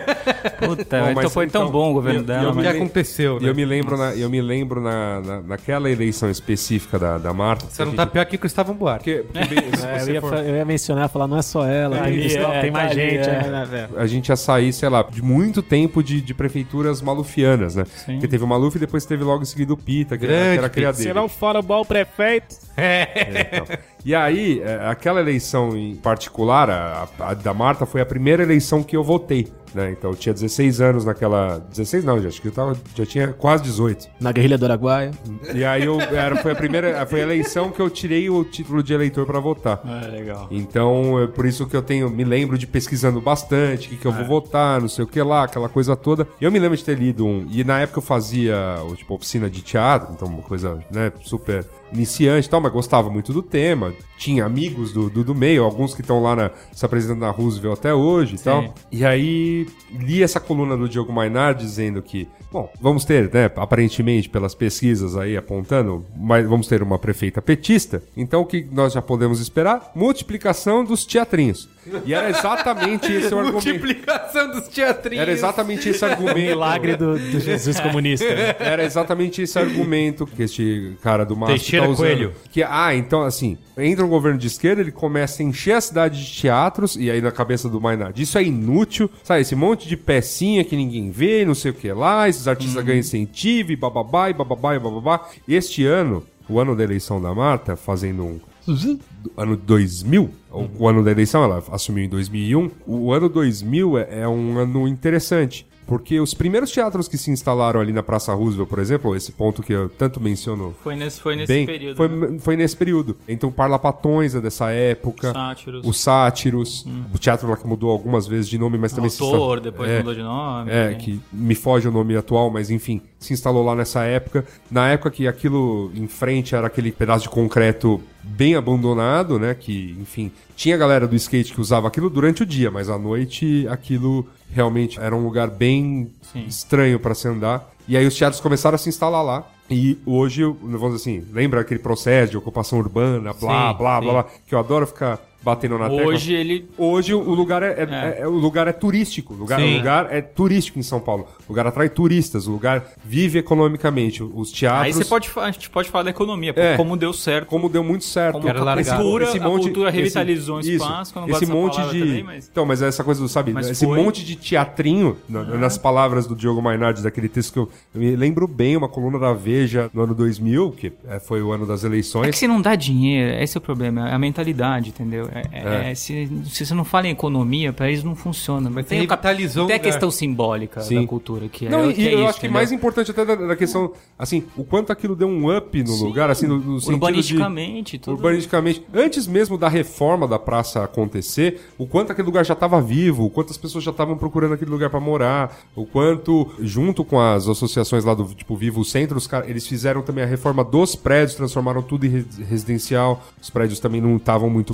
[SPEAKER 2] Puta,
[SPEAKER 4] Bom,
[SPEAKER 2] então
[SPEAKER 4] mas
[SPEAKER 2] foi tão
[SPEAKER 4] então,
[SPEAKER 2] bom o governo
[SPEAKER 4] e- e
[SPEAKER 2] dela.
[SPEAKER 1] O
[SPEAKER 4] eu me
[SPEAKER 2] mas-
[SPEAKER 1] que
[SPEAKER 4] lem-
[SPEAKER 1] aconteceu,
[SPEAKER 4] E
[SPEAKER 1] né?
[SPEAKER 4] eu me lembro, na, eu me lembro na, na- naquela eleição específica da, da Marta.
[SPEAKER 1] Você não tá pior que o Cristóvão Buarque.
[SPEAKER 4] Porque, porque bem, se
[SPEAKER 3] É, eu,
[SPEAKER 4] você
[SPEAKER 3] ia,
[SPEAKER 4] for-
[SPEAKER 3] fa- eu ia mencionar, falar, não é só ela, tem,
[SPEAKER 2] Ali,
[SPEAKER 3] Cristão,
[SPEAKER 2] é,
[SPEAKER 3] tem mais
[SPEAKER 2] tá ali,
[SPEAKER 3] gente.
[SPEAKER 2] é.
[SPEAKER 3] né, velho?
[SPEAKER 4] a gente ia sair, sei lá, de muito tempo de, de prefeituras malufianas, né? Porque teve o Maluf e depois teve logo em seguida o Pita, que, era- que era a cria dele.
[SPEAKER 3] Se não for o bom prefeito,
[SPEAKER 4] Então, E aí, é, aquela eleição em particular, a, a da Marta, foi a primeira eleição que eu votei. Né? Então eu tinha 16 anos naquela. 16 não, já, acho que eu tava, já tinha quase 18.
[SPEAKER 3] na guerrilha do Araguaia.
[SPEAKER 4] E aí eu era, foi a primeira. Foi a eleição que eu tirei o título de eleitor pra votar.
[SPEAKER 2] É, legal.
[SPEAKER 4] Então, é por isso que eu tenho, me lembro de pesquisando bastante, o que, que eu vou votar, não sei o que lá, aquela coisa toda. E eu me lembro de ter lido um. E na época eu fazia, o tipo, oficina de teatro, então uma coisa, né, super iniciante e tal, mas gostava muito do tema. Tinha amigos do, do, do meio, alguns que estão lá na, se apresentando na Roosevelt até hoje e tal. E aí li essa coluna do Diogo Mainard dizendo que, bom, vamos ter, né, aparentemente pelas pesquisas aí apontando, mas vamos ter uma prefeita petista. Então o que nós já podemos esperar? Multiplicação dos teatrinhos. E era exatamente esse o argumento.
[SPEAKER 1] Multiplicação dos teatrinhos.
[SPEAKER 4] Era exatamente esse argumento.
[SPEAKER 3] Milagre do, do Jesus comunista. né?
[SPEAKER 4] Era exatamente esse argumento que este cara do Márcio
[SPEAKER 1] Teixeira
[SPEAKER 4] tá usando.
[SPEAKER 1] Coelho.
[SPEAKER 4] Que, ah, então assim, entra um governo de esquerda, ele começa a encher a cidade de teatros, e aí na cabeça do Maynard, isso é inútil, sabe, esse monte de pecinha que ninguém vê, não sei o que lá, esses artistas
[SPEAKER 1] Uhum.
[SPEAKER 4] ganham incentivo, e bababá, e bababá, e bababá. Este ano, o ano da eleição da Marta, fazendo um
[SPEAKER 1] Uhum.
[SPEAKER 4] do ano 2000, o- o ano da eleição, ela assumiu em 2001. O ano 2000 é, é um ano interessante, porque os primeiros teatros que se instalaram ali na Praça Roosevelt, por exemplo, esse ponto que eu tanto menciono
[SPEAKER 2] Foi nesse, foi nesse
[SPEAKER 4] bem,
[SPEAKER 2] período.
[SPEAKER 4] foi,
[SPEAKER 2] né?
[SPEAKER 4] foi nesse período. Então, Parlapatões é dessa época,
[SPEAKER 2] Sátiros.
[SPEAKER 4] os Sátiros, o teatro lá que mudou algumas vezes de nome, mas também se insta-
[SPEAKER 2] Autor, depois
[SPEAKER 4] é,
[SPEAKER 2] mudou de nome.
[SPEAKER 4] é,
[SPEAKER 2] enfim.
[SPEAKER 4] que me foge o nome atual, mas enfim, se instalou lá nessa época. Na época que aquilo em frente era aquele pedaço de concreto bem abandonado, né? Que, enfim, tinha a galera do skate que usava aquilo durante o dia, mas à noite aquilo realmente era um lugar bem estranho pra se andar. E aí os teatros começaram a se instalar lá. E hoje, vamos dizer assim, lembra aquele processo de ocupação urbana, blá,
[SPEAKER 1] Sim,
[SPEAKER 4] blá,
[SPEAKER 1] sim.
[SPEAKER 4] blá, blá, que eu adoro ficar batendo na tecla.
[SPEAKER 2] Hoje ele.
[SPEAKER 4] Hoje o lugar é, é- é- o lugar é turístico. O lugar, o lugar é turístico em São Paulo. O lugar atrai turistas, o lugar vive economicamente. Os
[SPEAKER 2] Aí
[SPEAKER 4] teatros.
[SPEAKER 2] você pode, fa- a gente pode falar da economia, pô,
[SPEAKER 4] É.
[SPEAKER 2] como deu certo.
[SPEAKER 4] Como deu muito certo.
[SPEAKER 2] Como Quero a largar. cultura- a cultura revitalizou um
[SPEAKER 4] isso,
[SPEAKER 2] espaço, que eu não
[SPEAKER 4] esse
[SPEAKER 2] gosto dessa
[SPEAKER 4] monte
[SPEAKER 2] palavra
[SPEAKER 4] de.
[SPEAKER 2] também, mas-
[SPEAKER 4] Então, mas essa coisa do, sabe?
[SPEAKER 2] Mas
[SPEAKER 4] esse
[SPEAKER 2] foi. É.
[SPEAKER 4] monte de teatrinho, na- nas palavras do Diogo Mainardi, daquele texto que eu, eu me lembro bem, uma coluna da Veja no ano 2000, que eh, foi o ano das
[SPEAKER 2] É
[SPEAKER 4] eleições.
[SPEAKER 2] que se não dá dinheiro, esse é o problema, é a mentalidade, entendeu? É- é- é, se, se você não fala em economia, pra eles não funciona. Mas
[SPEAKER 1] Tem o capitalismo,
[SPEAKER 2] Tem a
[SPEAKER 1] né?
[SPEAKER 2] questão simbólica
[SPEAKER 4] um- é. Sim.
[SPEAKER 2] da cultura, que é,
[SPEAKER 4] Não,
[SPEAKER 2] que
[SPEAKER 4] e
[SPEAKER 2] é
[SPEAKER 4] eu
[SPEAKER 2] isso,
[SPEAKER 4] acho que
[SPEAKER 2] entendeu?
[SPEAKER 4] mais importante até da, da questão, assim, o quanto aquilo deu um up no lugar, assim, no, no sentido de...
[SPEAKER 2] urbanisticamente, tudo.
[SPEAKER 4] Urbanisticamente, antes mesmo da reforma da praça acontecer, o quanto aquele lugar já estava vivo, o quanto as pessoas já estavam procurando aquele lugar para morar, o quanto, junto com as associações lá do tipo Vivo Centro, os cara, eles fizeram também a reforma dos prédios, transformaram tudo em res- residencial, os prédios também não estavam muito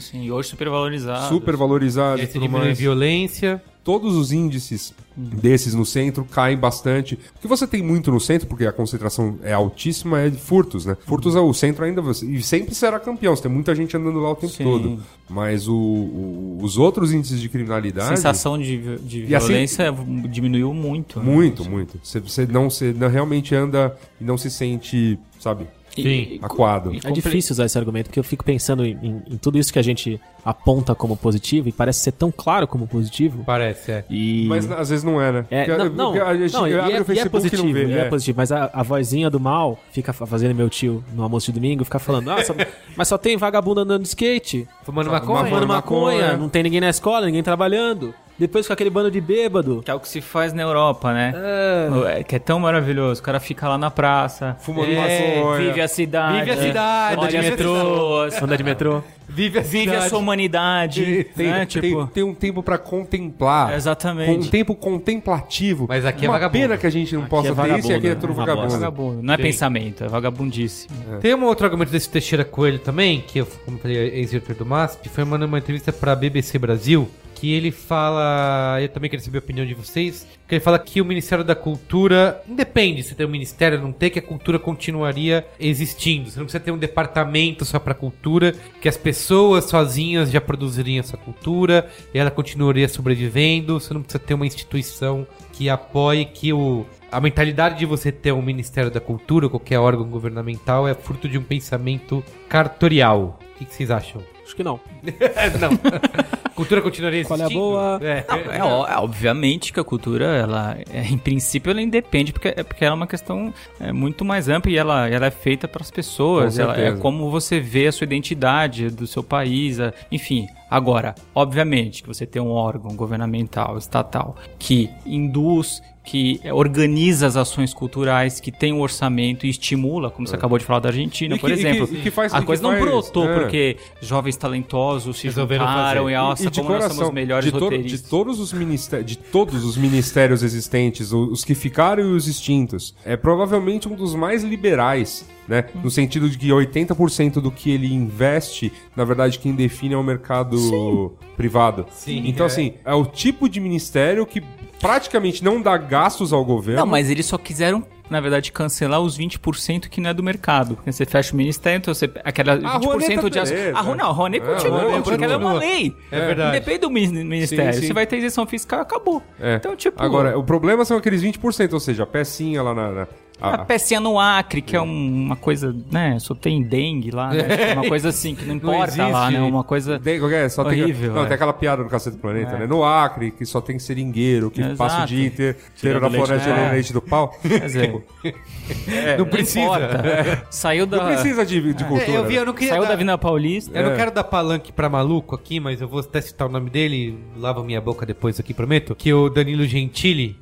[SPEAKER 2] Sim, sim, e hoje supervalorizado.
[SPEAKER 4] super valorizados.
[SPEAKER 1] Aí você diminui violência.
[SPEAKER 4] todos os índices desses no centro caem bastante. O que você tem muito no centro, porque a concentração é altíssima, é de furtos, né? Furtos é o centro ainda. você- E sempre será campeão. Você tem muita gente andando lá o tempo
[SPEAKER 2] Sim.
[SPEAKER 4] todo. Mas o- o- os outros índices de
[SPEAKER 2] A
[SPEAKER 4] criminalidade.
[SPEAKER 2] sensação de, vi- de
[SPEAKER 4] E assim-
[SPEAKER 2] violência diminuiu muito. né?
[SPEAKER 4] Muito, muito. Você, você não, você não- realmente anda e não se sente, sabe,
[SPEAKER 2] E-
[SPEAKER 1] Sim.
[SPEAKER 2] e-
[SPEAKER 4] aquado.
[SPEAKER 2] e-
[SPEAKER 3] É difícil usar esse argumento, porque eu fico pensando em, em- em tudo isso que a gente aponta como positivo e parece ser tão claro como positivo.
[SPEAKER 1] Parece, é.
[SPEAKER 3] E...
[SPEAKER 4] Mas às vezes não é, né?
[SPEAKER 3] É,
[SPEAKER 4] Porque a-
[SPEAKER 3] não, não,
[SPEAKER 4] porque a gente
[SPEAKER 3] não, e
[SPEAKER 4] abre
[SPEAKER 3] é,
[SPEAKER 4] o
[SPEAKER 3] e é
[SPEAKER 4] Facebook e
[SPEAKER 3] positivo,
[SPEAKER 4] não vê.
[SPEAKER 3] e é
[SPEAKER 4] é.
[SPEAKER 3] positivo, mas a, a vozinha do mal fica fa- fazendo meu tio no almoço de domingo, fica falando, nossa, mas só tem vagabundo andando de skate,
[SPEAKER 1] Fumando maconha.
[SPEAKER 4] Fumando
[SPEAKER 3] fumando maconha,
[SPEAKER 4] maconha.
[SPEAKER 3] não tem ninguém na escola, ninguém trabalhando, depois com aquele bando de bêbado.
[SPEAKER 2] Que é o que se faz na Europa, né? É, Que é tão maravilhoso. O cara fica lá na praça.
[SPEAKER 4] Fumando
[SPEAKER 2] é,
[SPEAKER 4] maconha.
[SPEAKER 2] Vive a cidade.
[SPEAKER 1] Vive a cidade,
[SPEAKER 2] Anda de
[SPEAKER 1] vive a
[SPEAKER 2] metrô.
[SPEAKER 3] Andar de metrô.
[SPEAKER 1] Vive a
[SPEAKER 2] Vive a
[SPEAKER 1] cidade.
[SPEAKER 2] sua humanidade.
[SPEAKER 4] Tem,
[SPEAKER 2] né?
[SPEAKER 4] tem-
[SPEAKER 2] Tipo,
[SPEAKER 4] tem um tempo pra contemplar. Com um
[SPEAKER 2] Exatamente.
[SPEAKER 4] tempo contemplativo.
[SPEAKER 1] Mas aqui é
[SPEAKER 4] Uma
[SPEAKER 1] vagabundo.
[SPEAKER 4] pena que a gente não possa
[SPEAKER 3] é
[SPEAKER 4] ter isso e aqui
[SPEAKER 3] vagabundo,
[SPEAKER 4] é
[SPEAKER 2] né?
[SPEAKER 4] tudo
[SPEAKER 3] é uma
[SPEAKER 4] vagabundo.
[SPEAKER 3] bosta.
[SPEAKER 2] Vagabundo. Não é pensamento, é vagabundíssimo.
[SPEAKER 1] Tem um outro argumento desse Teixeira Coelho também, que eu, como eu falei, é ex-diretor do MASP, foi mandando uma entrevista pra BBC Brasil, que ele fala, eu também queria saber a opinião de vocês, que ele fala que o Ministério da Cultura, independe se tem um ministério ou não tem, que a cultura continuaria existindo. Você não precisa ter um departamento só pra cultura, que as pessoas sozinhas já produziriam essa cultura, e ela continuaria sobrevivendo, você não precisa ter uma instituição que apoie que o a mentalidade de você ter um Ministério da Cultura, ou qualquer órgão governamental, é fruto de um pensamento cartorial. O que, que vocês acham?
[SPEAKER 3] Acho que não.
[SPEAKER 1] Cultura continuaria
[SPEAKER 3] Qual é
[SPEAKER 1] existindo?
[SPEAKER 3] a boa?
[SPEAKER 1] É.
[SPEAKER 2] É, ó- é, obviamente que a cultura, ela, é, em princípio, ela independe, porque, é porque ela é uma questão é, muito mais ampla e ela, ela é feita para as pessoas.
[SPEAKER 4] Com
[SPEAKER 2] ela- é
[SPEAKER 4] certeza.
[SPEAKER 2] como você vê a sua identidade do seu país, a- enfim. Agora, obviamente que você tem um órgão governamental, estatal, que induz, que é, organiza as ações culturais, que tem um orçamento e estimula, como você acabou de falar da Argentina,
[SPEAKER 4] É. E
[SPEAKER 2] por
[SPEAKER 4] que- e que-
[SPEAKER 2] exemplo.
[SPEAKER 4] e que faz- e
[SPEAKER 2] a
[SPEAKER 4] que
[SPEAKER 2] coisa não
[SPEAKER 4] faz-
[SPEAKER 2] brotou
[SPEAKER 4] é.
[SPEAKER 2] porque jovens talentosos se
[SPEAKER 1] Resolveram
[SPEAKER 2] juntaram
[SPEAKER 1] fazer.
[SPEAKER 2] e, nossa, como nós somos os melhores
[SPEAKER 4] de, to-
[SPEAKER 2] roteiristas.
[SPEAKER 4] de todos os ministérios, de todos os ministérios existentes, o- os que ficaram e os extintos, é provavelmente um dos mais liberais, né? No sentido de que 80% do que ele investe, na verdade, quem define é o mercado privado.
[SPEAKER 1] Sim,
[SPEAKER 4] então,
[SPEAKER 1] é.
[SPEAKER 4] assim, é o tipo de ministério que praticamente não dá gastos ao governo.
[SPEAKER 2] Não, mas eles só quiseram, na verdade, cancelar os 20% que não é do mercado. Porque você fecha o ministério, então você. Aquela 20%
[SPEAKER 4] A
[SPEAKER 2] de
[SPEAKER 4] Rouanet tá
[SPEAKER 2] aço.
[SPEAKER 4] beleza.
[SPEAKER 2] A Rouanet, não, a Rouanet
[SPEAKER 4] É,
[SPEAKER 2] continua,
[SPEAKER 4] a Rouanet
[SPEAKER 2] porque ela é uma
[SPEAKER 1] continua.
[SPEAKER 2] lei.
[SPEAKER 1] É verdade.
[SPEAKER 2] Depende do min- ministério.
[SPEAKER 4] Sim, sim.
[SPEAKER 2] Você vai ter isenção fiscal e acabou.
[SPEAKER 4] É.
[SPEAKER 2] Então, tipo.
[SPEAKER 4] Agora, o problema são aqueles 20%, ou seja, a pecinha lá na. na- a-
[SPEAKER 2] A pecinha no Acre, que é um- uma coisa, né? Só tem dengue lá, né? Tipo, Uma coisa assim, que não importa lá,
[SPEAKER 1] existe.
[SPEAKER 2] né? Uma coisa.
[SPEAKER 4] Tem, qual que é? só
[SPEAKER 2] Horrível,
[SPEAKER 4] tem, não,
[SPEAKER 2] é.
[SPEAKER 4] tem aquela piada no Cacete do Planeta, né? No Acre, que só tem seringueiro, que
[SPEAKER 2] Exato.
[SPEAKER 4] passa o dia inteiro inteiro na
[SPEAKER 3] leite
[SPEAKER 4] floresta
[SPEAKER 2] do pau.
[SPEAKER 4] tirando leite do pau. Tipo,
[SPEAKER 2] Quer dizer,
[SPEAKER 1] não precisa.
[SPEAKER 2] importa. Saiu da.
[SPEAKER 4] Não precisa de, de cultura.
[SPEAKER 1] É, eu vi,
[SPEAKER 4] né?
[SPEAKER 1] eu não queria.
[SPEAKER 2] Saiu
[SPEAKER 1] dar- É.
[SPEAKER 2] da Vina Paulista.
[SPEAKER 1] Eu não quero dar palanque pra maluco aqui, mas eu vou até citar o nome dele, lava minha boca depois aqui, prometo. Que o Danilo Gentili,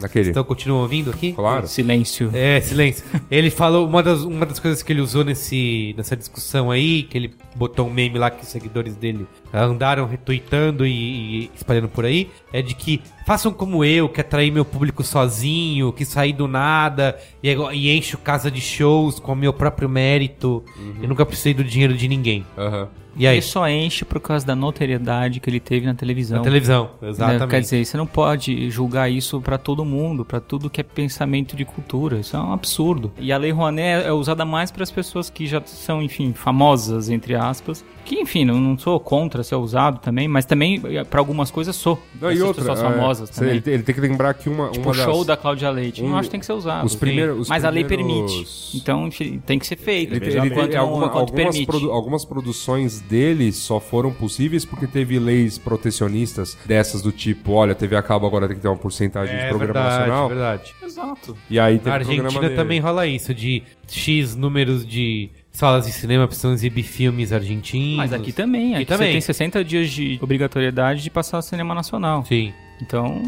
[SPEAKER 4] Naquele.
[SPEAKER 1] então continuam ouvindo aqui?
[SPEAKER 4] Claro.
[SPEAKER 2] Silêncio.
[SPEAKER 1] É, silêncio. Ele falou, uma das, uma das coisas que ele usou nesse, nessa discussão aí, que ele botou um meme lá que os seguidores dele andaram retweetando e, e espalhando por aí, é de que façam como eu, que atraí meu público sozinho, que saí do nada e, agora- e encho casa de shows com o meu próprio mérito. Eu nunca precisei do dinheiro de ninguém.
[SPEAKER 4] Aham.
[SPEAKER 1] E aí?
[SPEAKER 2] Ele só enche por causa da notoriedade que ele teve na televisão.
[SPEAKER 1] Na televisão,
[SPEAKER 2] Né?
[SPEAKER 1] exatamente.
[SPEAKER 2] Quer dizer, você não pode julgar isso pra todo mundo, pra tudo que é pensamento de cultura. Isso é um absurdo. E a Lei Rouanet é usada mais para as pessoas que já são, enfim, famosas, entre aspas. Que, enfim, não, não sou contra ser usado também, mas também eh, pra algumas coisas sou.
[SPEAKER 4] Não,
[SPEAKER 2] Essas
[SPEAKER 4] e outra,
[SPEAKER 2] pessoas
[SPEAKER 4] é,
[SPEAKER 2] famosas
[SPEAKER 4] cê-
[SPEAKER 2] também.
[SPEAKER 4] ele, ele tem que lembrar que uma,
[SPEAKER 2] Tipo,
[SPEAKER 4] uma
[SPEAKER 2] o show
[SPEAKER 4] das-
[SPEAKER 2] da Cláudia Leite.
[SPEAKER 4] um-
[SPEAKER 2] não acho que tem que ser usado.
[SPEAKER 4] os
[SPEAKER 2] enfim.
[SPEAKER 4] primeiros- os
[SPEAKER 2] mas a lei
[SPEAKER 4] primeiros-
[SPEAKER 2] permite. Então, enfim, tem que ser feito.
[SPEAKER 4] Ele, ele,
[SPEAKER 2] Enquanto
[SPEAKER 4] ele,
[SPEAKER 2] não-
[SPEAKER 4] alguma-
[SPEAKER 2] enquanto
[SPEAKER 4] algumas,
[SPEAKER 2] permite.
[SPEAKER 4] produ- algumas produções dele só foram possíveis porque teve leis protecionistas dessas do tipo, olha, a TV a cabo agora tem que ter uma porcentagem de
[SPEAKER 1] É
[SPEAKER 4] programa
[SPEAKER 1] verdade,
[SPEAKER 4] nacional.
[SPEAKER 1] verdade.
[SPEAKER 2] Exato.
[SPEAKER 4] E aí teve um
[SPEAKER 1] Na
[SPEAKER 4] programa
[SPEAKER 1] Argentina
[SPEAKER 4] dele.
[SPEAKER 1] também rola isso, de X números de salas de cinema precisam exibir filmes argentinos.
[SPEAKER 2] Mas aqui também. Aqui
[SPEAKER 1] também.
[SPEAKER 2] você tem 60 dias de obrigatoriedade de passar ao cinema nacional.
[SPEAKER 1] Sim.
[SPEAKER 2] Então.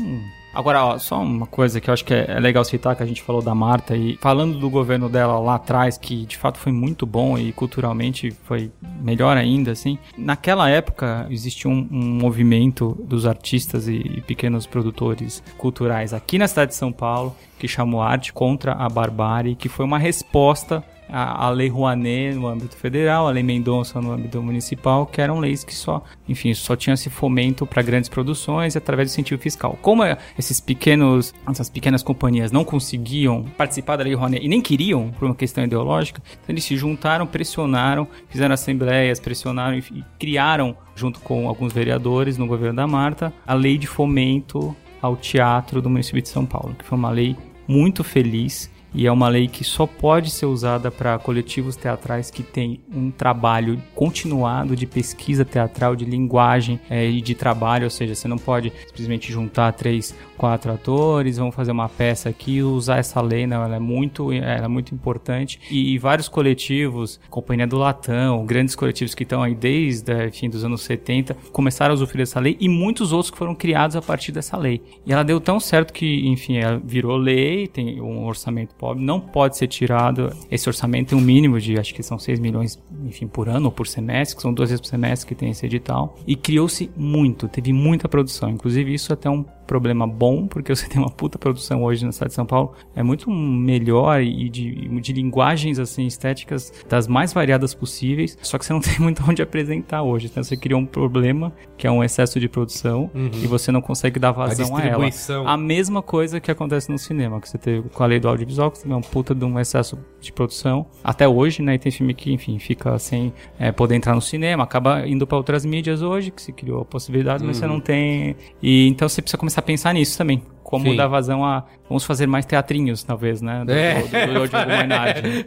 [SPEAKER 2] Agora, ó, só uma coisa que eu acho que é é legal citar, que a gente falou da Marta e falando do governo dela lá atrás, que de fato foi muito bom e culturalmente foi melhor ainda, assim. Naquela época existia um, um movimento dos artistas e, e pequenos produtores culturais aqui na cidade de São Paulo, que chamou Arte contra a Barbárie, que foi uma resposta a, a Lei Rouanet no âmbito federal, a Lei Mendonça no âmbito municipal, que eram leis que só, enfim, só tinha esse fomento para grandes produções e através do incentivo fiscal. Como é, esses pequenos, essas pequenas companhias não conseguiam participar da Lei Rouanet e nem queriam por uma questão ideológica, então eles se juntaram, pressionaram, fizeram assembleias, pressionaram enfim, e criaram junto com alguns vereadores no governo da Marta, a Lei de Fomento ao Teatro do município de São Paulo, que foi uma lei muito feliz e é uma lei que só pode ser usada para coletivos teatrais que têm um trabalho continuado de pesquisa teatral, de linguagem eh, e de trabalho, ou seja, você não pode simplesmente juntar três, quatro atores, vamos fazer uma peça aqui, usar essa lei, não, ela é muito, ela é muito importante. E, e vários coletivos, Companhia do Latão, grandes coletivos que estão aí desde eh, fim dos anos 70, começaram a usufruir dessa lei e muitos outros que foram criados a partir dessa lei. E ela deu tão certo que, enfim, ela é, virou lei, tem um orçamento pobre, não pode ser tirado. Esse orçamento tem um mínimo de, acho que são 6 milhões, enfim, por ano ou por semestre, que são duas vezes por semestre que tem esse edital. E criou-se muito, teve muita produção. Inclusive, isso é até um problema bom, porque você tem uma puta produção hoje na cidade de São Paulo, é muito melhor e de, de linguagens assim estéticas das mais variadas possíveis, só que você não tem muito onde apresentar hoje, então você cria um problema que é um excesso de produção e você não consegue dar vazão a, é, ela.
[SPEAKER 1] distribuição.
[SPEAKER 2] A mesma coisa que acontece no cinema, que você teve com a lei do audiovisual, que também é um puta de um excesso de produção, até hoje, né, e tem filme que, enfim, fica sem é, poder entrar no cinema, acaba indo para outras mídias hoje, que se criou a possibilidade, mas
[SPEAKER 1] Uhum.
[SPEAKER 2] você não tem e então você precisa começar a pensar nisso também. Como
[SPEAKER 1] Sim.
[SPEAKER 2] dar vazão a. Vamos fazer mais teatrinhos, talvez, né? Do,
[SPEAKER 1] É.
[SPEAKER 2] do, do, do, do Maynard.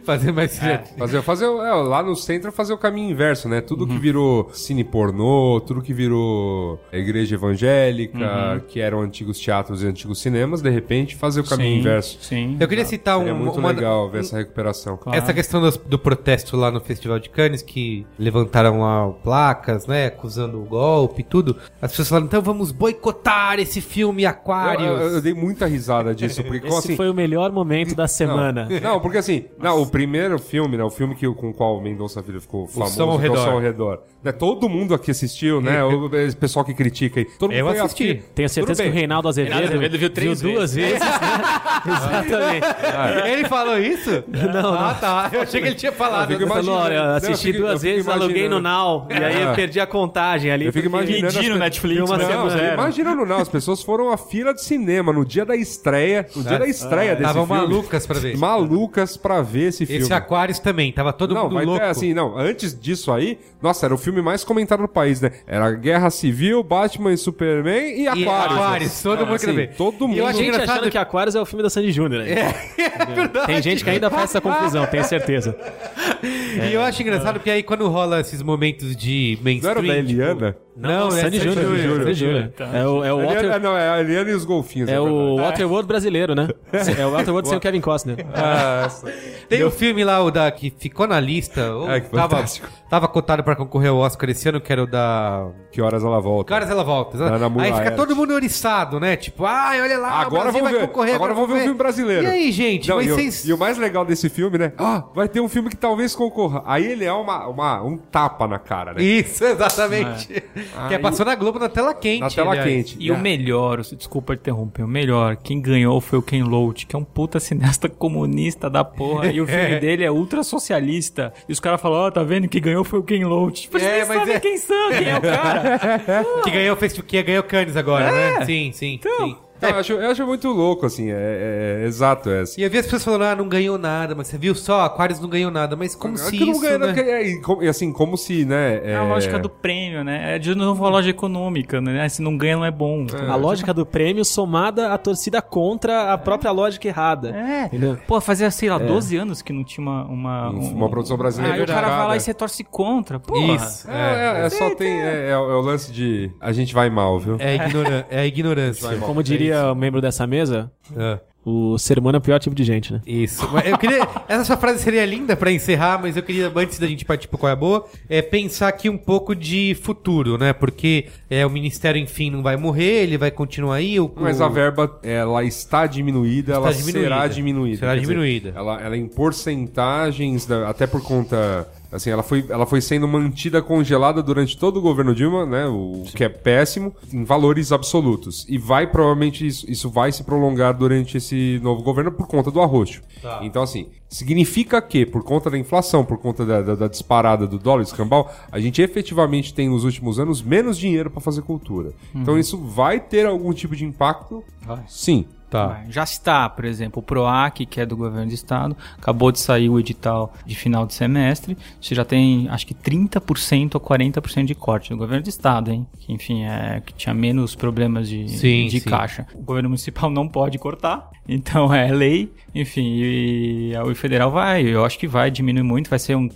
[SPEAKER 1] Fazer mais.
[SPEAKER 4] Fazer, fazer, é, lá no centro fazer o caminho inverso, né? Tudo
[SPEAKER 1] Uhum.
[SPEAKER 4] que virou cine pornô, tudo que virou igreja evangélica,
[SPEAKER 1] Uhum.
[SPEAKER 4] que eram antigos teatros e antigos cinemas, de repente fazer o caminho inverso.
[SPEAKER 2] Sim.
[SPEAKER 1] Eu queria citar um,
[SPEAKER 4] Seria muito
[SPEAKER 1] uma,
[SPEAKER 4] legal ver essa recuperação.
[SPEAKER 1] Essa questão das- do protesto lá no Festival de Cannes, que levantaram lá placas, né, acusando o golpe e tudo, as pessoas falaram, então vamos boicotar esse filme
[SPEAKER 4] Eu,
[SPEAKER 1] Aquários.
[SPEAKER 4] eu- eu dei muita risada disso, porque
[SPEAKER 3] Esse
[SPEAKER 4] assim,
[SPEAKER 3] foi o melhor momento da semana.
[SPEAKER 4] Não, porque assim, não, o primeiro filme, né? O filme que, com o qual o Mendonça Filho ficou famoso,
[SPEAKER 1] Som ao
[SPEAKER 4] que é o
[SPEAKER 1] Redor.
[SPEAKER 4] Som ao redor. Né, todo mundo aqui assistiu, né? O esse pessoal que critica aí. Todo mundo
[SPEAKER 1] Eu
[SPEAKER 4] foi
[SPEAKER 1] assisti.
[SPEAKER 4] assistir.
[SPEAKER 3] Tenho certeza que
[SPEAKER 4] Tudo
[SPEAKER 3] o Reinaldo Azevedo,
[SPEAKER 2] Reinaldo Azevedo viu três
[SPEAKER 3] duas vezes. né? Exatamente.
[SPEAKER 1] Ele falou isso? Não, ah, tá. Eu achei que ele tinha falado.
[SPEAKER 4] Eu fico
[SPEAKER 3] Ele falou,
[SPEAKER 4] imaginando.
[SPEAKER 3] olha,
[SPEAKER 4] Não, eu
[SPEAKER 3] assisti
[SPEAKER 4] fico- eu
[SPEAKER 3] duas
[SPEAKER 4] fico
[SPEAKER 3] vezes, aluguei no
[SPEAKER 4] imaginando.
[SPEAKER 3] Now, e aí eu perdi a contagem ali.
[SPEAKER 4] Eu fico
[SPEAKER 3] porque-
[SPEAKER 4] imaginando.
[SPEAKER 2] Pedi no
[SPEAKER 4] as-
[SPEAKER 2] Netflix,
[SPEAKER 3] uma
[SPEAKER 2] né?
[SPEAKER 4] Não,
[SPEAKER 3] semana.
[SPEAKER 4] você imagina ou não, as pessoas foram à fila de cinema no dia da estreia, no dia da
[SPEAKER 3] Ah,
[SPEAKER 4] estreia desse
[SPEAKER 1] Estavam
[SPEAKER 4] filme.
[SPEAKER 1] malucas pra ver.
[SPEAKER 4] Malucas pra ver esse filme.
[SPEAKER 1] Esse Aquários também, tava todo
[SPEAKER 4] não,
[SPEAKER 1] mundo
[SPEAKER 4] mas
[SPEAKER 1] louco.
[SPEAKER 4] é assim, não, antes disso aí, nossa, era o filme mais comentado do país, né? Era Guerra Civil, Batman e Superman e
[SPEAKER 1] E
[SPEAKER 4] Aquários.
[SPEAKER 1] Aquários, todo mundo queria
[SPEAKER 4] assim,
[SPEAKER 1] ver.
[SPEAKER 4] todo
[SPEAKER 1] E
[SPEAKER 4] mundo-
[SPEAKER 1] eu achei
[SPEAKER 3] Gente
[SPEAKER 1] engraçado
[SPEAKER 3] achando que Aquarius é o filme da Sandy Júnior. né? Tem gente que ainda faz essa confusão, tenho certeza.
[SPEAKER 1] E eu acho engraçado porque aí quando rola esses momentos de
[SPEAKER 4] Não
[SPEAKER 1] mainstream...
[SPEAKER 4] era da
[SPEAKER 1] tipo,
[SPEAKER 4] Eliana?
[SPEAKER 1] Não, é
[SPEAKER 3] Sandy Júnior. Sandy Júnior. É o, é o
[SPEAKER 4] Eliana-
[SPEAKER 3] Walter...
[SPEAKER 4] não, é a Eliana e os golfinhos.
[SPEAKER 3] É
[SPEAKER 4] na
[SPEAKER 3] o
[SPEAKER 4] verdade.
[SPEAKER 3] Waterworld brasileiro, né? É o Waterworld sem o Kevin Costner.
[SPEAKER 1] Tem um filme lá, o da, que ficou na lista, ou
[SPEAKER 4] Ai, Ah, que
[SPEAKER 1] tava,
[SPEAKER 4] fantástico.
[SPEAKER 1] tava cotado pra concorrer ao Oscar esse ano, que era o da...
[SPEAKER 4] Que horas ela volta?
[SPEAKER 1] Que horas ela volta?
[SPEAKER 4] Tá na
[SPEAKER 1] aí
[SPEAKER 4] Mula
[SPEAKER 1] fica
[SPEAKER 4] Hertz.
[SPEAKER 1] todo mundo oriçado, né? Tipo, ai, olha lá,
[SPEAKER 4] agora
[SPEAKER 1] o Brasil
[SPEAKER 4] vamos
[SPEAKER 1] vai
[SPEAKER 4] ver.
[SPEAKER 1] concorrer.
[SPEAKER 4] agora vamos ver o filme brasileiro.
[SPEAKER 1] E aí, gente?
[SPEAKER 4] Não,
[SPEAKER 1] mas
[SPEAKER 4] e, o-
[SPEAKER 1] vocês...
[SPEAKER 4] e o mais legal desse filme, né? Ah, vai ter um filme que talvez concorra. Aí ele é uma, uma- um tapa na cara, né?
[SPEAKER 1] Isso, exatamente. Que é,
[SPEAKER 4] Aí-
[SPEAKER 1] passou na Globo na tela quente.
[SPEAKER 4] É. na tela
[SPEAKER 1] aliás.
[SPEAKER 4] quente.
[SPEAKER 2] E o melhor, desculpa interromper, Campion, melhor, quem ganhou foi o Ken Loach, que é um puta cineasta comunista da porra, e o filme dele é ultra socialista. E os caras falam, ó, tá vendo, quem ganhou foi o Ken Loach. Tipo,
[SPEAKER 1] É,
[SPEAKER 2] vocês
[SPEAKER 1] mas
[SPEAKER 2] sabem
[SPEAKER 1] é-
[SPEAKER 2] quem são, quem é o cara.
[SPEAKER 1] Que ganhou o Festival, que ganhou Cannes agora, né? Sim, sim. sim.
[SPEAKER 4] É. Então, eu, acho, eu acho muito louco, assim, é, é- é exato essa.
[SPEAKER 1] E eu vi as pessoas falando, ah, não ganhou nada, mas você viu só, Aquarius não ganhou nada, mas como se
[SPEAKER 4] Aquilo
[SPEAKER 1] isso,
[SPEAKER 4] É ganha-
[SPEAKER 1] né?
[SPEAKER 4] é, e como- e assim, como se, né?
[SPEAKER 2] É a lógica do prêmio, né? É de novo a loja econômica, né? Se não ganha, não é bom.
[SPEAKER 3] A lógica do prêmio somada à torcida contra a própria lógica errada.
[SPEAKER 2] É.
[SPEAKER 3] Entendeu?
[SPEAKER 2] Pô, fazia, sei lá,
[SPEAKER 1] É.
[SPEAKER 2] 12 anos que não tinha uma. Uma, um-
[SPEAKER 4] é, Uma produção brasileira. é
[SPEAKER 2] Aí o cara vai lá
[SPEAKER 4] jogada.
[SPEAKER 2] e você torce contra. Pô,
[SPEAKER 1] Isso.
[SPEAKER 4] É, é, é só tem. É, é o é o lance de. A gente vai mal, viu?
[SPEAKER 1] É, ignoran- é a ignorância.
[SPEAKER 3] Como diria o membro dessa mesa,
[SPEAKER 1] Ah,
[SPEAKER 3] o ser humano é o pior tipo de gente, né?
[SPEAKER 1] isso. Mas eu queria. Essa sua frase seria linda pra encerrar, mas eu queria, antes da gente partir pro qual é a boa, é pensar aqui um pouco de futuro, né? Porque é, o Ministério, enfim, não vai morrer, ele vai continuar aí. O,
[SPEAKER 4] Mas
[SPEAKER 1] o-
[SPEAKER 4] a verba, ela está diminuída, ela
[SPEAKER 1] diminuída.
[SPEAKER 4] será diminuída.
[SPEAKER 1] Será
[SPEAKER 4] Quer dizer,
[SPEAKER 1] diminuída.
[SPEAKER 4] ela, ela em porcentagens, da- até por conta... Assim, ela foi, ela foi sendo mantida congelada durante todo o governo Dilma, né? O que é péssimo, em valores absolutos. E vai, provavelmente, isso, isso vai se prolongar durante esse novo governo por conta do arroxo. Então, assim, significa que, por conta da inflação, por conta da, da- da disparada do dólar escambau, a gente efetivamente tem, nos últimos anos, menos dinheiro para fazer cultura. Então, isso vai ter algum tipo de impacto? Sim.
[SPEAKER 1] Tá.
[SPEAKER 2] Vai. Já está, por exemplo, o PROAC, que é do governo do estado, acabou de sair o edital de final de semestre. Você já tem, acho que 30% ou 40% de corte do governo do estado, hein? Que, enfim, é que tinha menos problemas de,
[SPEAKER 1] Sim,
[SPEAKER 2] de
[SPEAKER 1] sim.
[SPEAKER 2] caixa. O governo municipal não pode cortar, então é lei. Enfim, e o federal vai, eu acho que vai diminuir muito, vai ser um,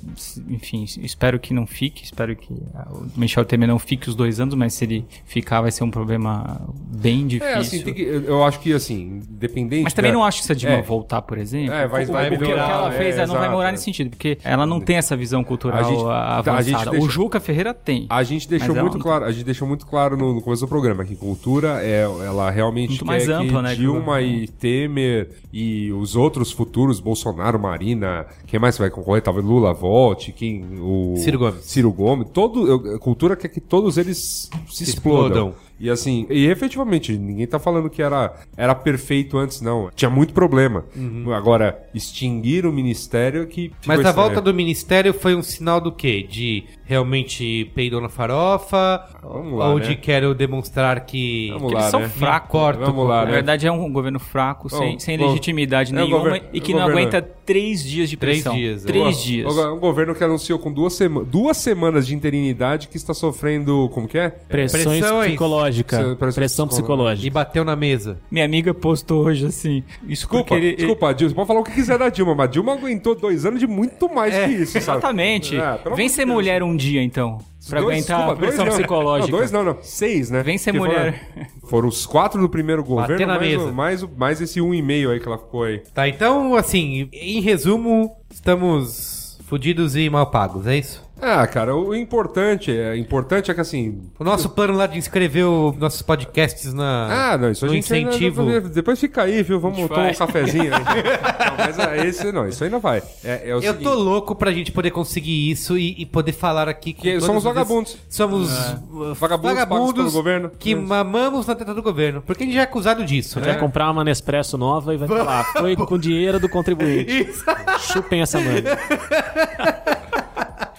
[SPEAKER 2] enfim, espero que não fique, espero que ah, o Michel Temer não fique os dois anos, mas se ele ficar vai ser um problema bem difícil.
[SPEAKER 4] É, assim, tem que, eu eu acho que, assim, independente...
[SPEAKER 2] Mas também
[SPEAKER 4] da-
[SPEAKER 2] não acho que se a Dilma
[SPEAKER 4] É.
[SPEAKER 2] voltar, por exemplo.
[SPEAKER 4] É, vai-
[SPEAKER 2] o,
[SPEAKER 4] vai
[SPEAKER 2] o que
[SPEAKER 4] melhorar,
[SPEAKER 2] ela
[SPEAKER 4] é,
[SPEAKER 2] fez ela não vai
[SPEAKER 4] exato,
[SPEAKER 2] melhorar
[SPEAKER 4] é.
[SPEAKER 2] nesse sentido, porque ela não tem essa visão cultural
[SPEAKER 4] A
[SPEAKER 2] a-
[SPEAKER 4] gente- tá, a
[SPEAKER 2] avançada.
[SPEAKER 4] gente deixa- Ah,
[SPEAKER 2] O Juca Ferreira tem.
[SPEAKER 4] A gente deixou
[SPEAKER 2] Mas é
[SPEAKER 4] muito
[SPEAKER 2] um-
[SPEAKER 4] claro, a gente deixou muito claro no, no começo do programa que cultura é ela realmente
[SPEAKER 2] Muito
[SPEAKER 4] quer
[SPEAKER 2] mais ampla,
[SPEAKER 4] que
[SPEAKER 2] né, que
[SPEAKER 4] Dilma
[SPEAKER 2] o-
[SPEAKER 4] e Temer e os outros futuros Bolsonaro, Marina, quem mais vai concorrer? Talvez Lula volte, quem o
[SPEAKER 1] Ciro Gomes.
[SPEAKER 4] Ciro Gomes, todo eu- a cultura quer que todos eles se, explodam.
[SPEAKER 1] explodam.
[SPEAKER 4] E assim, e efetivamente, ninguém tá falando que era, era perfeito antes, não. Tinha muito problema.
[SPEAKER 2] Uhum.
[SPEAKER 4] Agora, extinguir o ministério é que. ficou
[SPEAKER 1] Mas a
[SPEAKER 4] estranho.
[SPEAKER 1] volta do ministério foi um sinal do quê? De realmente peidou na farofa?
[SPEAKER 4] Vamos lá,
[SPEAKER 1] ou
[SPEAKER 4] né?
[SPEAKER 1] de quero demonstrar que.
[SPEAKER 4] Vamos
[SPEAKER 2] Eles
[SPEAKER 4] lá,
[SPEAKER 2] são
[SPEAKER 4] né?
[SPEAKER 2] fracos.
[SPEAKER 1] Importa
[SPEAKER 4] Vamos
[SPEAKER 1] com-
[SPEAKER 4] lá,
[SPEAKER 2] Na
[SPEAKER 4] né?
[SPEAKER 2] verdade, é um governo fraco, sem,
[SPEAKER 4] Bom,
[SPEAKER 2] sem
[SPEAKER 4] bom.
[SPEAKER 2] legitimidade
[SPEAKER 4] É o
[SPEAKER 2] nenhuma
[SPEAKER 4] governo-
[SPEAKER 2] e
[SPEAKER 4] é
[SPEAKER 2] que
[SPEAKER 4] o
[SPEAKER 2] não
[SPEAKER 4] governo.
[SPEAKER 2] aguenta três dias de
[SPEAKER 1] Três
[SPEAKER 2] pressão.
[SPEAKER 1] dias, é.
[SPEAKER 2] Três
[SPEAKER 4] Boa.
[SPEAKER 2] dias.
[SPEAKER 4] Agora, Um governo que anunciou com duas, sema duas semanas de interinidade que está sofrendo. Como que é?
[SPEAKER 3] Pressões,
[SPEAKER 1] Pressões.
[SPEAKER 3] psicológicas.
[SPEAKER 4] Pressões
[SPEAKER 3] Pressão
[SPEAKER 1] E
[SPEAKER 3] psicológica.
[SPEAKER 1] bateu na mesa.
[SPEAKER 2] Minha amiga postou hoje assim.
[SPEAKER 4] Desculpa,
[SPEAKER 2] Desculpa, ele,
[SPEAKER 4] desculpa, Dilma. Você pode falar o que quiser da Dilma, mas Dilma aguentou dois anos de muito mais que isso, sabe?
[SPEAKER 2] É, Exatamente.
[SPEAKER 4] É, pelo amor
[SPEAKER 2] Vem
[SPEAKER 4] de
[SPEAKER 2] ser
[SPEAKER 4] Deus.
[SPEAKER 2] mulher um dia, então. Pra
[SPEAKER 4] Dois-
[SPEAKER 2] aguentar
[SPEAKER 4] desculpa,
[SPEAKER 2] a
[SPEAKER 4] dois
[SPEAKER 2] pressão
[SPEAKER 4] não.
[SPEAKER 2] psicológica.
[SPEAKER 4] Não, dois não, não. Seis, né?
[SPEAKER 2] Vem ser
[SPEAKER 4] Porque
[SPEAKER 2] mulher.
[SPEAKER 4] Foram, foram os quatro do primeiro governo,
[SPEAKER 1] na
[SPEAKER 4] mais, o-
[SPEAKER 1] mesa.
[SPEAKER 4] mais, o- mais esse um e meio aí que ela ficou aí.
[SPEAKER 1] Tá, então, assim, em resumo, estamos fudidos e mal pagos, é isso?
[SPEAKER 4] Ah, cara, o importante é, importante é que assim.
[SPEAKER 1] O nosso plano lá de inscrever os nossos podcasts na,
[SPEAKER 4] Ah, não, isso a
[SPEAKER 1] no
[SPEAKER 4] gente ainda-
[SPEAKER 1] incentivo.
[SPEAKER 4] depois fica aí, viu? Vamos
[SPEAKER 2] gente
[SPEAKER 4] tomar um
[SPEAKER 2] vai.
[SPEAKER 4] cafezinho. aí. não, mas ah, esse não, isso aí não vai. É, é o
[SPEAKER 1] Eu
[SPEAKER 4] seguinte,
[SPEAKER 1] tô louco pra gente poder conseguir isso e, e poder falar aqui com
[SPEAKER 4] Que
[SPEAKER 1] todas
[SPEAKER 4] somos
[SPEAKER 1] as-
[SPEAKER 4] vagabundos.
[SPEAKER 1] Somos uh,
[SPEAKER 4] Vagabundos
[SPEAKER 1] vagabundos,
[SPEAKER 4] pagos pelo governo.
[SPEAKER 1] que
[SPEAKER 4] É.
[SPEAKER 1] mamamos na teta do governo. Porque a gente já é acusado disso,
[SPEAKER 3] Vai
[SPEAKER 1] né?
[SPEAKER 3] comprar uma Nespresso nova e vai falar, foi com dinheiro do contribuinte.
[SPEAKER 1] Isso.
[SPEAKER 3] Chupem essa manga.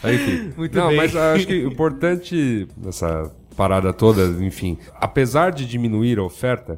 [SPEAKER 4] Aí, enfim.
[SPEAKER 1] Muito
[SPEAKER 4] não,
[SPEAKER 1] bem.
[SPEAKER 4] mas acho que o importante nessa parada toda, enfim, apesar de diminuir a oferta,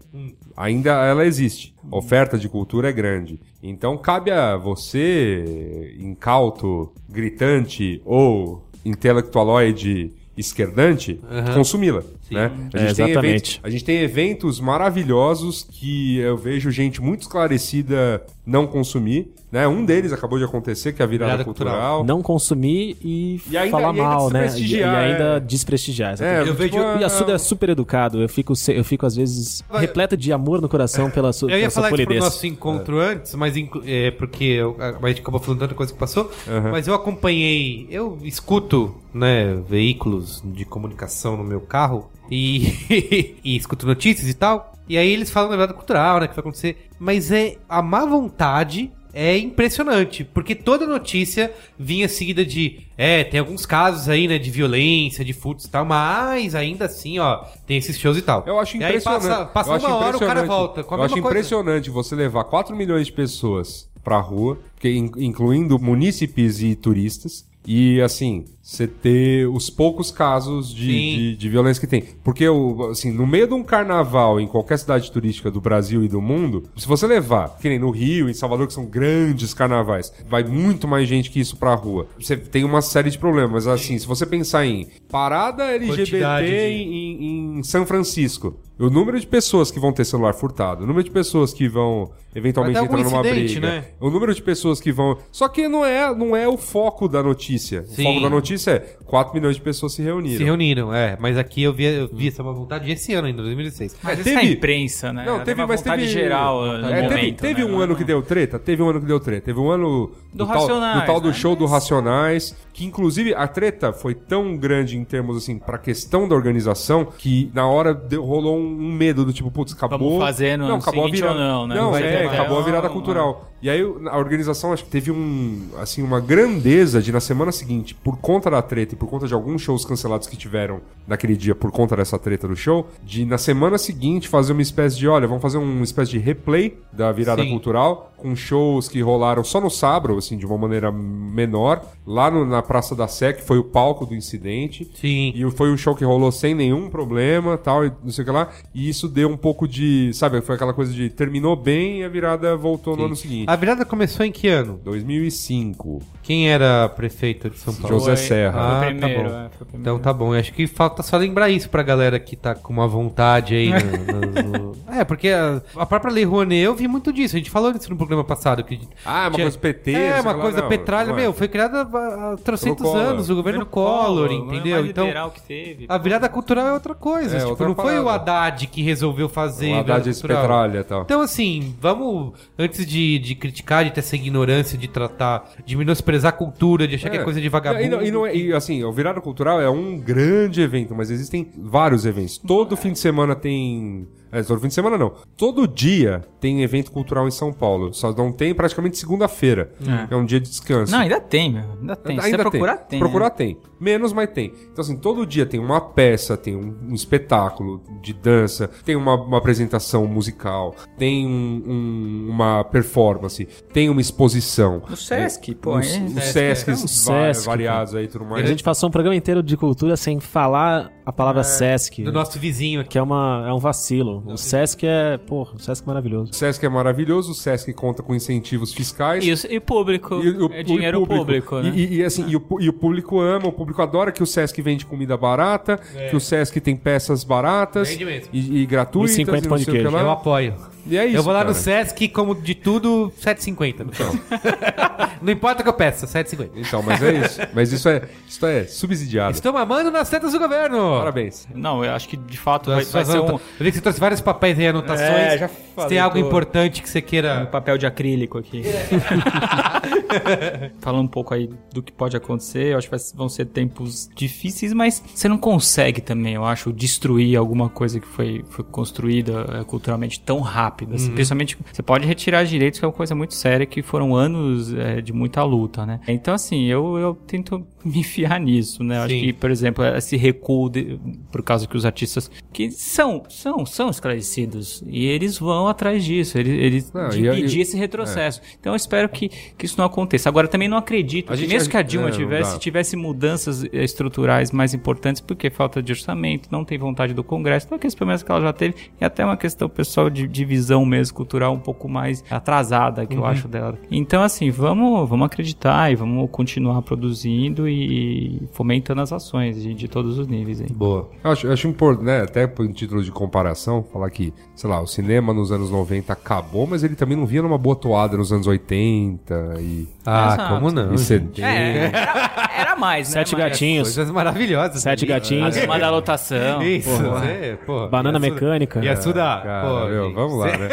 [SPEAKER 4] ainda ela existe. A oferta de cultura é grande. Então cabe a você, incauto, gritante ou intelectualoide esquerdante, consumi-la. Né? A,
[SPEAKER 3] É,
[SPEAKER 4] gente tem
[SPEAKER 3] exatamente.
[SPEAKER 4] eventos, a gente tem eventos maravilhosos que eu vejo gente muito esclarecida não consumir. Né? Um deles acabou de acontecer, que é a virada,
[SPEAKER 1] Virada cultural.
[SPEAKER 4] cultural.
[SPEAKER 3] Não consumir e,
[SPEAKER 4] E ainda-
[SPEAKER 3] falar
[SPEAKER 4] e ainda
[SPEAKER 3] mal, né? E, e
[SPEAKER 4] desprestigiar, é.
[SPEAKER 3] ainda desprestigiar.
[SPEAKER 4] É,
[SPEAKER 3] exatamente.
[SPEAKER 4] Eu tipo, vejo-
[SPEAKER 3] E a Suda é super educado. Eu fico, se- eu fico às vezes,
[SPEAKER 1] Vai-
[SPEAKER 3] repleto de amor no coração pela sua,
[SPEAKER 1] Eu
[SPEAKER 3] pela
[SPEAKER 1] ia
[SPEAKER 3] sua
[SPEAKER 1] falar isso pro
[SPEAKER 3] polidez.
[SPEAKER 1] nosso encontro antes, mas inclu- é, porque eu- a a gente acabou falando tanta coisa que passou, mas eu acompanhei, eu escuto, né, veículos de comunicação no meu carro e, e escuto notícias e tal. E aí eles falam da verdade cultural, né, que vai acontecer, mas é a má vontade é impressionante, porque toda notícia vinha seguida de, é, tem alguns casos aí, né, de violência, de furtos e tal, mas ainda assim, ó, tem esses shows e tal.
[SPEAKER 4] Eu acho
[SPEAKER 1] E aí
[SPEAKER 4] impressionante.
[SPEAKER 1] passa, passa
[SPEAKER 4] eu acho
[SPEAKER 1] uma hora, o cara
[SPEAKER 4] impressionante.
[SPEAKER 1] volta com a
[SPEAKER 4] eu acho
[SPEAKER 1] mesma coisa.
[SPEAKER 4] impressionante você levar 4 milhões de pessoas pra rua, que in- incluindo munícipes e turistas, e assim, você ter os poucos casos de,
[SPEAKER 1] Sim.
[SPEAKER 4] de, de violência que tem. Porque, o- assim, no meio de um carnaval em qualquer cidade turística do Brasil e do mundo, se você levar, que nem no Rio, em Salvador, que são grandes carnavais, vai muito mais gente que isso pra rua. Você tem uma série de problemas. Assim, se você pensar em parada LGBT
[SPEAKER 1] Quantidade de-
[SPEAKER 4] em, em- em São Francisco. O número de pessoas que vão ter celular furtado, o número de pessoas que vão eventualmente
[SPEAKER 1] Vai ter algum
[SPEAKER 4] entrar numa
[SPEAKER 1] incidente,
[SPEAKER 4] briga,
[SPEAKER 1] né?
[SPEAKER 4] o número de pessoas que vão. Só que não é, não é o foco da notícia.
[SPEAKER 1] Sim.
[SPEAKER 4] O foco da notícia é 4 milhões de pessoas se reuniram.
[SPEAKER 1] Se reuniram, é, mas aqui eu vi, eu vi essa má vontade esse ano, em 2016.
[SPEAKER 2] Mas
[SPEAKER 4] teve-
[SPEAKER 2] isso é a imprensa, né?
[SPEAKER 4] Não,
[SPEAKER 2] Ela
[SPEAKER 4] teve,
[SPEAKER 2] uma
[SPEAKER 4] mas
[SPEAKER 2] vontade
[SPEAKER 4] teve.
[SPEAKER 2] geral
[SPEAKER 4] É,
[SPEAKER 2] no
[SPEAKER 4] teve-
[SPEAKER 2] momento,
[SPEAKER 4] teve
[SPEAKER 2] né?
[SPEAKER 4] um ano que deu treta? Teve um ano que deu treta. Teve um ano
[SPEAKER 2] Do
[SPEAKER 4] tal,
[SPEAKER 2] Racionais,
[SPEAKER 4] do tal do
[SPEAKER 2] né?
[SPEAKER 4] show do Racionais. Que inclusive a treta foi tão grande em termos assim, pra questão da organização, que na hora deu- rolou um, um medo do tipo, putz, acabou.
[SPEAKER 2] Vamos fazer no
[SPEAKER 4] não,
[SPEAKER 2] ano
[SPEAKER 4] acabou a
[SPEAKER 2] seguinte ou
[SPEAKER 4] virada.
[SPEAKER 2] não, né?
[SPEAKER 4] Não,
[SPEAKER 2] Não vai
[SPEAKER 4] é,
[SPEAKER 2] ter mais.
[SPEAKER 4] acabou a virada
[SPEAKER 2] Não,
[SPEAKER 4] cultural. E aí a organização acho que teve um assim uma grandeza de na semana seguinte, por conta da treta e por conta de alguns shows cancelados que tiveram naquele dia por conta dessa treta do show, de na semana seguinte fazer uma espécie de, olha, vamos fazer uma espécie de replay da virada
[SPEAKER 1] Sim.
[SPEAKER 4] cultural com shows que rolaram só no sábado, assim, de uma maneira menor, lá no- na Praça da Sé, que foi o palco do incidente.
[SPEAKER 1] Sim.
[SPEAKER 4] E foi um show que rolou sem nenhum problema, tal, e não sei o que lá. E isso deu um pouco de. Sabe, foi aquela coisa de terminou bem e a virada voltou no ano seguinte.
[SPEAKER 1] A virada começou em que ano?
[SPEAKER 4] 2005.
[SPEAKER 1] Quem era prefeito de São Paulo?
[SPEAKER 4] José Serra.
[SPEAKER 1] Ah,
[SPEAKER 2] Foi
[SPEAKER 1] tá
[SPEAKER 2] o primeiro,
[SPEAKER 1] bom.
[SPEAKER 2] é, foi o primeiro.
[SPEAKER 1] Então tá bom, eu acho que falta só lembrar isso pra galera que tá com uma vontade aí. no- no- no- É, porque a, a própria Lei Rouanet, eu vi muito disso, a gente falou disso no programa passado. Que
[SPEAKER 4] Ah, é uma coisa PT, não
[SPEAKER 1] É,
[SPEAKER 4] sei
[SPEAKER 1] uma
[SPEAKER 4] lá,
[SPEAKER 1] coisa
[SPEAKER 4] não,
[SPEAKER 1] petralha,
[SPEAKER 4] não é.
[SPEAKER 1] meu, foi criada há há trocentos
[SPEAKER 4] Collor.
[SPEAKER 1] anos, o governo, Collor, entendeu? Então,
[SPEAKER 2] Então, é que teve,
[SPEAKER 1] a virada cultural é outra coisa,
[SPEAKER 4] É,
[SPEAKER 1] tipo,
[SPEAKER 4] outra
[SPEAKER 1] não foi o
[SPEAKER 4] parada.
[SPEAKER 1] Haddad que resolveu fazer
[SPEAKER 4] O
[SPEAKER 1] a
[SPEAKER 4] Haddad
[SPEAKER 1] virada
[SPEAKER 4] esse
[SPEAKER 1] né, cultural.
[SPEAKER 4] petralha e tal.
[SPEAKER 1] Então, assim, vamos. Antes de, de criticar, de ter essa ignorância, de tratar, de menosprezar a cultura, de achar que é coisa de vagabundo.
[SPEAKER 4] E, não- e não é- e, assim, o Virada Cultural é um grande evento, mas existem vários eventos. Todo fim de semana tem. É, todo fim de semana não. Todo dia tem evento cultural em São Paulo. Só não tem praticamente segunda-feira. É. um dia de descanso.
[SPEAKER 2] Não, ainda tem, meu. Ainda tem. Se você procurar, tem. né?
[SPEAKER 4] Procurar tem. Menos, mas tem. Então, assim, todo dia tem uma peça, tem um, um espetáculo de dança, tem uma, uma apresentação musical, tem um- um- uma performance, tem uma exposição.
[SPEAKER 2] O Sesc, pô, é.
[SPEAKER 4] Um- um
[SPEAKER 2] Sesc,
[SPEAKER 4] Sesc,
[SPEAKER 2] é.
[SPEAKER 4] va-
[SPEAKER 3] Sesc,
[SPEAKER 4] variados aí e tudo
[SPEAKER 3] A
[SPEAKER 4] mais.
[SPEAKER 3] gente passou um programa inteiro de cultura sem falar a palavra Sesc.
[SPEAKER 1] Do nosso vizinho aqui.
[SPEAKER 3] Que é, uma, é um vacilo. O Sesc é. Porra, o Sesc é maravilhoso.
[SPEAKER 4] O Sesc é maravilhoso, o Sesc conta com incentivos fiscais.
[SPEAKER 2] E, o- e público.
[SPEAKER 4] E o-
[SPEAKER 2] é
[SPEAKER 4] o
[SPEAKER 2] dinheiro público, né?
[SPEAKER 4] E, e- e assim, e, o, pu- e o público ama, o público adora que o Sesc vende comida barata, que o Sesc tem peças baratas
[SPEAKER 1] É. Vende mesmo.
[SPEAKER 4] e, e gratuitas.
[SPEAKER 3] E 50
[SPEAKER 4] não
[SPEAKER 3] pão de
[SPEAKER 4] sei o que
[SPEAKER 3] queijo.
[SPEAKER 4] lá.
[SPEAKER 1] Eu apoio.
[SPEAKER 4] E é isso,
[SPEAKER 1] eu vou lá no
[SPEAKER 4] cara.
[SPEAKER 1] Sesc, como de tudo, 7,50. não importa o que eu peço, 7,50.
[SPEAKER 4] Então, mas é isso. Mas isso é, isso é subsidiado.
[SPEAKER 1] Estou mamando nas tetas do governo.
[SPEAKER 4] Parabéns.
[SPEAKER 2] Não, eu acho que de fato vai,
[SPEAKER 1] Vai,
[SPEAKER 2] vai ser um,
[SPEAKER 1] Eu vi que você trouxe vários papéis aí, anotações.
[SPEAKER 2] É, já
[SPEAKER 1] Se
[SPEAKER 2] falei
[SPEAKER 1] tem algo
[SPEAKER 2] tudo.
[SPEAKER 1] importante que você
[SPEAKER 2] um
[SPEAKER 1] queira.
[SPEAKER 2] papel de acrílico aqui. Falando um pouco aí do que pode acontecer, eu acho que vai- vão ser tempos difíceis, mas você não consegue também, eu acho, destruir alguma coisa que foi, foi construída eh, culturalmente tão rápido. assim. Principalmente, você pode retirar direitos, que é uma coisa muito séria, que foram anos eh, de muita luta, né? Então, assim, eu, eu tento me enfiar nisso, né? Eu acho
[SPEAKER 1] Sim.
[SPEAKER 2] que, por exemplo, esse recuo, de- por causa que os artistas que são, são, são esclarecidos, e eles vão atrás disso, eles, eles
[SPEAKER 4] Não,
[SPEAKER 2] de
[SPEAKER 4] e é. eu-
[SPEAKER 2] impedir esse retrocesso. Então eu espero que, que isso não aconteça. Agora também não acredito
[SPEAKER 4] A
[SPEAKER 2] que
[SPEAKER 4] gente-
[SPEAKER 2] mesmo que a
[SPEAKER 4] é,
[SPEAKER 2] Dilma
[SPEAKER 4] não dá.
[SPEAKER 2] tivesse, tivesse mudanças eh, estruturais mais importantes, porque falta de orçamento, não tem vontade do Congresso, todas aquelas promessas que ela já teve, e até uma questão pessoal de, de visão mesmo, cultural, um pouco mais atrasada que eu
[SPEAKER 4] Uhum.
[SPEAKER 2] acho dela. Então, assim, vamos, vamos acreditar e vamos continuar produzindo e, e fomentando as ações de, de todos os níveis aí.
[SPEAKER 1] Boa.
[SPEAKER 4] Eu acho, eu acho importante, né? Até por título de comparação, falar que, sei lá, o cinema nos anos 90 acabou, mas ele também não vinha numa boa toada nos anos 80 e,
[SPEAKER 1] Ah,
[SPEAKER 2] Exato.
[SPEAKER 1] como não?
[SPEAKER 4] e
[SPEAKER 1] gente?
[SPEAKER 4] 70.
[SPEAKER 2] É. era,
[SPEAKER 1] é
[SPEAKER 2] mais, né,
[SPEAKER 3] Sete gatinhos,
[SPEAKER 1] Coisas maravilhosas.
[SPEAKER 3] Sete
[SPEAKER 1] também.
[SPEAKER 3] gatinhos,
[SPEAKER 2] Acima da lotação.
[SPEAKER 1] Isso,
[SPEAKER 2] porra.
[SPEAKER 1] é, porra.
[SPEAKER 3] banana
[SPEAKER 1] Yasuda-
[SPEAKER 3] mecânica.
[SPEAKER 1] Yasuda,
[SPEAKER 4] Cara,
[SPEAKER 1] pô,
[SPEAKER 4] meu,
[SPEAKER 1] gente.
[SPEAKER 4] vamos lá, né?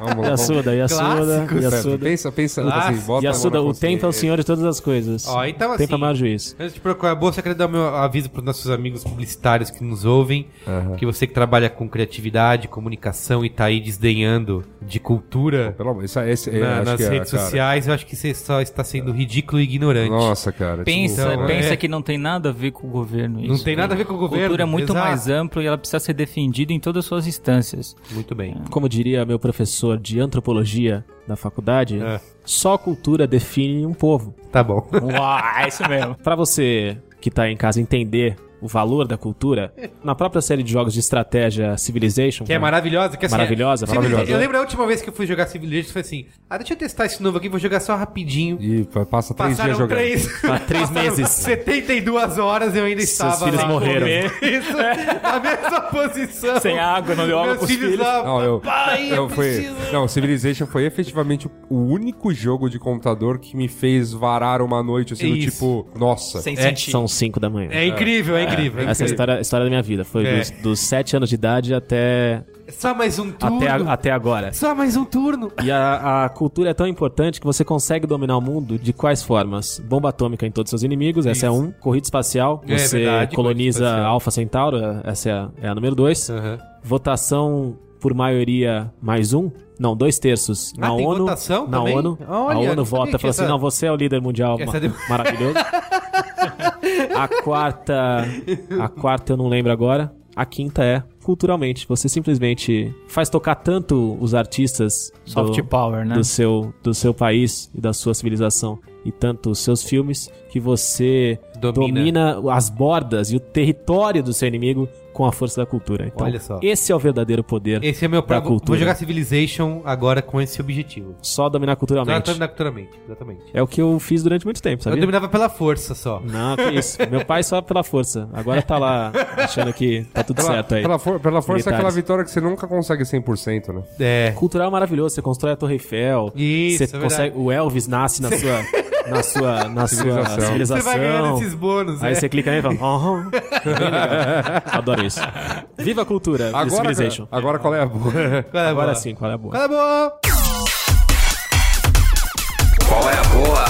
[SPEAKER 4] Vamos,
[SPEAKER 1] é
[SPEAKER 3] Yassuda, Yassuda,
[SPEAKER 1] Clássicos,
[SPEAKER 4] Certo,
[SPEAKER 3] Yassuda.
[SPEAKER 4] Pensa, pensa assim, bota a mão
[SPEAKER 3] Yassuda,
[SPEAKER 4] na
[SPEAKER 3] o tempo é o
[SPEAKER 4] consciência.
[SPEAKER 3] senhor de todas as coisas.
[SPEAKER 1] Ó, então
[SPEAKER 3] Tempo
[SPEAKER 1] assim-
[SPEAKER 3] é o maior juiz.
[SPEAKER 1] Antes de procurar é a bolsa, eu quero dar o meu aviso para os nossos amigos publicitários que nos ouvem, que você que trabalha com criatividade, comunicação e tá aí desdenhando de cultura
[SPEAKER 4] Pelo amor, isso, é- esse, é,
[SPEAKER 1] na-
[SPEAKER 4] acho
[SPEAKER 1] nas
[SPEAKER 4] que é,
[SPEAKER 1] redes
[SPEAKER 4] cara.
[SPEAKER 1] sociais, eu acho que você só está sendo ridículo e ignorante.
[SPEAKER 4] Nossa, cara.
[SPEAKER 2] Pensa,
[SPEAKER 4] desculpa, né?
[SPEAKER 2] pensa
[SPEAKER 1] é.
[SPEAKER 2] que não tem nada a ver com o governo isso.
[SPEAKER 1] Não tem nada a ver com o governo.
[SPEAKER 2] Cultura é muito
[SPEAKER 1] exato.
[SPEAKER 2] mais ampla e ela precisa ser defendida em todas as suas instâncias.
[SPEAKER 1] Muito bem.
[SPEAKER 3] Como diria meu professor de antropologia na faculdade,
[SPEAKER 1] É.
[SPEAKER 3] só a cultura define um povo.
[SPEAKER 1] Tá bom.
[SPEAKER 2] Uau, é isso mesmo.
[SPEAKER 3] Pra você que tá em casa entender o valor da cultura, na própria série de jogos de estratégia Civilization, né?
[SPEAKER 1] Que é maravilhosa. Que assim,
[SPEAKER 3] Maravilhosa,
[SPEAKER 1] é- Civilization-
[SPEAKER 3] maravilhosa.
[SPEAKER 1] Eu lembro a última vez que eu fui jogar Civilization, foi assim, ah, deixa eu testar esse novo aqui, vou jogar só rapidinho.
[SPEAKER 4] E pa- passa três dias
[SPEAKER 1] Passaram
[SPEAKER 4] jogando.
[SPEAKER 1] três,
[SPEAKER 3] Há três
[SPEAKER 1] passaram
[SPEAKER 3] meses.
[SPEAKER 1] 72 horas eu ainda
[SPEAKER 3] Seus
[SPEAKER 1] estava
[SPEAKER 3] filhos
[SPEAKER 1] lá.
[SPEAKER 3] morreram.
[SPEAKER 1] Isso, na mesma posição.
[SPEAKER 2] Sem água, não deu água
[SPEAKER 1] Meus
[SPEAKER 2] pros
[SPEAKER 1] filhos
[SPEAKER 2] filhos.
[SPEAKER 1] lá,
[SPEAKER 4] Não, eu,
[SPEAKER 1] papai,
[SPEAKER 4] eu fui,
[SPEAKER 1] preciso-
[SPEAKER 4] não, Civilization foi efetivamente o único jogo de computador que me fez varar uma noite assim, do
[SPEAKER 1] Isso.
[SPEAKER 4] tipo, nossa.
[SPEAKER 2] Sem
[SPEAKER 3] é,
[SPEAKER 2] sentido.
[SPEAKER 3] são cinco da manhã.
[SPEAKER 1] É incrível, é incrível. é
[SPEAKER 3] Essa é a
[SPEAKER 1] incrível.
[SPEAKER 3] história, a história da minha vida. Foi
[SPEAKER 1] É.
[SPEAKER 3] dos, dos sete anos de idade até,
[SPEAKER 1] Só mais um turno.
[SPEAKER 3] até, a- até agora.
[SPEAKER 1] Só mais um turno.
[SPEAKER 3] E a, a cultura é tão importante que você consegue dominar o mundo de quais formas? Bomba atômica em todos seus inimigos, essa é um. Corrida espacial,
[SPEAKER 1] É
[SPEAKER 3] você
[SPEAKER 1] verdade,
[SPEAKER 3] coloniza
[SPEAKER 1] corrida espacial.
[SPEAKER 3] Alpha Centauro, essa é a, é a número dois. Votação por maioria mais um? Não, dois terços.
[SPEAKER 1] Ah,
[SPEAKER 3] na
[SPEAKER 1] tem
[SPEAKER 3] ONU.
[SPEAKER 1] votação
[SPEAKER 3] na
[SPEAKER 1] também?
[SPEAKER 3] ONU.
[SPEAKER 1] Olha,
[SPEAKER 3] a
[SPEAKER 1] não
[SPEAKER 3] ONU
[SPEAKER 1] sabia
[SPEAKER 3] vota
[SPEAKER 1] que
[SPEAKER 3] e fala assim:
[SPEAKER 1] essa-
[SPEAKER 3] não, você é o líder mundial
[SPEAKER 1] Essa
[SPEAKER 3] ma-
[SPEAKER 1] demo-
[SPEAKER 3] maravilhoso. a quarta. A quarta eu não lembro agora. A quinta é culturalmente. Você simplesmente faz tocar tanto os artistas
[SPEAKER 2] Soft
[SPEAKER 3] do,
[SPEAKER 2] power, né?
[SPEAKER 3] do seu, do seu país e da sua civilização e tanto os seus filmes que você
[SPEAKER 1] Domina.
[SPEAKER 3] domina. as bordas e o território do seu inimigo com a força da cultura. Então,
[SPEAKER 1] Olha só.
[SPEAKER 3] esse é o verdadeiro poder.
[SPEAKER 1] Esse é meu
[SPEAKER 3] Da
[SPEAKER 1] próprio. Vou
[SPEAKER 3] cultura.
[SPEAKER 1] jogar Civilization agora com esse objetivo.
[SPEAKER 3] Só dominar culturalmente.
[SPEAKER 1] Exatamente. Naturalmente, exatamente.
[SPEAKER 3] É o que eu fiz durante muito tempo,
[SPEAKER 1] Eu
[SPEAKER 3] sabe?
[SPEAKER 1] dominava pela força só.
[SPEAKER 3] Não, que isso. Meu pai só pela força. Agora tá lá achando que tá tudo
[SPEAKER 4] Pela,
[SPEAKER 3] certo aí.
[SPEAKER 4] pela, for- pela força é aquela
[SPEAKER 3] Militares.
[SPEAKER 4] vitória que você nunca consegue 100%, né?
[SPEAKER 1] É.
[SPEAKER 3] Cultural é maravilhoso, você constrói a Torre Eiffel.
[SPEAKER 1] Isso,
[SPEAKER 3] você
[SPEAKER 1] é verdade.
[SPEAKER 3] consegue, o Elvis nasce na sua na sua na sua
[SPEAKER 4] Civilização.
[SPEAKER 1] Você
[SPEAKER 3] civilização.
[SPEAKER 1] vai ganhando esses bônus.
[SPEAKER 3] Aí
[SPEAKER 1] é.
[SPEAKER 3] você clica nele e fala. "Oh, oh." Bem legal. Adoro isso. Viva a cultura de
[SPEAKER 4] Agora,
[SPEAKER 3] Civilization.
[SPEAKER 4] agora qual é a boa?
[SPEAKER 1] Qual é a
[SPEAKER 3] Agora
[SPEAKER 1] boa?
[SPEAKER 3] sim, qual é a boa?
[SPEAKER 1] Qual é a boa?
[SPEAKER 5] Qual é a boa?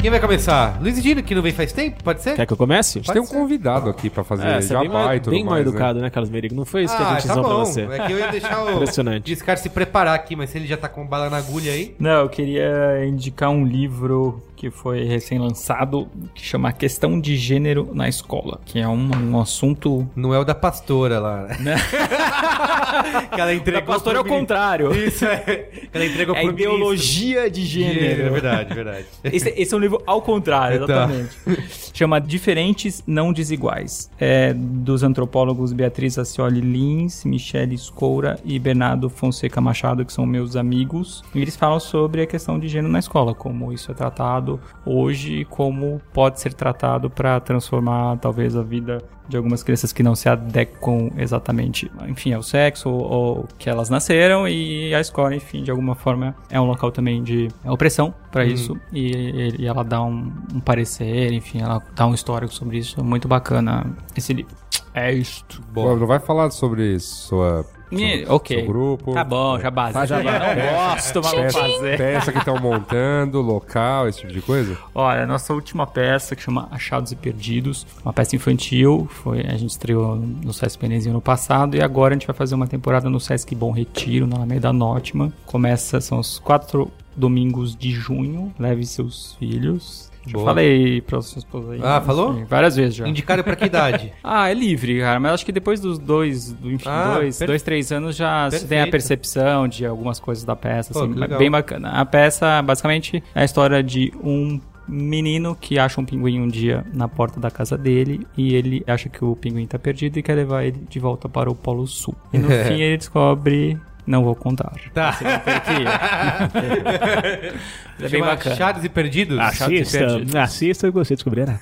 [SPEAKER 1] Quem vai começar? Luiz Dino, que não vem faz tempo, pode ser?
[SPEAKER 3] Quer que é eu comece?
[SPEAKER 4] A gente tem um convidado aqui pra fazer
[SPEAKER 3] É, você é
[SPEAKER 4] já
[SPEAKER 3] bem, mal-
[SPEAKER 4] vai e tudo
[SPEAKER 3] bem mal
[SPEAKER 4] mais, né?
[SPEAKER 3] educado, né, Carlos Merigo? Não foi isso que a gente
[SPEAKER 1] tá
[SPEAKER 3] usou pra
[SPEAKER 1] bom.
[SPEAKER 3] você.
[SPEAKER 1] É que eu ia deixar o
[SPEAKER 3] Impressionante.
[SPEAKER 1] Discar se preparar aqui, mas se ele já tá com bala na agulha aí.
[SPEAKER 2] Não, eu queria indicar um livro que foi recém-lançado, que chama A Questão de Gênero na Escola, que é um, um assunto...
[SPEAKER 1] Não é o da pastora lá, né? que ela entregou.
[SPEAKER 2] pastora é o
[SPEAKER 1] pro mini-
[SPEAKER 2] contrário.
[SPEAKER 1] Isso é. né? Que ela entregou
[SPEAKER 2] É a
[SPEAKER 1] pro ministro.
[SPEAKER 2] ideologia de
[SPEAKER 1] Gênero, é
[SPEAKER 2] gênero.
[SPEAKER 1] verdade, verdade.
[SPEAKER 2] Esse, esse é um livro ao contrário,
[SPEAKER 1] Tá.
[SPEAKER 2] exatamente. Chama Diferentes Não Desiguais. É dos antropólogos Beatriz Acioli Lins, Michele Escoura e Bernardo Fonseca Machado, que são meus amigos. E eles falam sobre a questão de gênero na escola, como isso é tratado hoje, e como pode ser tratado para transformar talvez a vida de algumas crianças que não se adequam exatamente, enfim, ao sexo ou, ou que elas nasceram e a escola, enfim, de alguma forma é um local também de opressão para isso e, ele- e ela dá um, um parecer, enfim, ela dá um histórico sobre isso, muito bacana esse livro. É isto.
[SPEAKER 4] Pô, não vai falar sobre sua,
[SPEAKER 2] E-
[SPEAKER 4] seu-
[SPEAKER 2] ok.
[SPEAKER 4] seu grupo.
[SPEAKER 2] Tá bom, já base.
[SPEAKER 4] Tá, jabá.
[SPEAKER 2] Não gosto, mas vou
[SPEAKER 4] Peça,
[SPEAKER 2] fazer.
[SPEAKER 4] peça que estão montando, local, esse tipo de coisa.
[SPEAKER 2] Olha, a nossa última peça, que chama Achados e Perdidos, uma peça infantil, foi, a gente estreou no Sesc Penezinho no passado, e agora a gente vai fazer uma temporada no Sesc Bom Retiro, na Alameda Nortman. Começa, são os quatro domingos de junho, leve seus filhos. Já
[SPEAKER 1] Boa.
[SPEAKER 2] falei pra sua esposa aí.
[SPEAKER 1] Ah, falou?
[SPEAKER 2] Sim, várias vezes já.
[SPEAKER 1] Indicaram pra que idade?
[SPEAKER 2] Ah, é livre, cara, mas acho que depois dos dois, do, enfim,
[SPEAKER 1] Ah,
[SPEAKER 2] dois,
[SPEAKER 1] per-
[SPEAKER 2] dois, três anos já se tem a
[SPEAKER 1] Perfeito.
[SPEAKER 2] percepção de algumas coisas da peça,
[SPEAKER 1] Pô,
[SPEAKER 2] assim,
[SPEAKER 1] que
[SPEAKER 2] ba-
[SPEAKER 1] legal.
[SPEAKER 2] bem bacana. A peça, basicamente, é a história de um menino que acha um pinguim um dia na porta da casa dele e ele acha que o pinguim tá perdido e quer levar ele de volta para o Polo Sul. E no fim ele descobre... Não vou contar.
[SPEAKER 1] Tá.
[SPEAKER 2] Você vai ter que ir. Mas é bem
[SPEAKER 1] Chama
[SPEAKER 2] bacana.
[SPEAKER 1] Achados e Perdidos?
[SPEAKER 3] Ah, Assista, assista e você descobrirá.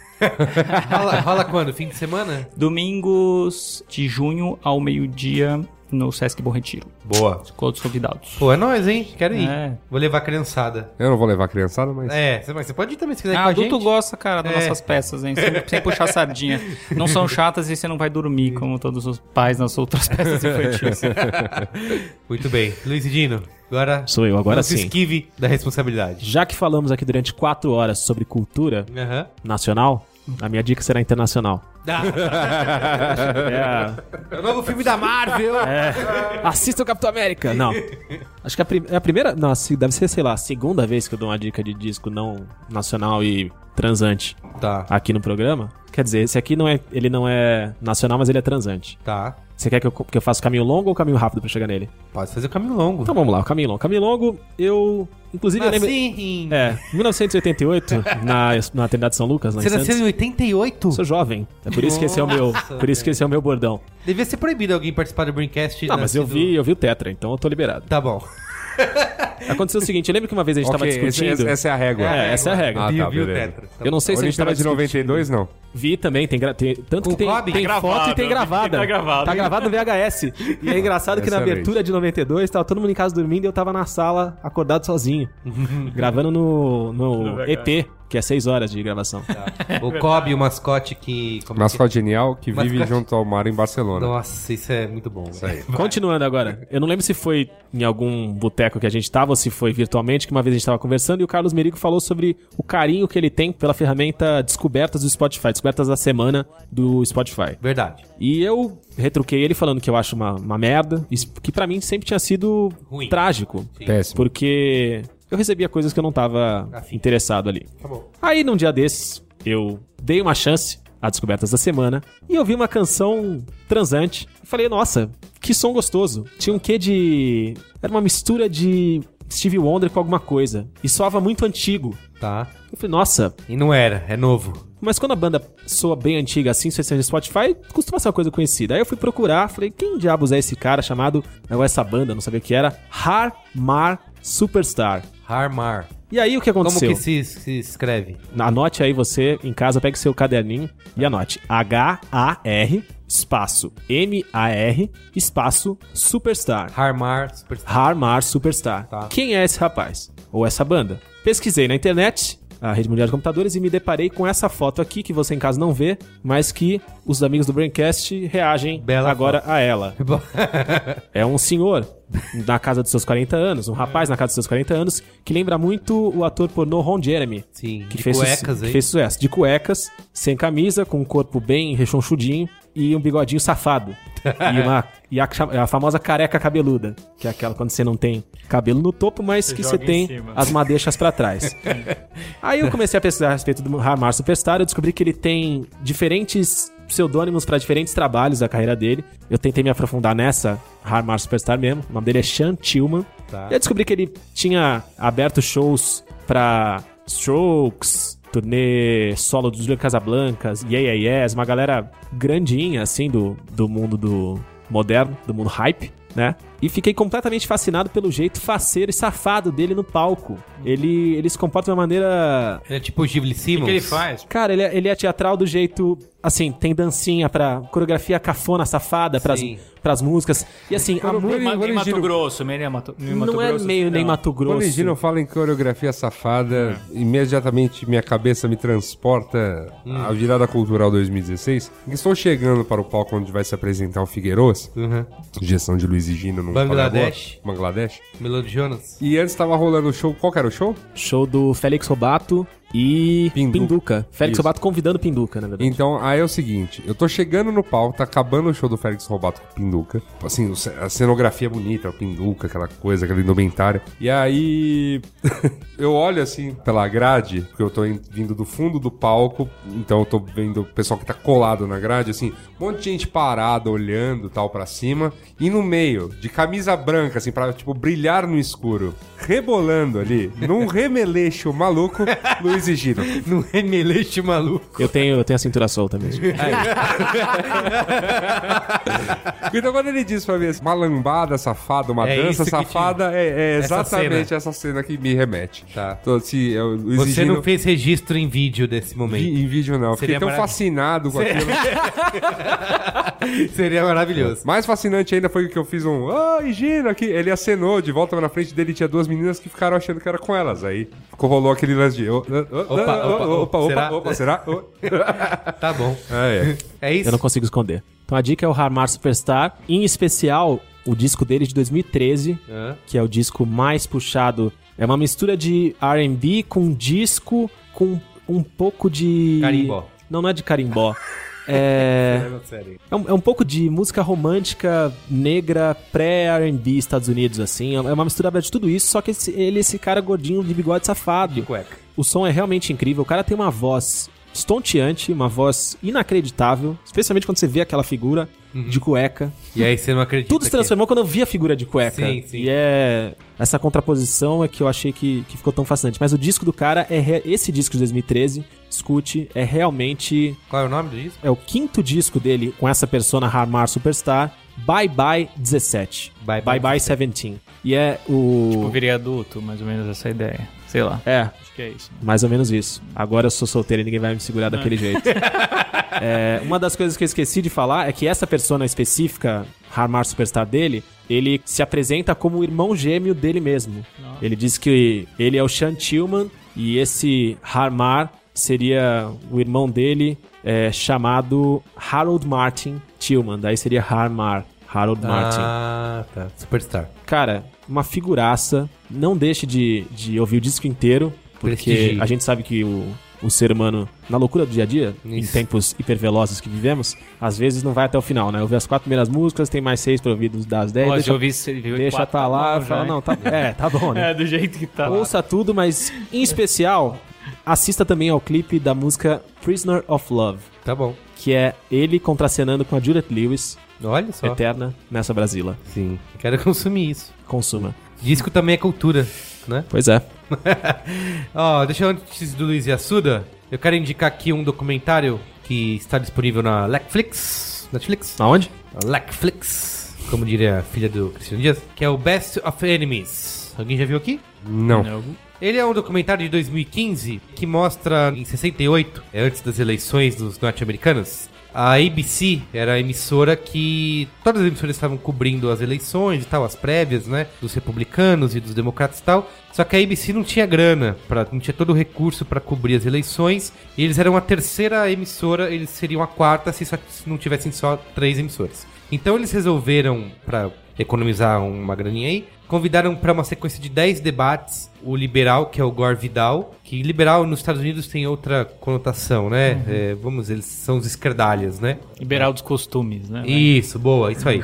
[SPEAKER 1] Rola, rola quando? Fim de semana?
[SPEAKER 2] Domingos de junho ao meio-dia no Sesc Bom Retiro.
[SPEAKER 4] Boa.
[SPEAKER 2] Todos convidados.
[SPEAKER 1] Pô, é nóis, hein? Quero ir.
[SPEAKER 2] É.
[SPEAKER 1] Vou levar a criançada.
[SPEAKER 4] Eu não vou levar a criançada, mas.
[SPEAKER 1] É, você- mas você pode ir também se quiser ir
[SPEAKER 2] Ah,
[SPEAKER 1] com a
[SPEAKER 2] adulto
[SPEAKER 1] gente.
[SPEAKER 2] gosta, cara, das
[SPEAKER 1] É.
[SPEAKER 2] nossas peças, hein? Sem, sem puxar sardinha. Não são chatas e você não vai dormir como todos os pais nas outras peças infantis.
[SPEAKER 1] Muito bem. Luiz e Dino, agora...
[SPEAKER 3] Sou eu, agora
[SPEAKER 1] não se
[SPEAKER 3] sim.
[SPEAKER 1] esquive da responsabilidade.
[SPEAKER 3] Já que falamos aqui durante quatro horas sobre cultura
[SPEAKER 1] Aham.
[SPEAKER 3] nacional, a minha dica será internacional. É a-
[SPEAKER 1] É o novo filme da Marvel.
[SPEAKER 3] É. Assista o Capitão América! Não. Acho que a, prim- é a primeira. Não, a se- deve ser, sei lá, a segunda vez que eu dou uma dica de disco não nacional e transante
[SPEAKER 1] Tá,
[SPEAKER 3] aqui no programa. Quer dizer, esse aqui não é. Ele não é nacional, mas ele é transante.
[SPEAKER 1] tá.
[SPEAKER 3] Você quer que eu, co- que eu faça o caminho longo ou o caminho rápido pra chegar nele?
[SPEAKER 1] Pode fazer o caminho longo.
[SPEAKER 3] Então vamos lá, o caminho longo. Caminho longo, eu. Inclusive, eu lembro.
[SPEAKER 1] Sim.
[SPEAKER 3] É, 1988, na, na Atendade São Lucas, lá em
[SPEAKER 1] Você nasceu
[SPEAKER 3] Santos.
[SPEAKER 1] em 88?
[SPEAKER 3] Sou jovem. É por isso que esse é o meu.
[SPEAKER 1] Nossa,
[SPEAKER 3] Por isso que esse é o meu bordão.
[SPEAKER 1] Devia ser proibido alguém participar do Braincast.
[SPEAKER 3] Não, mas eu
[SPEAKER 1] nascido-
[SPEAKER 3] vi, eu vi o Tetra, então eu tô liberado.
[SPEAKER 1] Tá bom.
[SPEAKER 3] Aconteceu o seguinte, lembra que uma vez a gente tava
[SPEAKER 4] Ok, esse-
[SPEAKER 3] discutindo.
[SPEAKER 4] essa- essa é a régua.
[SPEAKER 3] É, essa é a regra.
[SPEAKER 4] Ah,
[SPEAKER 1] Viu-
[SPEAKER 4] tá,
[SPEAKER 1] viu,
[SPEAKER 4] beleza.
[SPEAKER 1] Tetra? Tá
[SPEAKER 3] Eu não
[SPEAKER 1] bom.
[SPEAKER 3] sei se a gente tava
[SPEAKER 4] Olimpíada de
[SPEAKER 3] discutindo.
[SPEAKER 4] 92, não.
[SPEAKER 3] Vi também, tem, gra- tem- tanto
[SPEAKER 1] Com
[SPEAKER 3] que tem,
[SPEAKER 1] Kobe?
[SPEAKER 3] tem
[SPEAKER 1] Tá
[SPEAKER 3] foto e tem gravada.
[SPEAKER 2] Tá gravado.
[SPEAKER 3] Tá gravado no VHS. E é engraçado que na
[SPEAKER 4] Excelente.
[SPEAKER 3] abertura de 92 tava todo mundo em casa dormindo e eu tava na sala acordado sozinho. gravando no, no EP, que é 6 horas de gravação.
[SPEAKER 1] O Kobe, o mascote que... como é que-
[SPEAKER 4] Mascote genial que vive
[SPEAKER 1] Mascote-
[SPEAKER 4] junto ao mar em Barcelona.
[SPEAKER 1] Nossa, isso é muito bom. Isso aí.
[SPEAKER 3] Continuando agora, eu não lembro se foi em algum boteco que a gente tava ou se foi virtualmente, que uma vez a gente tava conversando e o Carlos Merigo falou sobre o carinho que ele tem pela ferramenta Descobertas do Spotify, Descobertas da Semana do Spotify.
[SPEAKER 1] Verdade.
[SPEAKER 3] E eu retruquei ele falando que eu acho uma, uma merda, isso que pra mim sempre tinha sido
[SPEAKER 1] Ruim.
[SPEAKER 3] trágico.
[SPEAKER 4] Péssimo.
[SPEAKER 3] Porque eu recebia coisas que eu não tava
[SPEAKER 1] Afim.
[SPEAKER 3] interessado ali. Aí num dia desses, eu dei uma chance a Descobertas da Semana e eu vi uma canção transante. Eu falei, nossa, que som gostoso. Tinha um quê de. Era uma mistura de Stevie Wonder com alguma coisa. E soava muito antigo.
[SPEAKER 1] Tá.
[SPEAKER 3] Eu falei, nossa,
[SPEAKER 1] E não era, é novo.
[SPEAKER 3] mas quando a banda soa bem antiga assim, se você no Spotify, costuma ser uma coisa conhecida. Aí eu fui procurar, falei, quem diabos é esse cara chamado, ou essa banda, não sabia o que era, Harmar Superstar.
[SPEAKER 1] Harmar.
[SPEAKER 3] E aí o que
[SPEAKER 1] Como
[SPEAKER 3] aconteceu?
[SPEAKER 1] que se, se escreve?
[SPEAKER 3] Anote aí você em casa, pegue seu caderninho e anote. H-A-R, espaço, M-A-R, espaço, Superstar.
[SPEAKER 1] Harmar Superstar.
[SPEAKER 3] Harmar Superstar.
[SPEAKER 1] Tá.
[SPEAKER 3] Quem é esse rapaz? Ou essa banda? Pesquisei na internet, a Rede Mundial de Computadores, e me deparei com essa foto aqui, que você em casa não vê, mas que os amigos do Braincast reagem
[SPEAKER 1] Bela
[SPEAKER 3] agora a ela. É um senhor na casa dos seus 40 anos, um rapaz na casa dos seus 40 anos, que lembra muito o ator pornô Ron Jeremy.
[SPEAKER 1] Sim,
[SPEAKER 3] Que
[SPEAKER 1] de
[SPEAKER 3] fez,
[SPEAKER 1] cuecas,
[SPEAKER 3] que
[SPEAKER 1] hein?
[SPEAKER 3] fez sucesso. De cuecas, sem camisa, com um corpo bem rechonchudinho e um bigodinho safado. e uma, e a, cha- a famosa careca cabeluda, que é aquela quando você não tem cabelo no topo, mas que você
[SPEAKER 2] joga em
[SPEAKER 3] tem
[SPEAKER 2] cima.
[SPEAKER 3] as madeixas pra trás. Aí eu comecei a pesquisar a respeito do Ramar Superstar, eu descobri que ele tem diferentes pseudônimos para diferentes trabalhos da carreira dele. Eu tentei me aprofundar nessa Harmar Superstar mesmo. O nome dele é Sean Tillman.
[SPEAKER 1] Tá.
[SPEAKER 3] E eu descobri que ele tinha aberto shows pra Strokes, turnê solo dos Julian Casablancas, Yeah Yeah Yes, uma galera grandinha, assim, do, do mundo do moderno, do mundo hype, né? E fiquei completamente fascinado pelo jeito faceiro e safado dele no palco. Ele, ele se comporta de uma maneira
[SPEAKER 1] Ele é tipo o Givli Simmons.
[SPEAKER 3] Cara, ele é, ele é teatral do jeito. Assim, tem dancinha pra coreografia cafona, safada, pras,
[SPEAKER 1] Sim.
[SPEAKER 3] pras músicas. E assim, a música.
[SPEAKER 4] Quando
[SPEAKER 2] Em
[SPEAKER 4] o
[SPEAKER 2] Mato
[SPEAKER 4] Gino-
[SPEAKER 2] Grosso, meio Mato, meio Mato
[SPEAKER 3] Não é
[SPEAKER 2] Grosso, assim,
[SPEAKER 3] meio nem
[SPEAKER 2] não.
[SPEAKER 3] Mato
[SPEAKER 4] Quando o
[SPEAKER 3] Grosso. É.
[SPEAKER 4] Gino fala em coreografia safada, imediatamente minha cabeça me transporta
[SPEAKER 3] Hum.
[SPEAKER 4] à virada cultural 2016. Estou chegando para o palco onde vai se apresentar o Figueiroz,
[SPEAKER 1] Uhum.
[SPEAKER 4] gestão de Luiz e Gino no
[SPEAKER 1] Bangladesh.
[SPEAKER 4] Bangladesh.
[SPEAKER 1] Melody Jonas.
[SPEAKER 4] E antes estava rolando o show, qual que era o show?
[SPEAKER 3] Show do Félix Robato e
[SPEAKER 4] Pinduca.
[SPEAKER 3] Pinduca. Félix
[SPEAKER 4] Isso.
[SPEAKER 3] Robato convidando Pinduca, na verdade.
[SPEAKER 4] Então, aí é o seguinte, eu tô chegando no palco, tá acabando o show do Félix Robato com o Pinduca. Assim, o ce- a cenografia bonita, o Pinduca, aquela coisa, aquela indumentária. E aí, eu olho assim pela grade, porque eu tô in- vindo do fundo do palco, então eu tô vendo o pessoal que tá colado na grade, assim, um monte de gente parada, olhando tal pra cima. E no meio, de camisa branca, assim, pra, tipo, brilhar no escuro, rebolando ali, num remeleixo maluco, Luiz exigiram.
[SPEAKER 1] Não é meleite maluco.
[SPEAKER 3] Eu tenho, eu tenho a cintura solta mesmo.
[SPEAKER 4] Então quando ele diz pra mim assim, uma lambada safada, uma
[SPEAKER 1] É isso
[SPEAKER 4] dança
[SPEAKER 1] que te-
[SPEAKER 4] safada, é, é
[SPEAKER 1] Essa
[SPEAKER 4] exatamente essa cena que me remete.
[SPEAKER 1] Tá.
[SPEAKER 4] Então, assim, eu
[SPEAKER 1] Você
[SPEAKER 4] exigindo-
[SPEAKER 1] não fez registro em vídeo desse momento.
[SPEAKER 4] Vi- Em vídeo não, eu
[SPEAKER 1] Seria
[SPEAKER 4] fiquei tão
[SPEAKER 1] maravilhoso.
[SPEAKER 4] fascinado com aquilo.
[SPEAKER 1] Seria maravilhoso.
[SPEAKER 4] Mais fascinante ainda foi que eu fiz um. Ai, Gina, que ele acenou de volta na frente dele. Tinha duas meninas que ficaram achando que era com elas. Aí ficou- rolou aquele lance de. Opa,
[SPEAKER 1] Opa, opa,
[SPEAKER 4] opa,
[SPEAKER 1] será?
[SPEAKER 4] opa, opa, será? Oh.
[SPEAKER 1] Tá bom.
[SPEAKER 4] Ah, é.
[SPEAKER 1] É isso?
[SPEAKER 3] Eu não consigo esconder. Então a dica é o Harmar Superstar, em especial o disco dele de 2013,
[SPEAKER 1] Hã?
[SPEAKER 3] que é o disco mais puxado. É uma mistura de R&B com disco com um pouco de
[SPEAKER 1] Carimbó.
[SPEAKER 3] Não, não é de carimbó. É,
[SPEAKER 1] Sério.
[SPEAKER 3] é, um, é um pouco de música romântica negra pré-R&B Estados Unidos, assim. É uma mistura de tudo isso, só que esse- ele é esse cara gordinho de bigode safado.
[SPEAKER 1] Cueca.
[SPEAKER 3] O som é realmente incrível. O cara tem uma voz estonteante, uma voz inacreditável, especialmente quando você vê aquela figura
[SPEAKER 1] Uhum.
[SPEAKER 3] de cueca.
[SPEAKER 1] E aí você não acredita.
[SPEAKER 3] Tudo se
[SPEAKER 1] que-
[SPEAKER 3] transformou quando eu vi a figura de cueca.
[SPEAKER 1] Sim, sim.
[SPEAKER 3] E é essa contraposição é que eu achei que, que ficou tão fascinante. Mas o disco do cara é re- esse disco de 2013, escute, é realmente
[SPEAKER 1] Qual é o nome do disco?
[SPEAKER 3] é o quinto disco dele com essa persona Harmar Superstar. Bye Bye 17.
[SPEAKER 1] Bye Bye
[SPEAKER 3] Bye, 17. E é o
[SPEAKER 2] Eu virei Tipo, adulto, mais ou menos essa ideia. Sei lá.
[SPEAKER 3] é,
[SPEAKER 2] Acho que é isso.
[SPEAKER 3] mais ou menos isso. Agora eu sou solteiro e ninguém vai me segurar daquele jeito. É, uma das coisas que eu esqueci de falar é que essa persona específica, Harmar Superstar dele, ele se apresenta como o irmão gêmeo dele mesmo. Ele diz que ele é o Sean Tillman e esse Harmar seria o irmão dele é, chamado Harold Martin Tillman. Daí seria Harmar, Harold Martin.
[SPEAKER 1] Ah, tá. Superstar.
[SPEAKER 3] Cara, uma figuraça. Não deixe de, de ouvir o disco inteiro, porque
[SPEAKER 1] Prestigie.
[SPEAKER 3] a gente sabe que o, o ser humano, na loucura do dia a dia, em
[SPEAKER 1] Isso.
[SPEAKER 3] tempos hipervelozes que vivemos, às vezes não vai até o final, né? Ouve as quatro primeiras músicas, tem mais seis para ouvir dos- das dez.
[SPEAKER 2] Pode
[SPEAKER 3] deixa
[SPEAKER 2] ouvir se viu
[SPEAKER 3] deixa
[SPEAKER 2] quatro,
[SPEAKER 3] pra lá,
[SPEAKER 2] bom já,
[SPEAKER 3] fala,
[SPEAKER 2] hein?
[SPEAKER 3] não, tá, é, tá bom, né?
[SPEAKER 2] É, do jeito que tá.
[SPEAKER 3] Ouça tudo, mas em especial, assista também ao clipe da música Prisoner of Love,
[SPEAKER 1] Tá bom.
[SPEAKER 3] que é ele contracenando com a Juliette Lewis,
[SPEAKER 1] Olha só.
[SPEAKER 3] eterna, nessa Brasila.
[SPEAKER 1] Sim. Quero consumir isso.
[SPEAKER 3] Consuma.
[SPEAKER 1] Disco também é cultura, né?
[SPEAKER 3] Pois é.
[SPEAKER 1] Ó, deixa eu antes do Luiz e Assuda. Eu quero indicar aqui um documentário que está disponível na Netflix. Netflix?
[SPEAKER 3] Aonde?
[SPEAKER 1] Netflix, como diria a filha do Cristiano Dias, que é o Best of Enemies. Alguém já viu aqui?
[SPEAKER 4] Não.
[SPEAKER 1] Ele é um documentário de 2015 que mostra em 68, é antes das eleições dos norte-americanos, a ABC era a emissora que todas as emissoras estavam cobrindo as eleições e tal, as prévias, né, dos republicanos e dos democratas e tal. Só que a ABC não tinha grana, pra, não tinha todo o recurso para cobrir as eleições. E eles eram a terceira emissora, eles seriam a quarta se, só, se não tivessem só três emissoras. Então eles resolveram para economizar uma graninha aí, convidaram para uma sequência de 10 debates o liberal, que é o Gore Vidal, que liberal nos Estados Unidos tem outra conotação, né? É, vamos, eles são os esquerdalhas, né?
[SPEAKER 2] Liberal dos costumes, né?
[SPEAKER 1] Isso, boa, isso aí.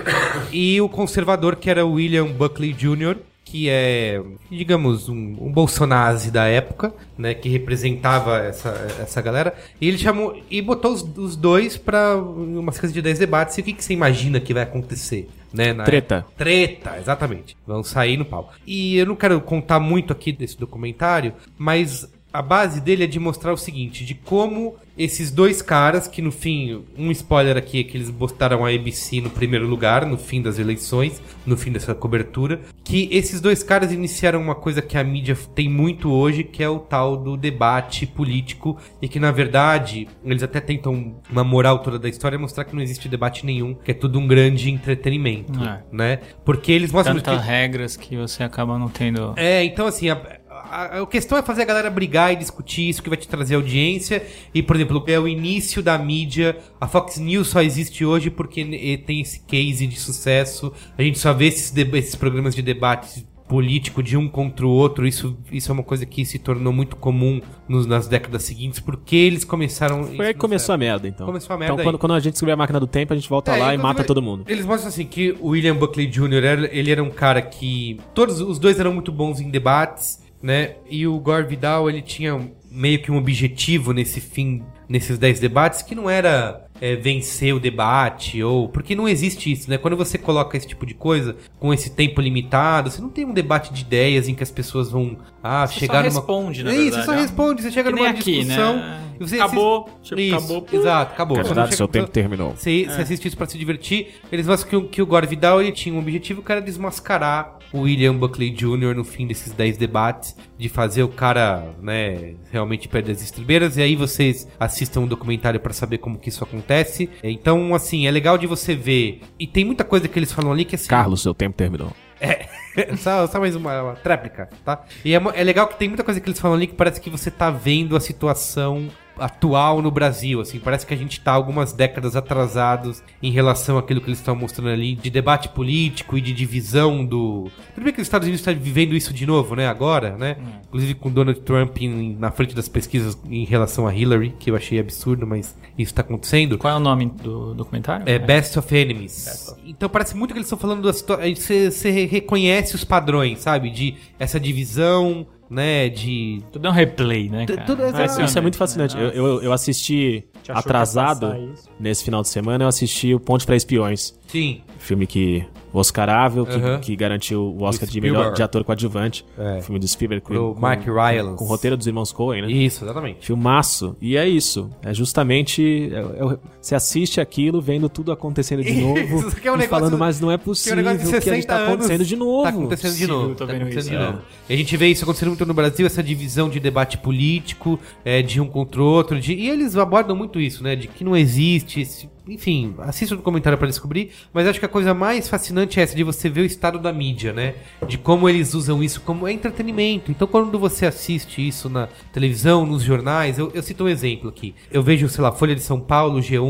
[SPEAKER 1] e o conservador, que era o William Buckley Jr., que é, digamos, um, um bolsonazi da época, né? Que representava essa, essa galera. E ele chamou e botou os, os dois para uma coisa de 10 debates. E o que, que você imagina que vai acontecer? Né,
[SPEAKER 2] É.
[SPEAKER 1] na
[SPEAKER 3] Treta.
[SPEAKER 1] Treta, exatamente. Vão sair no pau. E eu não quero contar muito aqui desse documentário, mas a base dele é de mostrar o seguinte, de como esses dois caras, que no fim, um spoiler aqui é que eles botaram a ABC no primeiro lugar, no fim das eleições, no fim dessa cobertura, que esses dois caras iniciaram uma coisa que a mídia tem muito hoje, que é o tal do debate político, e que na verdade, eles até tentam uma moral toda da história é mostrar que não existe debate nenhum, que é tudo um grande entretenimento
[SPEAKER 2] É.
[SPEAKER 1] né? Porque eles mostram.
[SPEAKER 2] Tantas
[SPEAKER 1] que-
[SPEAKER 2] regras que você acaba não tendo.
[SPEAKER 1] É, então assim, a, a, a questão é fazer a galera brigar e discutir isso que vai te trazer audiência. E, por exemplo, é o início da mídia. A Fox News só existe hoje porque eh, tem esse case de sucesso. A gente só vê esses, deba- esses programas de debate político de um contra o outro. Isso, isso é uma coisa que se tornou muito comum nos, nas décadas seguintes, porque eles começaram.
[SPEAKER 3] Foi aí que começou a merda, então.
[SPEAKER 1] Começou a merda
[SPEAKER 3] Então,
[SPEAKER 1] aí.
[SPEAKER 3] quando, quando a gente descobrir a máquina do tempo, a gente volta
[SPEAKER 1] É,
[SPEAKER 3] Tá lá e
[SPEAKER 1] então
[SPEAKER 3] mata
[SPEAKER 1] vai-
[SPEAKER 3] todo mundo.
[SPEAKER 1] Eles mostram assim que o William Buckley Jr. era- ele era um cara que todos os dois eram muito bons em debates, né? E o Gore Vidal ele tinha meio que um objetivo nesse fim, nesses 10 debates que não era é, vencer o debate ou porque não existe isso, né? Quando você coloca esse tipo de coisa com esse tempo limitado, você não tem um debate de ideias em que as pessoas vão ah
[SPEAKER 6] Você
[SPEAKER 1] chegar
[SPEAKER 6] só
[SPEAKER 1] numa
[SPEAKER 6] responde, na
[SPEAKER 1] é
[SPEAKER 6] verdade.
[SPEAKER 1] isso, você só
[SPEAKER 2] né?
[SPEAKER 6] ó.
[SPEAKER 1] responde, você chega
[SPEAKER 6] Que nem
[SPEAKER 1] numa
[SPEAKER 6] aqui,
[SPEAKER 1] discussão
[SPEAKER 6] né?
[SPEAKER 1] e você
[SPEAKER 6] Acabou,
[SPEAKER 1] assiste-
[SPEAKER 6] tipo,
[SPEAKER 1] isso,
[SPEAKER 6] acabou.
[SPEAKER 1] Exato, acabou. Você não
[SPEAKER 7] Candidato,
[SPEAKER 1] chega-
[SPEAKER 7] seu tempo terminou.
[SPEAKER 1] você, você assiste isso pra se divertir. Eles falam que, o- que o Gore Vidal ele tinha um objetivo que era desmascarar o William Buckley Jr. no fim desses 10 debates, de fazer o cara, né, realmente perder as estribeiras. E aí vocês assistam o documentário pra saber como que isso acontece. Então, assim, é legal de você ver. E tem muita coisa que eles falam ali que assim.
[SPEAKER 3] Carlos, seu tempo terminou.
[SPEAKER 1] só, só mais uma, uma tréplica, tá? E é, mo- é legal que tem muita coisa que eles falam ali que parece que você tá vendo a situação atual no Brasil, assim, parece que a gente tá algumas décadas atrasados em relação àquilo que eles estão mostrando ali de debate político e de divisão do... Tudo bem que os Estados Unidos está vivendo isso de novo, né, agora, né? Inclusive com Donald Trump em- na frente das pesquisas em relação a Hillary, que eu achei absurdo, mas isso tá acontecendo.
[SPEAKER 2] Qual é o nome do documentário?
[SPEAKER 1] É Best of Enemies. Então parece muito que eles estão falando da situação. Você reconhece os padrões, sabe? De essa divisão, né? De.
[SPEAKER 2] Tudo é um replay, né,
[SPEAKER 1] Tu-
[SPEAKER 2] cara?
[SPEAKER 1] tudo é-
[SPEAKER 2] Vai ser
[SPEAKER 1] Ah,
[SPEAKER 3] isso é
[SPEAKER 2] um-
[SPEAKER 3] muito fascinante. Eu, eu, eu assisti
[SPEAKER 7] Te achou que ia
[SPEAKER 3] atrasado
[SPEAKER 7] passar isso?
[SPEAKER 3] nesse final de semana, eu assisti o Ponte para Espiões.
[SPEAKER 1] Sim.
[SPEAKER 3] Filme que. Oscarável, que,
[SPEAKER 1] Aham.
[SPEAKER 3] que garantiu o Oscar de
[SPEAKER 1] Spielberg. É.
[SPEAKER 3] melhor de ator coadjuvante. Filme do Spielberg com,
[SPEAKER 1] Do
[SPEAKER 3] com-
[SPEAKER 1] Mark Rylance.
[SPEAKER 3] com o roteiro dos irmãos Coen, né?
[SPEAKER 1] Isso, exatamente.
[SPEAKER 3] Filmaço. E é isso. É justamente. É, é o- você assiste aquilo, vendo tudo acontecendo de
[SPEAKER 1] Isso,
[SPEAKER 3] novo.
[SPEAKER 1] que é um
[SPEAKER 3] e
[SPEAKER 1] negócio-
[SPEAKER 3] falando, mas não é
[SPEAKER 1] Que é
[SPEAKER 3] possível
[SPEAKER 1] um negócio de 60
[SPEAKER 3] que a gente tá
[SPEAKER 1] anos.
[SPEAKER 3] acontecendo de novo.
[SPEAKER 1] Tá acontecendo de
[SPEAKER 2] Sim,
[SPEAKER 1] novo.
[SPEAKER 2] eu tô
[SPEAKER 1] tá
[SPEAKER 2] vendo
[SPEAKER 1] acontecendo
[SPEAKER 2] isso,
[SPEAKER 1] de
[SPEAKER 2] é.
[SPEAKER 1] novo. E a gente vê isso acontecendo muito no Brasil, essa divisão de debate político, é, de um contra o outro. de- E eles abordam muito isso, né? De que não existe. esse- Enfim, assista o documentário pra descobrir. Mas acho que a coisa mais fascinante é essa, de você ver o estado da mídia, né? De como eles usam isso como é entretenimento. Então, quando você assiste isso na televisão, nos jornais, eu, eu cito um exemplo aqui. Eu vejo, sei lá, Folha de São Paulo, G1,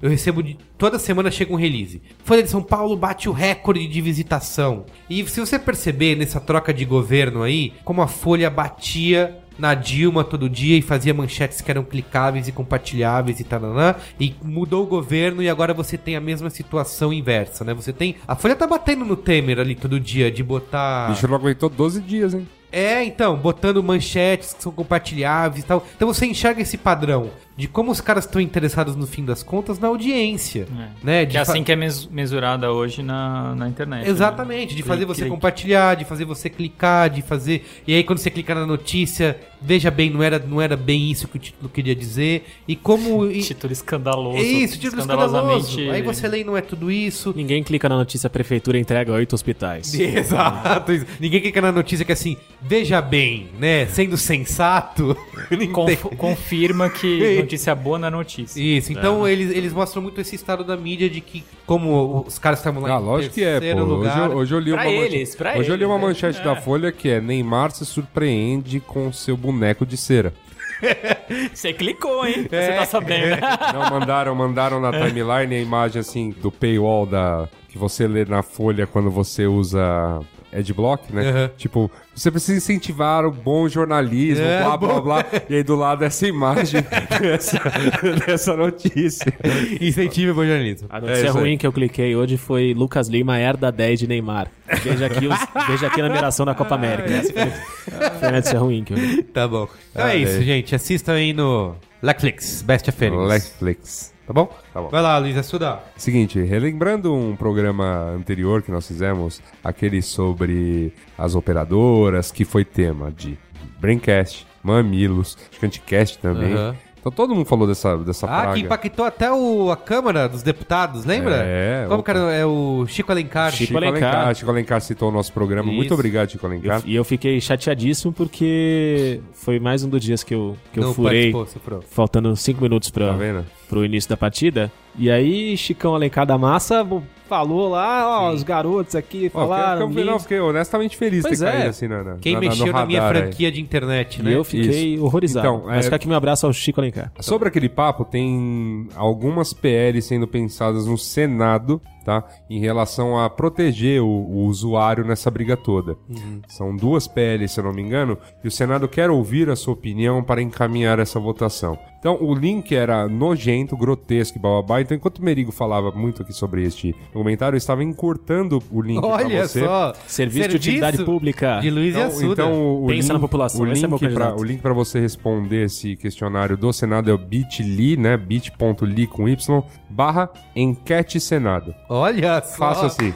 [SPEAKER 1] eu recebo de. Toda semana chega um release. Folha de São Paulo bate o recorde de visitação. E se você perceber nessa troca de governo aí, como a Folha batia na Dilma todo dia e fazia manchetes que eram clicáveis e compartilháveis e taranã, e mudou o governo e agora você tem a mesma situação inversa, né? Você tem... A Folha tá batendo no Temer ali todo dia, de botar...
[SPEAKER 4] O bicho não aguentou 12 dias, hein?
[SPEAKER 1] É, então, botando manchetes que são compartilháveis e tal. Então você enxerga esse padrão de como os caras estão interessados no fim das contas na audiência, né? De
[SPEAKER 2] Que é
[SPEAKER 1] fa-
[SPEAKER 2] assim que é mes- mesurada hoje na, na internet. né?
[SPEAKER 1] Exatamente, de fazer
[SPEAKER 2] Clique,
[SPEAKER 1] você
[SPEAKER 2] clique.
[SPEAKER 1] compartilhar, de fazer você clicar, de fazer. E aí quando você clicar na notícia, veja bem, não era, não era bem isso que o título queria dizer. E como. e-
[SPEAKER 2] Título escandaloso.
[SPEAKER 1] É isso, título escandaloso.
[SPEAKER 2] escandalosamente-
[SPEAKER 1] Aí você lê e não é tudo isso.
[SPEAKER 3] Ninguém clica na notícia, a prefeitura entrega oito hospitais.
[SPEAKER 1] Exato. isso. Ninguém clica na notícia que assim, veja bem, né? Sendo sensato. ninguém-
[SPEAKER 2] Conf- confirma que notícia boa na notícia.
[SPEAKER 1] Isso,
[SPEAKER 4] né?
[SPEAKER 1] então eles, eles mostram muito esse estado da mídia de que, como os caras estavam lá
[SPEAKER 4] Ah, lógico que é, pô. Hoje, eu- hoje eu li
[SPEAKER 2] Pra
[SPEAKER 4] uma
[SPEAKER 2] eles,
[SPEAKER 4] manchete,
[SPEAKER 2] pra
[SPEAKER 4] hoje eu li
[SPEAKER 2] eles,
[SPEAKER 4] uma
[SPEAKER 2] né?
[SPEAKER 4] manchete da Folha que é Neymar se surpreende com seu boneco de cera.
[SPEAKER 2] Você clicou, hein? Você
[SPEAKER 1] é.
[SPEAKER 2] tá sabendo.
[SPEAKER 4] Não, mandaram, mandaram na timeline a imagem assim do paywall da que você lê na folha quando você usa Adblock, né?
[SPEAKER 1] Uhum.
[SPEAKER 4] Tipo, você precisa incentivar o bom jornalismo,
[SPEAKER 1] É,
[SPEAKER 4] blá blá blá. E aí do lado essa imagem dessa, dessa notícia.
[SPEAKER 1] Incentiva o jornalismo.
[SPEAKER 3] A
[SPEAKER 4] É
[SPEAKER 3] notícia
[SPEAKER 4] isso aí.
[SPEAKER 3] ruim que eu cliquei hoje foi Lucas Lima herda 10 de Neymar. Veja aqui, os- veja aqui a numeração da Copa América.
[SPEAKER 1] É.
[SPEAKER 3] Essa foi- foi a notícia ruim que eu li.
[SPEAKER 1] Tá bom. Então é
[SPEAKER 4] Olha
[SPEAKER 1] isso,
[SPEAKER 4] aí.
[SPEAKER 1] gente. Assistam aí no Netflix, Best of Fênix.
[SPEAKER 4] Netflix.
[SPEAKER 1] Tá bom?
[SPEAKER 4] Tá bom.
[SPEAKER 1] Vai lá, Luiz, ajuda.
[SPEAKER 4] Seguinte, relembrando um programa anterior que nós fizemos, aquele sobre as operadoras, que foi tema de Braincast, Mamilos, acho que Anticast também.
[SPEAKER 1] Aham.
[SPEAKER 4] Então todo mundo falou dessa, dessa
[SPEAKER 1] Ah, que
[SPEAKER 4] praga.
[SPEAKER 1] impactou até o, a Câmara dos Deputados, lembra?
[SPEAKER 4] É,
[SPEAKER 1] Como
[SPEAKER 4] opa.
[SPEAKER 1] que era? É o Chico Alencar.
[SPEAKER 3] Chico Alencar.
[SPEAKER 4] Chico Alencar citou o nosso programa.
[SPEAKER 1] Isso.
[SPEAKER 4] Muito obrigado, Chico Alencar.
[SPEAKER 3] E eu fiquei chateadíssimo porque foi mais um dos dias que eu, que eu
[SPEAKER 1] Não
[SPEAKER 3] furei,
[SPEAKER 1] participou, você furou.
[SPEAKER 3] faltando 5 minutos pra,
[SPEAKER 4] Tá vendo?
[SPEAKER 3] pro início da partida. E aí, Chicão Alencar da Massa falou lá, ó, os garotos aqui
[SPEAKER 4] Ó, é- fiquei,
[SPEAKER 3] falaram.
[SPEAKER 4] fiquei- não,
[SPEAKER 3] lindos.
[SPEAKER 4] fiquei honestamente feliz de ter
[SPEAKER 3] Pois é.
[SPEAKER 4] caído assim na, na,
[SPEAKER 1] Quem
[SPEAKER 4] na- na- no
[SPEAKER 1] mexeu na minha
[SPEAKER 4] radar é. aí.
[SPEAKER 1] franquia de internet,
[SPEAKER 3] e
[SPEAKER 1] né?
[SPEAKER 3] eu fiquei horrorizado.
[SPEAKER 4] Então, é-
[SPEAKER 3] Mas fica aqui meu abraço ao Chico Alencar.
[SPEAKER 4] Sobre aquele papo, tem algumas PLs sendo pensadas no Senado tá? Em relação a proteger o, o usuário nessa briga toda.
[SPEAKER 1] Uhum.
[SPEAKER 4] São duas PLs, se eu não me engano, e o Senado quer ouvir a sua opinião para encaminhar essa votação. Então, o link era nojento, grotesco e bababá. Então, enquanto o Merigo falava muito aqui sobre este comentário, eu estava encurtando o link para
[SPEAKER 1] Olha
[SPEAKER 4] você.
[SPEAKER 1] só.
[SPEAKER 3] Serviço, de utilidade pública.
[SPEAKER 1] De Luiz e
[SPEAKER 4] Então,
[SPEAKER 1] Assuda.
[SPEAKER 4] então, o
[SPEAKER 3] Pensa
[SPEAKER 4] link-
[SPEAKER 3] na população,
[SPEAKER 4] O
[SPEAKER 3] esse é meu
[SPEAKER 4] link pra-
[SPEAKER 3] candidato.
[SPEAKER 4] o link para você responder esse questionário do Senado é o bit.ly, né? bit.ly com Y, barra enquete Senado.
[SPEAKER 1] Olha só.
[SPEAKER 4] Faça assim.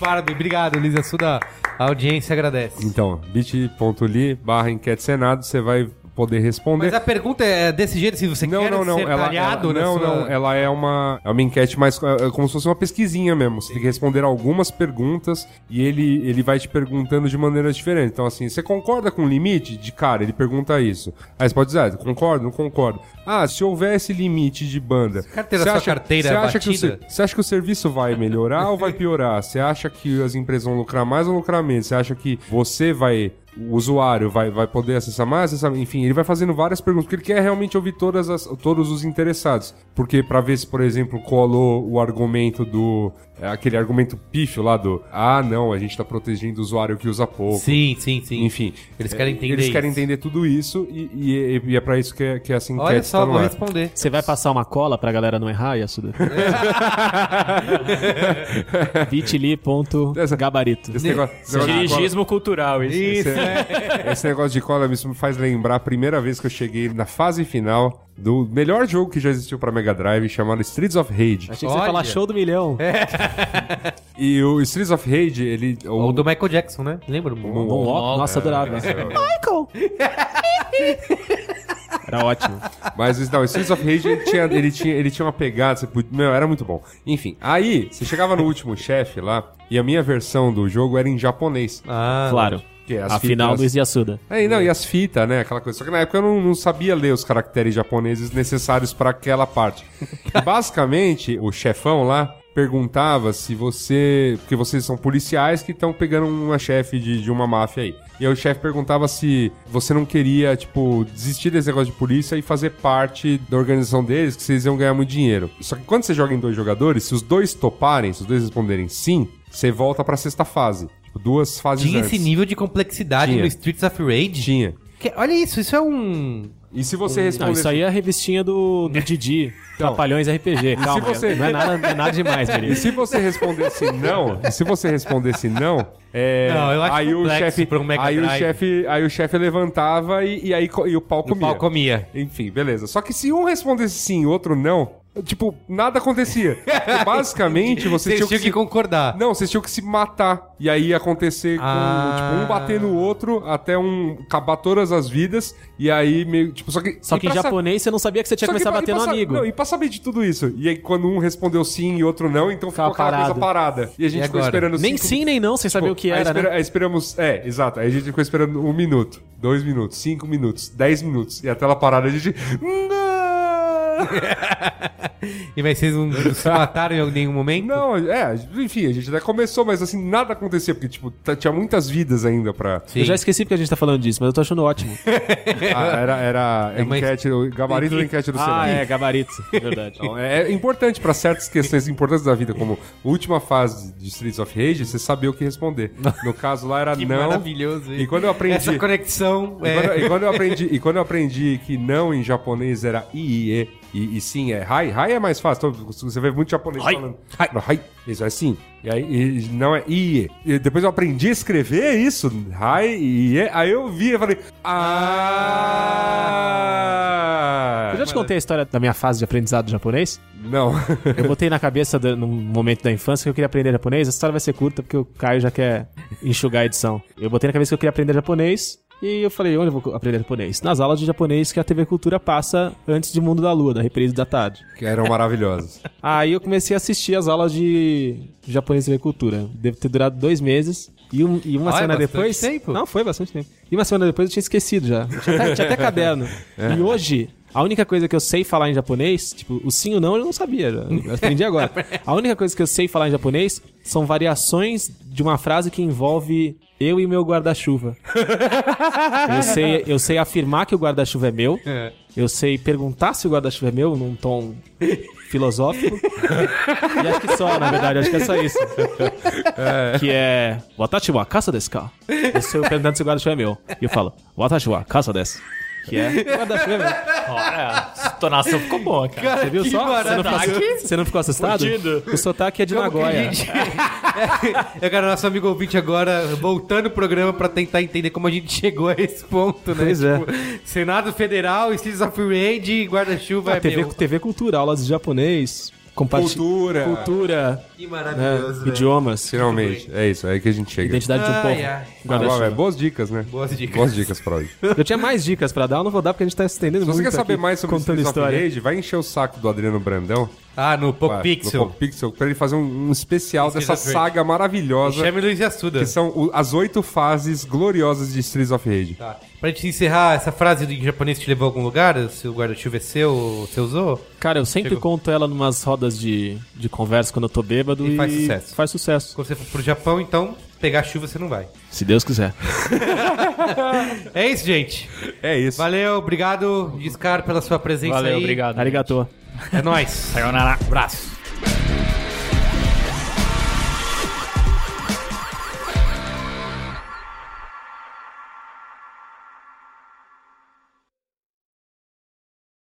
[SPEAKER 1] Parabéns. Obrigado, Luiz e Assuda. A audiência agradece.
[SPEAKER 4] Então, bit.ly, barra enquete Senado, você vai poder responder.
[SPEAKER 1] Mas a pergunta é desse jeito, se você
[SPEAKER 4] Não,
[SPEAKER 1] quer
[SPEAKER 4] não, não.
[SPEAKER 1] ser
[SPEAKER 4] Ela, é-
[SPEAKER 1] talhado
[SPEAKER 4] ela-
[SPEAKER 1] na
[SPEAKER 4] não,
[SPEAKER 1] sua-
[SPEAKER 4] não. Ela é uma, é uma enquete mais é como se fosse uma pesquisinha mesmo. Você tem que responder algumas perguntas e ele, ele vai te perguntando de maneiras diferentes. Então, assim, você concorda com o limite? De cara, ele pergunta isso. Aí você pode dizer, ah, concordo, não concordo. Ah, se houver esse limite de banda.
[SPEAKER 1] carteira-
[SPEAKER 4] você
[SPEAKER 1] sua carteira
[SPEAKER 4] você acha que o
[SPEAKER 1] batida?
[SPEAKER 4] ser- você acha que o serviço vai melhorar ou vai piorar? Você acha que as empresas vão lucrar mais ou lucrar menos? Você acha que você vai. O usuário vai, vai poder acessar mais, acessar- enfim, ele vai fazendo várias perguntas, porque ele quer realmente ouvir todas as- todos os interessados. Porque pra ver se, por exemplo, colou o argumento do. é, aquele argumento pífio lá do. Ah, não, a gente tá protegendo o usuário que usa pouco.
[SPEAKER 1] Sim, sim, sim.
[SPEAKER 4] Enfim. é,
[SPEAKER 1] Eles querem entender
[SPEAKER 4] Eles querem
[SPEAKER 1] isso.
[SPEAKER 4] entender tudo isso e, e- e é pra isso que, é- que essa enquete
[SPEAKER 1] Olha só,
[SPEAKER 4] tá no
[SPEAKER 1] vou
[SPEAKER 4] ar.
[SPEAKER 1] responder.
[SPEAKER 3] Você vai passar uma cola pra galera não errar, Yasuda? bit.ly.gabarito.
[SPEAKER 4] Esse negócio- esse negócio tá de é cola-
[SPEAKER 2] Dirigismo cultural, isso.
[SPEAKER 4] Esse, esse negócio de cola isso me faz lembrar a primeira vez que eu cheguei na fase final do melhor jogo que já existiu pra Mega Drive, chamado Streets of
[SPEAKER 3] Achei
[SPEAKER 4] Rage.
[SPEAKER 3] que você ia
[SPEAKER 1] Olha.
[SPEAKER 3] falar show do milhão.
[SPEAKER 4] É. E o Streets of Rage, ele.
[SPEAKER 1] Ou
[SPEAKER 4] O,
[SPEAKER 1] do Michael Jackson, né? Lembra?
[SPEAKER 4] Bom,
[SPEAKER 3] Bom, ó,
[SPEAKER 2] Bom,
[SPEAKER 3] nossa, adorava. Michael! Era ótimo.
[SPEAKER 4] mas não, o Streets of Rage ele tinha, ele tinha, ele tinha uma pegada, você podia- meu, era muito bom. Enfim, aí você chegava no último chefe lá, e a minha versão do jogo era em japonês.
[SPEAKER 1] Ah,
[SPEAKER 3] Claro.
[SPEAKER 4] Porque é as
[SPEAKER 3] Afinal,
[SPEAKER 4] fitas-
[SPEAKER 3] Luiz Yasuda.
[SPEAKER 4] É, e não, e as fitas, né? Aquela coisa. Só que na época eu não, não sabia ler os caracteres japoneses necessários pra aquela parte. E, Basicamente, o chefão lá perguntava se você. Porque vocês são policiais que estão pegando uma chefe de, de uma máfia aí. E aí o chefe perguntava se você não queria, tipo, desistir desse negócio de polícia e fazer parte da organização deles, que vocês iam ganhar muito dinheiro. Só que quando você joga em dois jogadores, se os dois toparem, se os dois responderem sim, você volta pra sexta fase. Tipo, duas fases
[SPEAKER 1] Tinha
[SPEAKER 4] antes.
[SPEAKER 1] esse nível de complexidade
[SPEAKER 4] Tinha.
[SPEAKER 1] no Streets of Rage.
[SPEAKER 4] Tinha.
[SPEAKER 1] Que- olha isso, isso é um.
[SPEAKER 4] E se você
[SPEAKER 3] Não,
[SPEAKER 4] responder.
[SPEAKER 3] isso aí é a revistinha do, do Didi, Trapalhões RPG. Calma,
[SPEAKER 4] você-
[SPEAKER 3] não, é nada, não é nada demais,
[SPEAKER 4] E
[SPEAKER 3] Merigo.
[SPEAKER 4] se você respondesse não, e se você respondesse não, é,
[SPEAKER 1] Não, eu acho
[SPEAKER 4] aí, o
[SPEAKER 1] complexo
[SPEAKER 4] chefe,
[SPEAKER 1] pra um Mega
[SPEAKER 4] aí o
[SPEAKER 1] Drive.
[SPEAKER 4] chefe, aí o chefe levantava e, e aí co- e o pau
[SPEAKER 1] O
[SPEAKER 4] comia.
[SPEAKER 1] pau comia.
[SPEAKER 4] Enfim, beleza. Só que se um respondesse sim, e o outro não, tipo nada acontecia. Porque, Basicamente você
[SPEAKER 1] Vocês
[SPEAKER 4] tinha que,
[SPEAKER 1] tinham que
[SPEAKER 4] se-
[SPEAKER 1] concordar.
[SPEAKER 4] não, vocês tinham que se matar. E aí ia acontecer com,
[SPEAKER 1] Ah.
[SPEAKER 4] tipo, um bater no outro até um acabar todas as vidas. E aí meio. Tipo, só que.
[SPEAKER 3] Só
[SPEAKER 4] e
[SPEAKER 3] que em
[SPEAKER 4] pra sa-
[SPEAKER 3] japonês você não sabia que você tinha
[SPEAKER 4] Só que
[SPEAKER 3] começado a
[SPEAKER 4] pra-
[SPEAKER 3] bater
[SPEAKER 4] e
[SPEAKER 3] no
[SPEAKER 4] pra sa-
[SPEAKER 3] amigo.
[SPEAKER 4] não, e pra saber de tudo isso. E aí, quando um respondeu sim e outro não, então ficou
[SPEAKER 3] Ficava
[SPEAKER 4] aquela coisa parada. E a gente
[SPEAKER 1] E
[SPEAKER 4] ficou
[SPEAKER 1] agora?
[SPEAKER 4] esperando
[SPEAKER 3] Nem
[SPEAKER 4] cinco-
[SPEAKER 3] sim, nem não, sem saber o que
[SPEAKER 4] Aí
[SPEAKER 3] era,
[SPEAKER 4] espera-
[SPEAKER 3] né?
[SPEAKER 4] aí esperamos. É, exato. Aí a gente ficou esperando um minuto, dois minutos, cinco minutos, dez minutos. E a tela parada, a gente. Não!
[SPEAKER 1] E mas vocês não se mataram em nenhum momento?
[SPEAKER 4] Não, é, enfim, a gente até começou, mas assim, nada acontecia, porque, tipo, t- tinha muitas vidas ainda pra.
[SPEAKER 1] Sim.
[SPEAKER 3] Eu já esqueci porque a gente tá falando disso, mas eu tô achando ótimo.
[SPEAKER 4] Ah, era era
[SPEAKER 3] É,
[SPEAKER 1] mas-
[SPEAKER 4] enquete, o gabarito da enquete do
[SPEAKER 3] ah,
[SPEAKER 4] Senado.
[SPEAKER 3] é, gabarito. Verdade.
[SPEAKER 4] Então, é importante pra certas questões importantes da vida, como última fase de Streets of Rage, você saber o que responder. No caso lá era
[SPEAKER 1] Que
[SPEAKER 4] não.
[SPEAKER 1] maravilhoso. hein?
[SPEAKER 4] E quando eu aprendi.
[SPEAKER 1] Essa conexão.
[SPEAKER 4] E
[SPEAKER 1] é-
[SPEAKER 4] quando, e quando eu aprendi, e quando eu aprendi que não em japonês era IE e, e sim é hi, hi é mais fácil. Então, Você vê muito japonês falando hi. Não, hi, isso é sim. E aí e não é IE. E depois eu aprendi a escrever isso, hi e IE. Aí eu vi e falei, ah. é,
[SPEAKER 3] Eu
[SPEAKER 1] Ah."
[SPEAKER 3] já te contei a história da minha fase de aprendizado de japonês.
[SPEAKER 4] Não.
[SPEAKER 3] Eu botei na cabeça do, num momento da infância que eu queria aprender japonês. Essa história vai ser curta porque o Caio já quer enxugar a edição. Eu botei na cabeça que eu queria aprender japonês. E eu falei, onde eu vou aprender japonês? Nas aulas de japonês que a TV Cultura passa antes de Mundo da Lua, da reprise da tarde.
[SPEAKER 4] que eram maravilhosos.
[SPEAKER 3] Aí eu comecei a assistir as aulas de japonês e cultura. Deve ter durado dois meses. E, um- e uma
[SPEAKER 1] Ah, é
[SPEAKER 3] semana
[SPEAKER 1] bastante
[SPEAKER 3] depois.
[SPEAKER 1] tempo.
[SPEAKER 3] Não, foi bastante tempo. E uma semana depois eu tinha esquecido já. Eu Tinha até, tinha até caderno.
[SPEAKER 1] É.
[SPEAKER 3] E hoje. A única coisa que eu sei falar em japonês, tipo, o sim ou não eu não sabia, já. eu aprendi agora.
[SPEAKER 1] É
[SPEAKER 3] A única coisa que eu sei falar em japonês são variações de uma frase que envolve eu e meu guarda-chuva. Eu sei, eu sei afirmar que o guarda-chuva é meu,
[SPEAKER 1] É.
[SPEAKER 3] Eu sei perguntar se o guarda-chuva é meu num tom filosófico. e acho que só, na verdade, acho que é só isso. Que é. Watashi wa casa desu ka? Eu sei eu perguntando se o guarda-chuva é meu. E eu falo, Watashi wa casa desu. Que é. Guarda-chuva é meu.
[SPEAKER 7] Olha, a entonação ficou boa, cara.
[SPEAKER 3] Você viu só? Você não,
[SPEAKER 7] maravilha.
[SPEAKER 3] ficou, você não ficou assustado?
[SPEAKER 7] Fudido.
[SPEAKER 3] O sotaque é de Nagoya.
[SPEAKER 1] É, cara, nosso amigo ouvinte agora voltando o programa pra tentar entender como a gente chegou a esse ponto, né?
[SPEAKER 3] Pois é.
[SPEAKER 1] Senado Federal, Streets of Rage, guarda-chuva é
[SPEAKER 3] TV,
[SPEAKER 1] meu.
[SPEAKER 3] TV Cultura, aulas de japonês, compartilha.
[SPEAKER 4] Cultura.
[SPEAKER 3] Cultura,
[SPEAKER 1] Que
[SPEAKER 3] né,
[SPEAKER 1] maravilhoso, velho.
[SPEAKER 3] idiomas,
[SPEAKER 4] Finalmente, é isso, é aí que a gente chega.
[SPEAKER 3] identidade de um
[SPEAKER 1] Ai,
[SPEAKER 3] povo.
[SPEAKER 1] ai.
[SPEAKER 4] Agora,
[SPEAKER 3] Guarda-chuva.
[SPEAKER 4] é, boas dicas, né?
[SPEAKER 1] Boas dicas.
[SPEAKER 4] Boas dicas pra hoje. Se
[SPEAKER 3] Eu tinha mais dicas pra dar, eu não vou dar porque a gente tá se estendendo muito.
[SPEAKER 4] você quer saber
[SPEAKER 3] aqui,
[SPEAKER 4] mais sobre
[SPEAKER 3] contando
[SPEAKER 4] Streets of
[SPEAKER 3] história.
[SPEAKER 4] Rage, vai encher o saco do Adriano Brandão.
[SPEAKER 1] Ah, no Pop
[SPEAKER 4] vai,
[SPEAKER 1] Pixel.
[SPEAKER 4] do Pop Pixel, pra ele fazer um, um especial
[SPEAKER 1] Streets
[SPEAKER 4] dessa
[SPEAKER 1] of Rage.
[SPEAKER 4] saga maravilhosa.
[SPEAKER 1] Chame Luiz Assuda.
[SPEAKER 4] Que são o- as oito fases gloriosas de Streets of Rage.
[SPEAKER 1] Tá. Pra gente encerrar essa frase do em japonês que te levou a algum lugar, se o guarda-chuva é seu, você usou?
[SPEAKER 3] Cara, eu sempre
[SPEAKER 1] Chegou.
[SPEAKER 3] conto ela numas rodas de, de conversa quando eu tô bêbado
[SPEAKER 1] E
[SPEAKER 3] e,
[SPEAKER 1] faz sucesso.
[SPEAKER 3] faz sucesso.
[SPEAKER 1] Quando você for pro Japão, então, pegar chuva você não vai.
[SPEAKER 3] Se Deus quiser.
[SPEAKER 1] É isso, gente.
[SPEAKER 4] É isso.
[SPEAKER 1] Valeu, obrigado, Discar, pela sua presença
[SPEAKER 2] Valeu,
[SPEAKER 1] aí.
[SPEAKER 2] obrigado.
[SPEAKER 3] Arigato.
[SPEAKER 1] É nóis.
[SPEAKER 7] Sayonara.
[SPEAKER 1] Abraço.